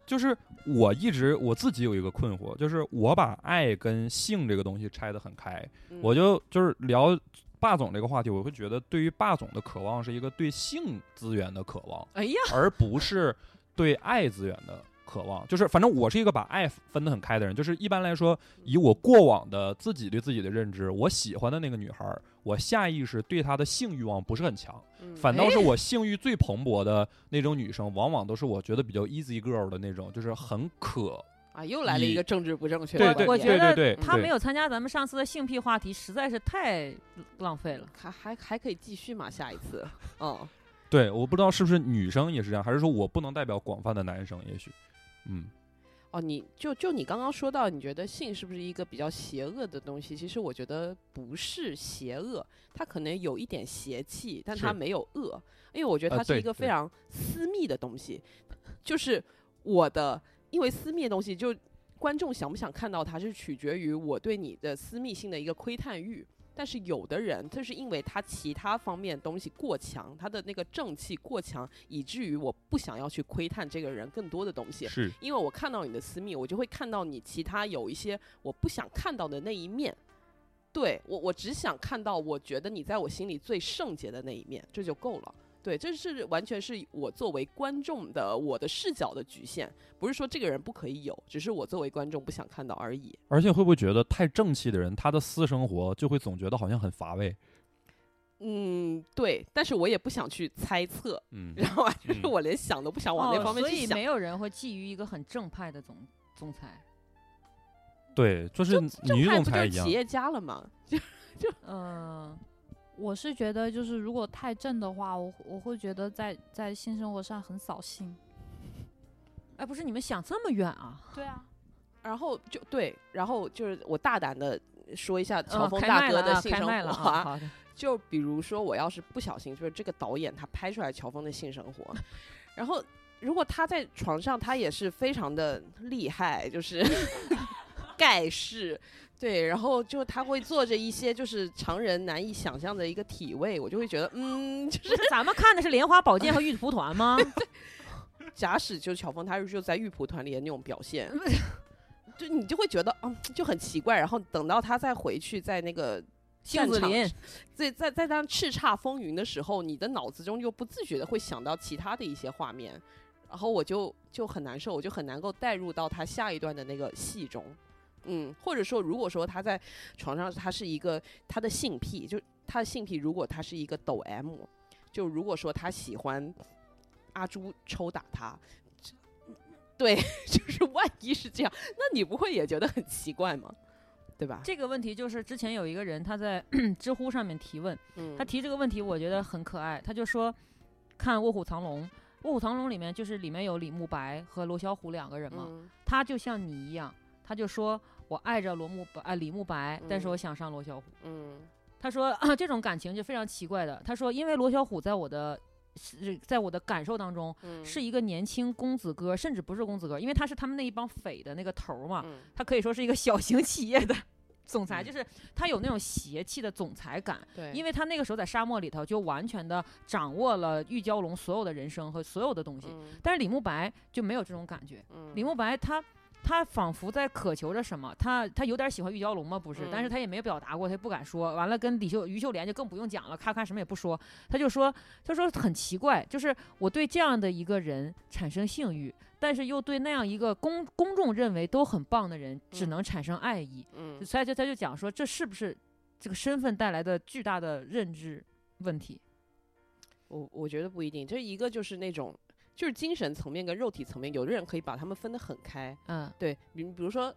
S4: 就是我一直我自己有一个困惑，就是我把爱跟性这个东西拆得很开，
S3: 嗯
S4: 我就就是聊霸总这个话题，我会觉得对于霸总的渴望是一个对性资源的渴望。
S2: 哎呀，
S4: 而不是对爱资源的渴望。就是，反正我是一个把爱分得很开的人。就是一般来说，以我过往的自己对自己的认知，我喜欢的那个女孩儿，我下意识对她的性欲望不是很强，
S3: 嗯
S4: 反倒是我性欲最蓬勃的那种女生，往往都是我觉得比较 easy girl 的那种，就是很渴。
S3: 啊，又来了一
S4: 以
S3: 个政治不正确
S4: 对
S3: 的
S4: 对
S2: 我
S3: 观
S2: 觉
S3: 点。
S2: 得
S4: 对对
S2: 他
S4: 对
S2: 没有参加咱们上次的性癖话题，实在是太浪费了。
S3: 还还还可以继续嘛？下一次，嗯，
S4: 对，我不知道是不是女生也是这样，还是说我不能代表广泛的男生？也许，嗯，
S3: 哦，你就就你刚刚说到，你觉得性是不是一个比较邪恶的东西？其实我觉得不是邪恶，它可能有一点邪气，但它
S4: 是
S3: 没有恶，因为我觉得它
S4: 呃
S3: 是一
S4: 对
S3: 个非
S4: 对
S3: 常私密的东西。就是我的，因为私密的东西，就观众想不想看到它，是取决于我对你的私密性的一个窥探欲。但是有的人，他是因为他其他方面东西过强，他的那个正气过强，以至于我不想要去窥探这个人更多的东西。
S4: 是
S3: 因为我看到你的私密，我就会看到你其他有一些我不想看到的那一面。对我，我只想看到我觉得你在我心里最圣洁的那一面，这就够了。对，这是完全是我作为观众的我的视角的局限，不是说这个人不可以有，只是我作为观众不想看到而已。
S4: 而且会不会觉得太正气的人，他的私生活就会总觉得好像很乏味？
S3: 嗯，对，但是我也不想去猜测，
S4: 嗯，
S3: 然后啊就是
S4: 嗯
S3: 我连想都不想往那
S2: 哦
S3: 方面
S2: 所
S3: 去
S2: 以
S3: 想。
S2: 没有人会觊觎一个很正派的总总裁。
S4: 对，就是女
S3: 正派不
S4: 总
S3: 就
S4: 裁
S3: 是
S4: 一样
S3: 企，业家了吗？就
S2: 嗯，
S1: 我是觉得，就是如果太正的话，我我会觉得在在性生活上很扫兴。
S2: 哎，不是你们想这么远啊？
S1: 对啊，
S3: 然后就对，然后就是我大胆的说一下乔
S2: 嗯
S3: 峰
S2: 开
S3: 大
S2: 麦
S3: 哥
S2: 了
S3: 的
S2: 啊
S3: 性
S2: 开
S3: 生活
S2: 麦了啊，好的，
S3: 就比如说，我要是不小心，就是这个导演他拍出来乔峰的性生 活，然后如果他在床上，他也是非常的厉害，就是 盖世，对，然后就他会做着一些就是常人难以想象的一个体位，我就会觉得，嗯，就
S2: 不
S3: 是
S2: 是咱们看的是莲花宝剑和玉蒲团 吗？
S3: 假使就是乔峰他就在玉蒲团里的那种表现。就你就会觉得，嗯，就很奇怪。然后等到他再回去，在那个
S2: 杏子
S3: 战场
S2: 林，
S3: 在在在当叱咤风云的时候，你的脑子中又不自觉的会想到其他的一些画面，然后我就就很难受，我就很难够带入到他下一段的那个戏中。嗯，或者说，如果说他在床上，他是一个他的性癖，就他的性癖，如果他是一个抖 M，就如果说他喜欢阿朱抽打他，对， 就是万一是这样，那你不会也觉得很奇怪吗？对吧？
S2: 这个问题就是之前有一个人他在 知乎上面提问，
S3: 嗯
S2: 他提这个问题我觉得很可爱，他就说看《卧虎藏龙》，《卧虎藏龙》里面就是里面有李慕白和罗小虎两个人嘛，
S3: 嗯
S2: 他就像你一样，他就说我爱着罗慕白啊、李慕白，但是
S3: 嗯
S2: 我想上罗小虎。
S3: 嗯
S2: 他说、 这种感情就非常奇怪的，他说因为罗小虎在我的是在我的感受当中
S3: 嗯
S2: 是一个年轻公子哥，甚至不是公子哥，因为他是他们那一帮匪的那个头儿嘛，
S3: 嗯
S2: 他可以说是一个小型企业的 总裁，
S4: 嗯
S2: 就是他有那种邪气的总裁感，
S3: 对，
S2: 因为他那个时候在沙漠里头就完全的掌握了玉娇龙所有的人生和所有的东西，
S3: 嗯
S2: 但是李慕白就没有这种感觉，
S3: 嗯
S2: 李慕白他。他仿佛在渴求着什么，他他有点喜欢玉娇龙嘛，不是？但是
S3: 嗯
S2: 他也没有表达过，他也不敢说。完了，跟李秀、于秀莲就更不用讲了，咔咔什么也不说，他就说，他说很奇怪，就是我对这样的一个人产生性欲，但是又对那样一个公公众认为都很棒的人，只
S3: 嗯
S2: 能产生爱意。
S3: 嗯
S2: 所以就他就讲说，这是不是这个身份带来的巨大的认知问题？
S3: 我我觉得不一定，这一个就是那种，就是精神层面跟肉体层面，有的人可以把他们分得很开。
S2: 嗯，
S3: 对，比比如说，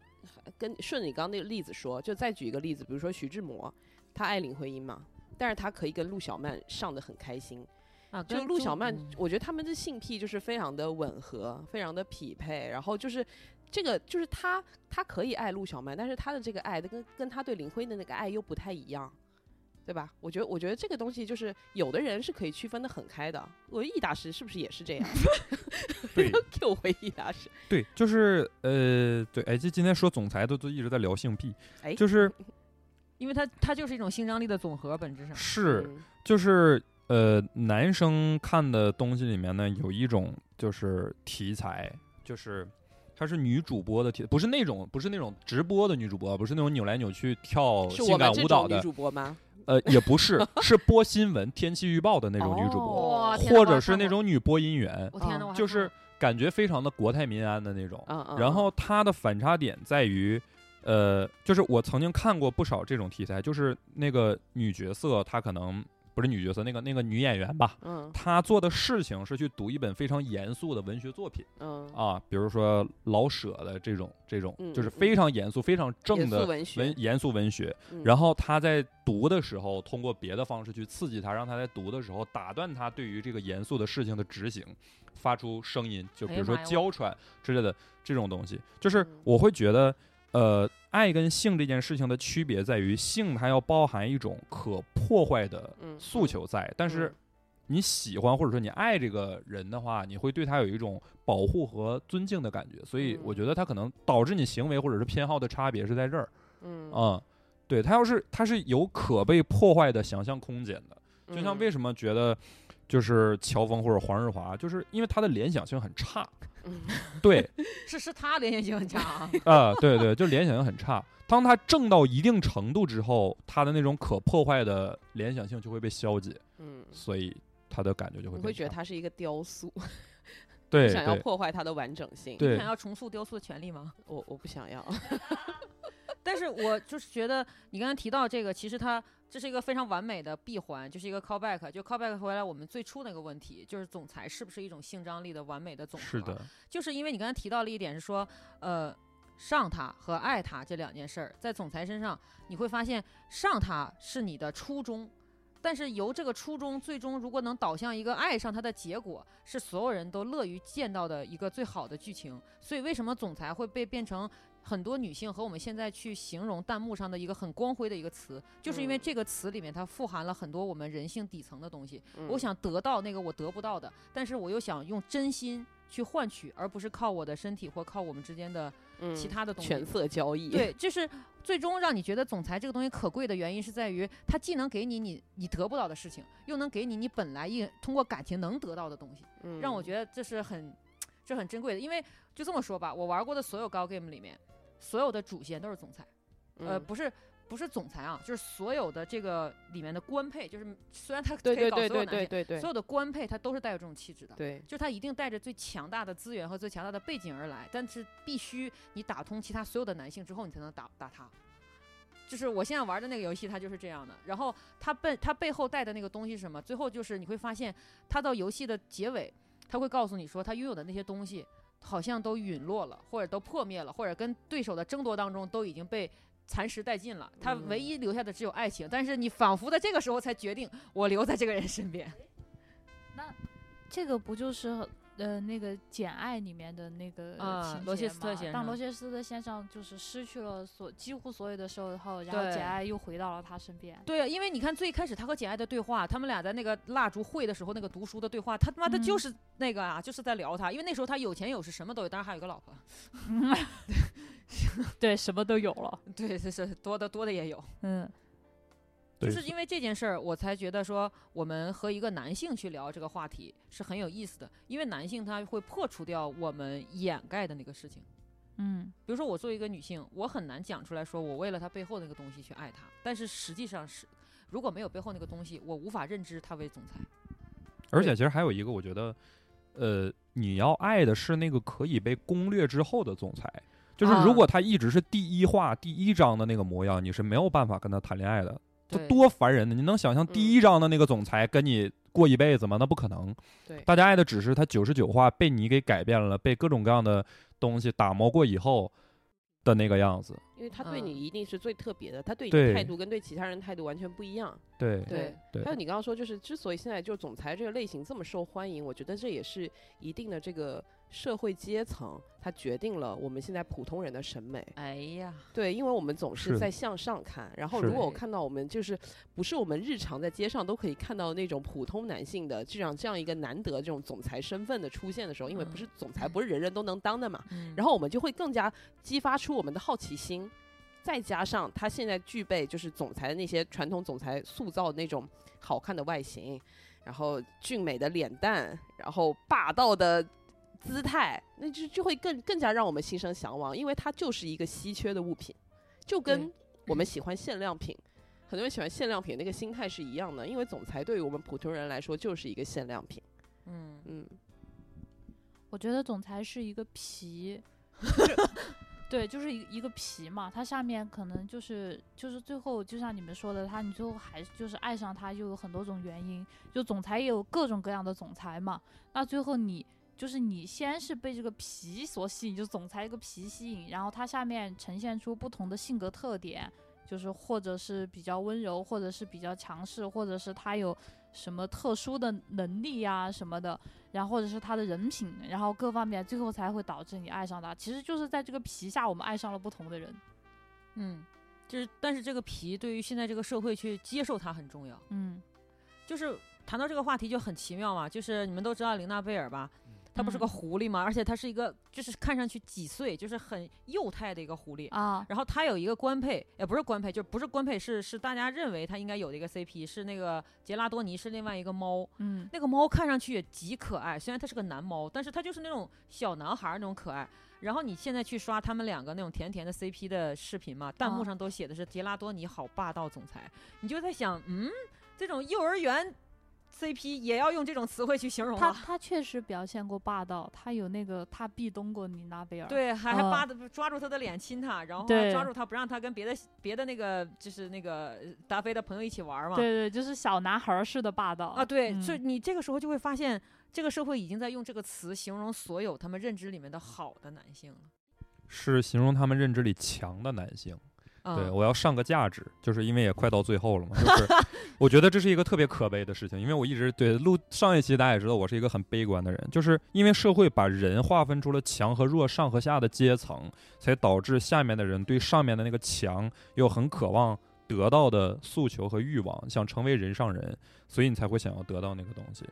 S3: 跟顺着你刚刚那个例子说，就再举一个例子，比如说徐志摩，他爱林徽因嘛，但是他可以跟陆小曼上的很开心。
S2: 啊，
S3: 就
S2: 跟
S3: 陆
S2: 中
S3: 小曼
S2: 嗯，
S3: 我觉得他们的性癖就是非常的吻合，非常的匹配，然后就是。这个就是他，他可以爱陆小曼，但是他的这个爱，跟跟他对林徽因的那个爱又不太一样，对吧？我觉得，我觉得这个东西就是有的人是可以区分的很开的。我觉得易大师是不是也是这样
S4: 对
S3: ？Q 回易大师，
S4: 对，就是呃，对，哎，就今天说总裁都都一直在聊性癖，
S3: 哎，
S4: 就是
S2: 因为他他就是一种性张力的总和，本质 上
S4: 是
S3: 嗯
S4: 就是呃，男生看的东西里面呢，有一种就是题材，就是它是女主播的题，不是那种不是那种直播的女主播，不是那种扭来扭去跳
S3: 是
S4: 哦性
S3: 我们
S4: 感
S3: 这
S4: 舞蹈
S3: 种女
S4: 的，
S3: 主播吗？
S4: 呃，也不是，是播新闻、天气预报的那种女主播，
S2: 哦天哪
S4: 或
S2: 我好
S4: 者是
S2: 看
S4: 那
S2: 过
S4: 种女播音员，
S2: 我天哪，
S3: 啊
S2: 我还
S4: 就
S2: 看
S4: 是感觉非常的国泰民安的那种。
S3: 嗯嗯。
S4: 然后它的反差点在于，呃，就是我曾经看过不少这种题材，就是那个女角色，她可能不是女角色，那个那个女演员吧，
S3: 嗯，
S4: 她做的事情是去读一本非常严肃的文学作品
S3: 嗯嗯，
S4: 啊，比如说老舍的这种这种，
S3: 嗯
S4: 就是
S3: 嗯
S4: 非常严肃、非常
S3: 严
S4: 正
S3: 肃
S4: 的
S3: 文学
S4: 文，严肃文学。
S3: 嗯
S4: 然后她在读的时候，通过别的方式去刺激她，让她在读的时候打断她对于这个严肃的事情的执行，发出声音，就
S2: 哎
S4: 比
S2: 呀
S4: 如说
S2: 妈呀
S4: 娇喘之类的这种东西。就是
S3: 嗯
S4: 我会觉得，呃，爱跟性这件事情的区别在于，性它要包含一种可破坏的
S3: 嗯
S4: 诉求在，但是
S3: 嗯
S4: 你喜欢或者说你爱这个人的话，你会对他有一种保护和尊敬的感觉，所以
S3: 嗯
S4: 我觉得他可能导致你行为或者是偏好的差别是在这儿
S3: 嗯
S4: 啊、嗯对他要是他是有可被破坏的想象空间的，就
S3: 嗯
S4: 像为什么觉得就是乔峰或者黄日华，就是因为他的联想性很 差，
S3: 嗯
S4: 对
S2: 是是他连线性很强啊，
S4: 啊、对对，就联想性很差。当他正到一定程度之后，他的那种可破坏的联想性就会被消解，
S3: 嗯，
S4: 所以他的感觉就会
S3: 你
S4: 变
S3: 会觉得
S4: 差
S3: 它是一个雕塑，
S4: 对
S3: 不想要
S4: 对
S3: 破坏它的完整性。
S4: 对
S2: 想要重塑雕塑的权利吗？
S3: 我我不想要。
S2: 但是我就是觉得你刚才提到这个，其实他这是一个非常完美的闭环，就是一个 callback，就 callback 回来我们最初那个问题，就是总裁是不是一种性张力的完美的总和？
S4: 是的，
S2: 就是因为你刚才提到了一点是说，呃，上他和爱他这两件事儿，在总裁身上你会发现，上他是你的初衷，但是由这个初衷最终如果能导向一个爱上他的结果，是所有人都乐于见到的一个最好的剧情。所以为什么总裁会被变成？很多女性和我们现在去形容弹幕上的一个很光辉的一个词，就是因为
S3: 嗯
S2: 这个词里面它富含了很多我们人性底层的东西。
S3: 嗯
S2: 我，想得到那个我得不到的，但是我又想用真心去换取，而不是靠我的身体或靠我们之间的
S3: 嗯
S2: 其他的东西。
S3: 权色交易，，
S2: 对，就是最终让你觉得总裁这个东西可贵的原因，是在于它既能给你你你得不到的事情，又能给你你本来一通过感情能得到的东西。
S3: 嗯
S2: 让我觉得这是很，这很珍贵的。因为就这么说吧，我玩过的所有高 game 里面，所有的主线都是总裁，
S3: 得
S2: 呃，，不是不是总裁啊，就是所有的这个里面的官配，就是虽然他可
S3: 对
S2: 以
S3: 对
S2: 搞所
S3: 对
S2: 有
S3: 对
S2: 男
S3: 对
S2: 性
S3: 对对
S2: 所有的官配他都是带有这种气质的。
S3: 对，
S2: 就是他一定带着最强大的资源和最强大的背景而来，但是必须你打通其他所有的男性之后，你才能打打他。就是我现在玩的那个游戏，它就是这样的。然后它背它背后带的那个东西是什么？最后就是你会发现，它到游戏的结尾，它会告诉你说，他拥有的那些东西好像都陨落了，或者都破灭了，或者跟对手的争夺当中都已经被蚕食殆尽了。他
S3: 嗯
S2: 唯一留下的只有爱情，但是你仿佛在这个时候才决定，我留在这个人身边。
S1: 这个不就是呃那个《简爱》里面的那个
S2: 啊
S1: 情节
S2: 罗切斯特
S1: 吗
S2: 先
S1: 当
S2: 生
S1: 罗切斯特先生就是失去了所几乎所有的时候后，然后
S2: 对
S1: 简爱又回到了他身 边。
S2: 对，啊因为你看最开始他和简爱的对话，他们俩在那个蜡烛会的时候，那个读书的对话，他他妈的就
S1: 嗯
S2: 是那个啊，就是在聊他，因为那时候他有钱有势，什么都有，当然还有个老婆，
S1: 对，什么都有了。
S2: 对，是是多的多的也有，
S1: 嗯，
S2: 就
S4: 对
S2: 是因为这件事儿，我才觉得说我们和一个男性去聊这个话题是很有意思的，因为男性他会破除掉我们掩盖的那个事情。
S1: 嗯，
S2: 比如说，我作为一个女性，我很难讲出来说我为了他背后那个东西去爱他，但是实际上是，如果没有背后那个东西，我无法认知他为总裁。
S4: 而且其实还有一个，我觉得，呃，你要爱的是那个可以被攻略之后的总裁。就是
S2: 啊
S4: 如果他一直是第一话、第一章的那个模样，你是没有办法跟他谈恋爱的。这
S2: 对嗯
S4: 多烦人呢！你能想象第一章的那个总裁跟你过一辈子吗？那不可能。
S3: 对
S4: 大家爱的只是他九十九话被你给改变了，被各种各样的东西打磨过以后的那个样子。
S3: 因为他对
S2: 嗯
S3: 你一定是最特别的，他对你
S4: 对
S3: 的态度跟对其他人态度完全不一样。
S4: 对
S2: 对
S4: 对
S3: 还有你刚刚说，就是之所以现在就总裁这个类型这么受欢迎，我觉得这也是一定的这个社会阶层，它决定了我们现在普通人的审美。
S2: 哎呀，
S3: 对，因为我们总是
S4: 是
S3: 在向上看，然后
S4: 是
S3: 如果我
S2: 对
S3: 看到我们就是不是我们日常在街上都可以看到那种普通男性的这样这样一个难得这种总裁身份的出现的时候，因为不是总裁不是人人都能当的嘛，
S2: 嗯
S3: 然后我们就会更加激发出我们的好奇心，再加上他现在具备就是总裁的那些传统总裁塑造的那种好看的外形，然后俊美的脸蛋，然后霸道的姿态，那就就会更更加让我们心生向往，因为它就是一个稀缺的物品，就跟
S2: 对
S3: 我们喜欢限量品。很多人喜欢限量品，那个心态是一样的，因为总裁对于我们普通人来说就是一个限量品。
S2: 嗯，
S3: 嗯，
S1: 我觉得总裁是一个皮，对，就是一一个皮嘛，他下面可能就是就是最后就像你们说的，他你最后还是就是爱上他，又有很多种原因，就总裁也有各种各样的总裁嘛，那最后你。就是你先是被这个皮所吸引，就总裁一个皮吸引，然后他下面呈现出不同的性格特点，就是或者是比较温柔，或者是比较强势，或者是他有什么特殊的能力呀、什么的，然后或者是他的人品，然后各方面，最后才会导致你爱上他。其实就是在这个皮下，我们爱上了不同的人。
S2: 嗯，就是，但是这个皮对于现在这个社会去接受它很重要。
S1: 嗯，
S2: 就是谈到这个话题就很奇妙嘛，就是你们都知道玲娜贝尔吧，她不是个
S1: 嗯
S2: 狐狸嘛，而且她是一个就是看上去几岁，就是很幼态的一个狐狸。
S1: 啊，
S2: 然后她有一个官配，也不是官配，就不是官配，是是大家认为她应该有的一个 CP，是那个杰拉多尼是另外一个猫，
S1: 嗯
S2: 那个猫看上去也极可爱，虽然它是个男猫，但是它就是那种小男孩儿那种可爱。然后你现在去刷他们两个那种甜甜的 CP 的视频嘛，弹幕
S1: 啊
S2: 上都嗯写的是杰拉多尼好霸道总裁，你就在想，嗯，这种幼儿园 CP 也要用这种词汇去形容
S1: 他
S2: 了。
S1: 他确实表现过霸道，他有那个他壁咚过你娜贝尔，
S2: 对，还还
S1: 嗯
S2: 扒着抓住他的脸亲他，然后还
S1: 对
S2: 抓住他不让他跟别的别的那个就是那个达菲的朋友一起玩嘛。
S1: 对对，就是小男孩儿式的霸道
S2: 啊，对，
S1: 嗯
S2: 这你这个时候就会发现，这个社会已经在用这个词形容所有他们认知里面的好的男性了。
S4: 是形容他们认知里强的男性。
S2: 啊、
S4: 对，我要上个价值，就是因为也快到最后了嘛。就是 我觉得这是一个特别可悲的事情，因为我一直对录上一期大家也知道，我是一个很悲观的人，就是因为社会把人划分出了强和弱、上和下的阶层，才导致下面的人对上面的那个强有很渴望得到的诉求和欲望，想成为人上人，所以你才会想要得到那个东西。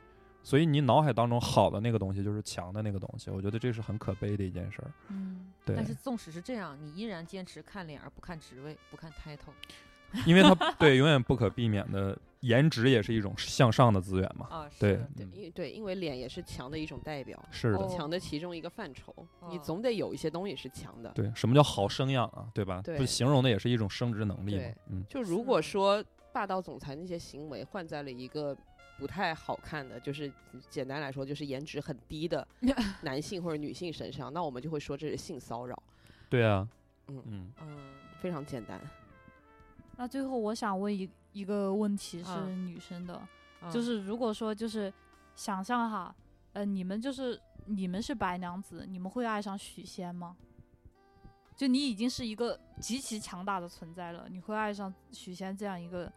S4: 所以你脑海当中好的那个东西就是强的那个东西，我觉得这是很可悲的一件事儿。
S1: 嗯，
S4: 对，
S2: 但是纵使是这样，你依然坚持看脸而不看职位，不看 title
S4: 因为它对永远不可避免的颜值也是一种向上的资源嘛。
S2: 啊。是
S4: 对，
S3: 哦对，
S4: 嗯
S3: 因对，因为脸也是强的一种代表，
S4: 是的，
S2: 哦
S3: 强的其中一个范畴，你
S2: 哦
S3: 总得有一些东西是强的。
S4: 对，什么叫好生养啊，对吧？
S3: 对
S4: 不形容的也是一种生殖能力嘛
S3: 对。
S4: 嗯，
S3: 就是如果
S2: 的
S3: 说霸道总裁那些行为换在了一个不太好看的，就是简单来说就是颜值很低 的男性或者女性身上，那我们就会说这是性骚扰，
S4: 对啊，
S3: 嗯
S4: 嗯，
S2: 嗯，
S3: 非常简单。
S1: 那最后我想问一一个问题是
S2: 嗯
S1: 女生的，
S2: 啊
S1: 就是如果说就是想象哈，呃，你们就是你们是白娘子，你们会爱上许仙吗？就你已经是一个极其强大的存在了，你会爱上许仙这样一个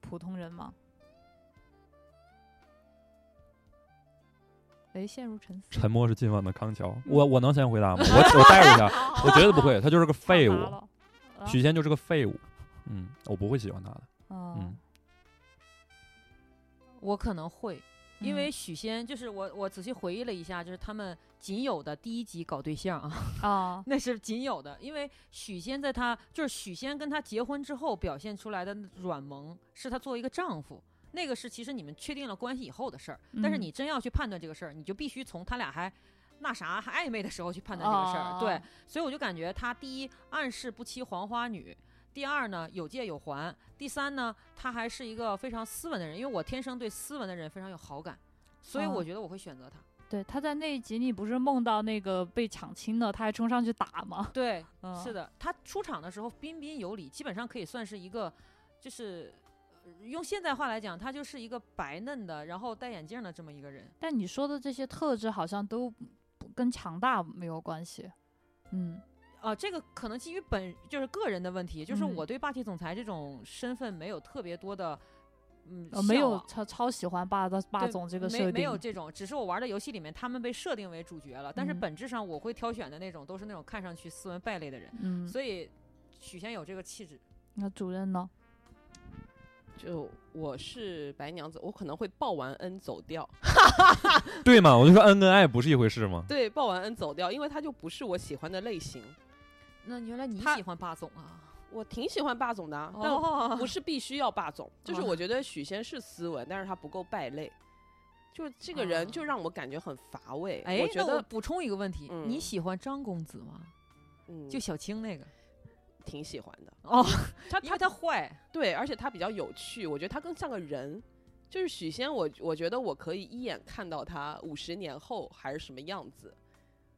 S1: 普通人吗？哎，陷入沉思。
S4: 沉默是今晚的康
S3: 嗯
S4: 桥。我我能先 回答吗？我我代入一下，我绝 对不会，他就是个废物
S1: 抢答，了。啊
S4: 许仙就是个废物。嗯，我不会喜欢他的。嗯
S1: 嗯，
S2: 我可能会，
S1: 嗯
S2: 因为许仙就是我，我仔细回忆了一下，就是他们仅有的第一集搞对象啊，
S1: 啊，
S2: 那是仅有的，因为许仙在他就是许仙跟他结婚之后表现出来的那软萌，是他作为一个丈夫。那个是其实你们确定了关系以后的事儿，但是
S1: 嗯
S2: 你真要去判断这个事儿，你就必须从他俩还那啥还暧昧的时候去判断这个事儿。对
S1: 哦，
S2: 所以我就感觉他第一暗示不欺黄花女，第二呢有借有还，第三呢他还是一个非常斯文的人，因为我天生对斯文的人非常有好感，所以
S1: 哦
S2: 我觉得我会选择他。
S1: 对，他在那一集里不是梦到那个被抢亲了，他还冲上去打吗？
S2: 对，
S1: 嗯
S2: 是的，他出场的时候彬彬有礼，基本上可以算是一个，就是呃用现代话来讲，他就是一个白嫩的，然后戴眼镜的这么一个人。
S1: 但你说的这些特质好像都不跟强大没有关系。嗯，
S2: 啊、这个可能基于本就是个人的问题，就是
S1: 嗯
S2: 我对霸气总裁这种身份没有特别多的，嗯，
S1: 呃、没
S2: 向
S1: 有
S2: 往
S1: 超超喜欢霸道霸
S2: 对
S1: 总这个设
S2: 没
S1: 定，
S2: 没有这种，只是我玩的游戏里面他们被设定为主角了，但是
S1: 嗯
S2: 本质上我会挑选的那种都是那种看上去斯文败类的人，
S1: 嗯，
S2: 所以许仙有这个气质。
S1: 那主任呢？
S3: 就我是白娘子，我可能会报完恩走掉。
S4: 对嘛，我就说恩跟爱不是一回事吗？
S3: 对，报完恩走掉，因为他就不是我喜欢的类型。
S2: 那原来你
S3: 他
S2: 喜欢霸总啊？
S3: 我挺喜欢霸总的啊，但
S2: 哦，
S3: 不是必须要霸总，就是
S2: 哦
S3: 我觉得许仙是斯文，但是他不够败类，就是这个人就
S2: 哦
S3: 让我感觉很乏味。
S2: 哎，
S3: 我觉
S2: 那我
S3: 得
S2: 补充一个问题，你
S3: 嗯
S2: 喜欢张公子吗？
S3: 嗯，
S2: 就小青那个
S3: 挺喜欢的。
S2: 哦，
S3: 他
S2: 因为
S3: 他
S2: 他坏，
S3: 对，而且他比较有趣，我觉得他更像个人。就是许仙我，我觉得我可以一眼看到他五十年后还是什么样子。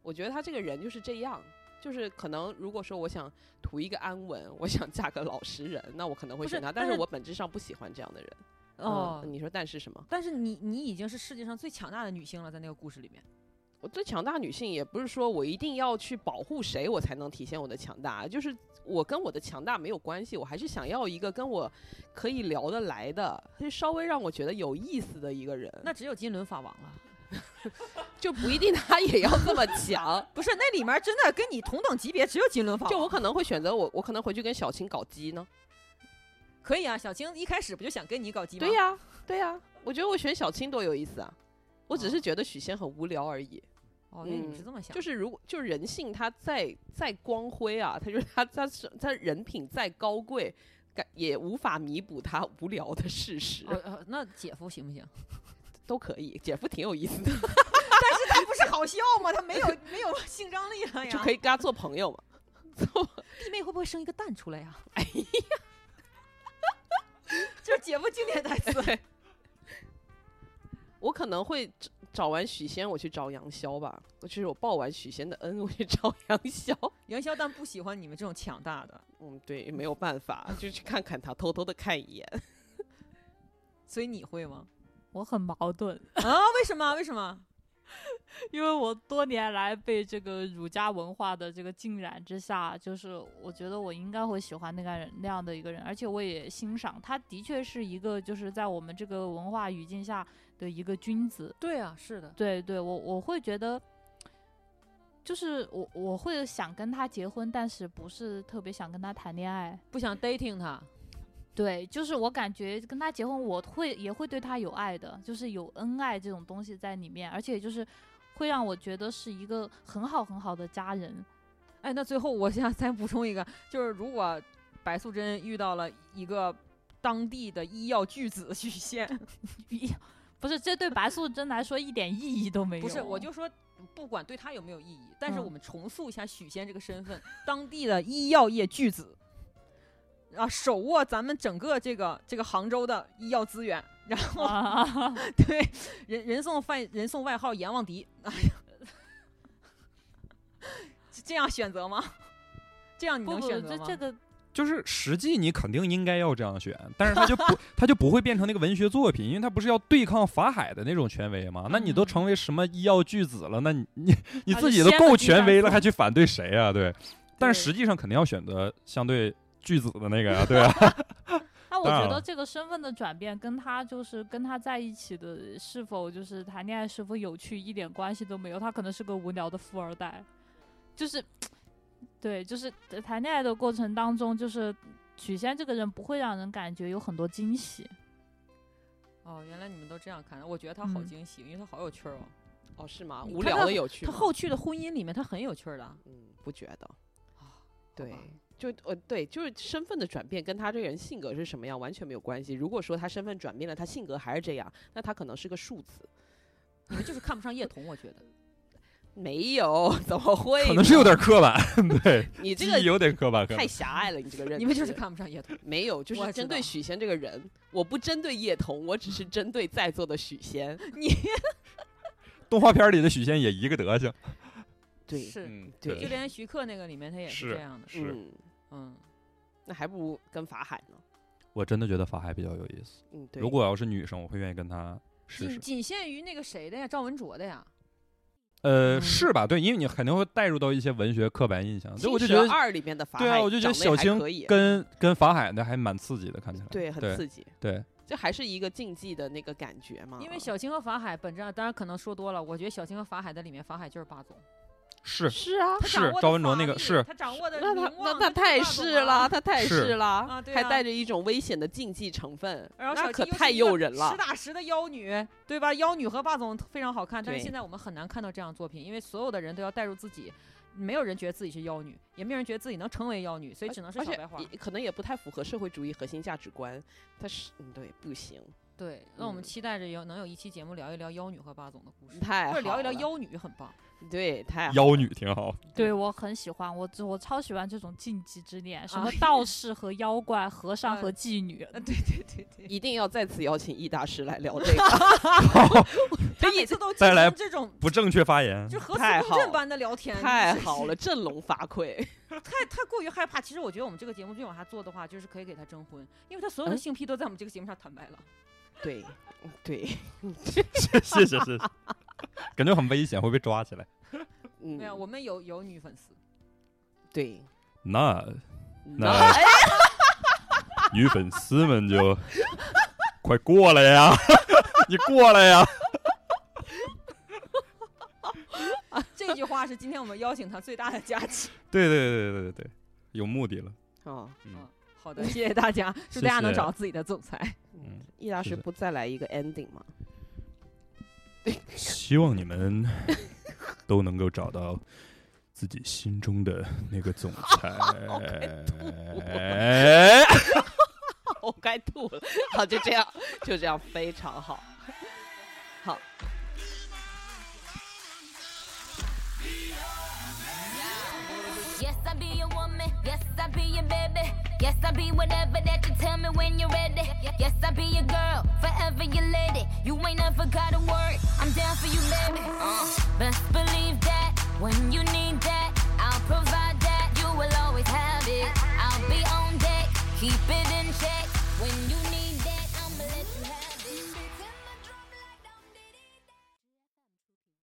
S3: 我觉得他这个人就是这样，就是可能如果说我想图一个安稳，我想嫁个老实人，那我可能会
S2: 不是
S3: 选他。
S2: 但
S3: 但是
S2: 是
S3: 我本质上不喜欢这样的人。
S2: 哦。
S3: 嗯，你说但是什么？
S2: 但是你你已经是世界上最强大的女性了，在那个故事里面，
S3: 我最强大女性也不是说我一定要去保护谁，我才能体现我的强大，就是我跟我的强大没有关系，我还是想要一个跟我可以聊得来的，就稍微让我觉得有意思的一个人。
S2: 那只有金轮法王了。
S3: 就不一定他也要这么
S2: 。
S3: 强
S2: 不是，那里面真的跟你同等级别只有金轮法王。
S3: 就我可能会选择我，我可能回去跟小青搞基呢。
S2: 可以啊，小青一开始不就想跟你搞基吗？
S3: 对、呀、对呀、我觉得我选小青多有意思啊！我只
S2: 哦
S3: 是觉得许仙很无聊而已。
S2: 哦，原来你们
S3: 嗯
S2: 是这么想。
S3: 就是是如果就是人性，它再再光辉啊，它就是它它是它人品再高贵，感也无法弥补他无聊的事实。
S2: 哦哦，那姐夫行不行？
S3: 都可以，姐夫挺有意思的，
S2: 但是他不是好笑吗？他没 有没有性张力了呀。
S3: 就可以跟他做朋友嘛。做
S2: 弟妹会不会生一个蛋出来 呀、哎呀，就是姐夫经典台词。
S3: 我可能会找找完许仙，我去找杨逍吧，就是我报完许仙的恩，我去找杨逍。
S2: 元宵但不喜欢你们这种强大的，
S3: 嗯，对，没有办法，就去看看他，偷偷的看一眼。
S2: 所以你会吗？
S1: 我很矛盾，
S2: 啊，为什么？为什么？
S1: 因为我多年来被这个儒家文化的这个浸染之下，就是我觉得我应该会喜欢那个人那样的一个人，而且我也欣赏他，的确是一个就是在我们这个文化语境下的一个君子。
S2: 对啊，是的，
S1: 对对，我我会觉得，就是我我会想跟他结婚，但是不是特别想跟他谈恋爱。
S2: 不想 dating 他，
S1: 对，就是我感觉跟他结婚，我会也会对他有爱的，就是有恩爱这种东西在里面，而且就是会让我觉得是一个很好很好的家人。
S2: 哎，那最后我想再补充一个，就是如果白素贞遇到了一个当地的医药巨子许仙，
S1: 不是，这对白素贞来说一点意义都没有。
S2: 不是，我就说不管对他有没有意义，但是
S1: 嗯
S2: 我们重塑一下许仙这个身份，当地的医药业巨子，啊，手握咱们整个这个这个杭州的医药资源，然后、
S1: 啊，
S2: 对人人送外人送外号阎王迪， 哎呀，这这样选择吗？这样你
S1: 不
S2: 能
S1: 不，
S2: 选择
S1: 这
S2: 吗？
S1: 这个
S4: 就是实际你肯定应该要这样选，但是它就 不它就不会变成那个文学作品，因为它不是要对抗法海的那种权威嘛。那你
S3: 嗯
S4: 都成为什么医药巨子了，那你你
S3: 啊
S4: 你自己都够权威了，还去反对谁啊？对，但是实际上肯定要选择相对巨子的那个呀、对啊。
S1: 那我
S4: 当
S1: 觉
S4: 然
S1: 得
S4: 了
S1: 这个身份的转变跟他就是跟他在一起的是否就是谈恋爱是否有趣一点关系都没有，他可能是个无聊的富二代，就是，对，就是谈恋爱的过程当中，就是许仙这个人不会让人感觉有很多惊喜，
S2: 哦，原来你们都这样看，我觉得他好
S1: 嗯
S2: 惊喜，因为他好有趣儿哦。
S3: 哦，是吗？
S2: 你
S3: 无
S2: 看
S3: 聊
S2: 他
S3: 的有趣
S2: 他
S3: 吗？
S2: 后续的婚姻里面，他很有趣儿的。
S3: 嗯，不觉得。
S2: 啊
S3: 对，就呃，对，就是身份的转变跟他这个人性格是什么样完全没有关系。如果说他身份转变了，他性格还是这样，那他可能是个数字。
S2: 你们就是看不上叶童，我觉 得。
S3: 没有，怎么会呢？
S4: 可能是有点刻板，对，
S3: 你这
S4: 记忆
S3: 个
S4: 有点刻板，可能
S3: 太狭隘了，你 这个认
S2: 你们就是
S3: 知
S2: 看不上叶童。
S3: 没有，就
S2: 我
S3: 是
S2: 知
S3: 针对
S2: 道嗯
S3: 许仙这个人，我不针对叶童，我只是针对在座的 许仙。
S4: 动画片里的许仙也一个德行。
S3: 对，
S2: 是，
S4: 嗯，
S3: 对
S2: 就连徐克那个里面他也是
S4: 是
S2: 这样的。
S4: 是、
S3: 嗯，
S2: 嗯，
S3: 那还不如跟法海呢。
S4: 我真的觉得法海比较有意思。
S3: 嗯，对。
S4: 如果要是女生，我会愿意跟他试
S2: 仅
S4: 试。
S2: 仅限于那个谁的呀，赵文卓的呀。
S4: 呃，
S2: 嗯
S4: 是吧？对，因为你肯定会带入到一些文学刻板印象，所以我就
S3: 青
S4: 觉
S3: 蛇
S4: 得
S3: 二里面的法海
S4: 对
S3: 长得也还可
S4: 啊，
S3: 以，
S4: 我就觉得小青跟跟法海的还蛮刺激的，看起来。
S3: 对很
S4: 对
S3: 刺激，
S4: 对，
S3: 这还是一个竞技的那个感觉
S4: 嗯
S3: 嘛。
S2: 因为小青和法海本质上，当然可能说多了，我觉得小青和法海的里面，法海就是霸总。
S4: 是
S3: 是啊，
S2: 他掌
S4: 是
S2: 握的
S4: 赵文卓
S2: 法
S4: 那个
S2: 力
S4: 是
S2: 他掌握的
S3: 那他
S2: 名望
S3: 那
S2: 就
S3: 他
S2: 是
S3: 太
S2: 霸总
S3: 是
S2: 啊
S3: 了，他太
S4: 是
S3: 是了，
S2: 啊对
S3: 还
S2: 啊
S3: 带着一种危险的竞技成分，
S2: 然后
S3: 那
S2: 小
S3: 可
S2: 青又是
S3: 太
S2: 一个
S3: 诱人了
S2: 实。打实的妖女，对吧？妖女和霸总非常好看，但是
S3: 对
S2: 现在我们很难看到这样的作品，因为所有的人都要带入自己，没有人觉得自己是妖女，也没有人觉得自己能成为妖女，所以只能是
S3: 而
S2: 小
S3: 且
S2: 白花。
S3: 也可能也不太符合社会主义核心价值观，他是嗯对不行，
S2: 对，那我们
S3: 嗯
S2: 期待着有能有一期节目聊一聊妖女和霸总的故事，
S3: 太
S2: 或者聊一
S3: 好
S2: 聊
S3: 了
S2: 妖女，很棒。
S3: 对太好
S4: 妖女挺好。
S1: 对我很喜欢，我我超喜欢这种禁忌之恋，什
S2: 啊
S1: 么道士和妖怪、和尚
S2: 嗯
S1: 和妓女，
S2: 啊，对对对 对，
S3: 一定要再次邀请易大师来聊 这个。
S2: 他每次都
S4: 再
S2: 进
S4: 来
S2: 行这种
S4: 不正确发言
S2: 就，核磁
S3: 太
S2: 共振
S3: 好
S2: 般的聊天，
S3: 太
S2: 就是
S3: 好了，振聋发 聩。
S2: 太太过于害怕。其实我觉得我们这个节目越往下做的话，就是可以给他征婚，因为他所有的
S3: 嗯
S2: 性癖都在我们这个节目上坦白了。
S3: 对，嗯对，
S4: 谢谢谢谢，感觉很危险，会被抓起来。
S3: 嗯，
S2: 没有，啊我们有有女粉丝，
S3: 对，嗯哎
S4: 那 那
S3: 那
S4: 女粉丝们就快过来呀， 你过来呀，
S2: 这句话是今天我们邀请他最大的价值。
S4: 对对对对对对，有目的了。
S3: 哦，
S4: 嗯
S2: 嗯，好的，谢谢大家，祝大家
S4: 谢谢
S2: 能找到自己的总裁。
S4: 嗯
S3: 易大
S4: 是
S3: 师
S4: 的
S3: 不再来一个 ending 吗？
S4: 希望你们都能够找到自己心中的那个总裁。
S3: 我该吐了。好，就这样，就这样，非常好。好，
S5: Yes, I be your woman. Yes, I be your baby. Yes, I be whatever that you tell me when you're ready. Yes, I be your girl, forever your lady. You ain't ain't never gotta work. I'm down for you, baby. Uh, best believe that when you need that, I'll provide that. You will always have it. I'll be on deck, keep it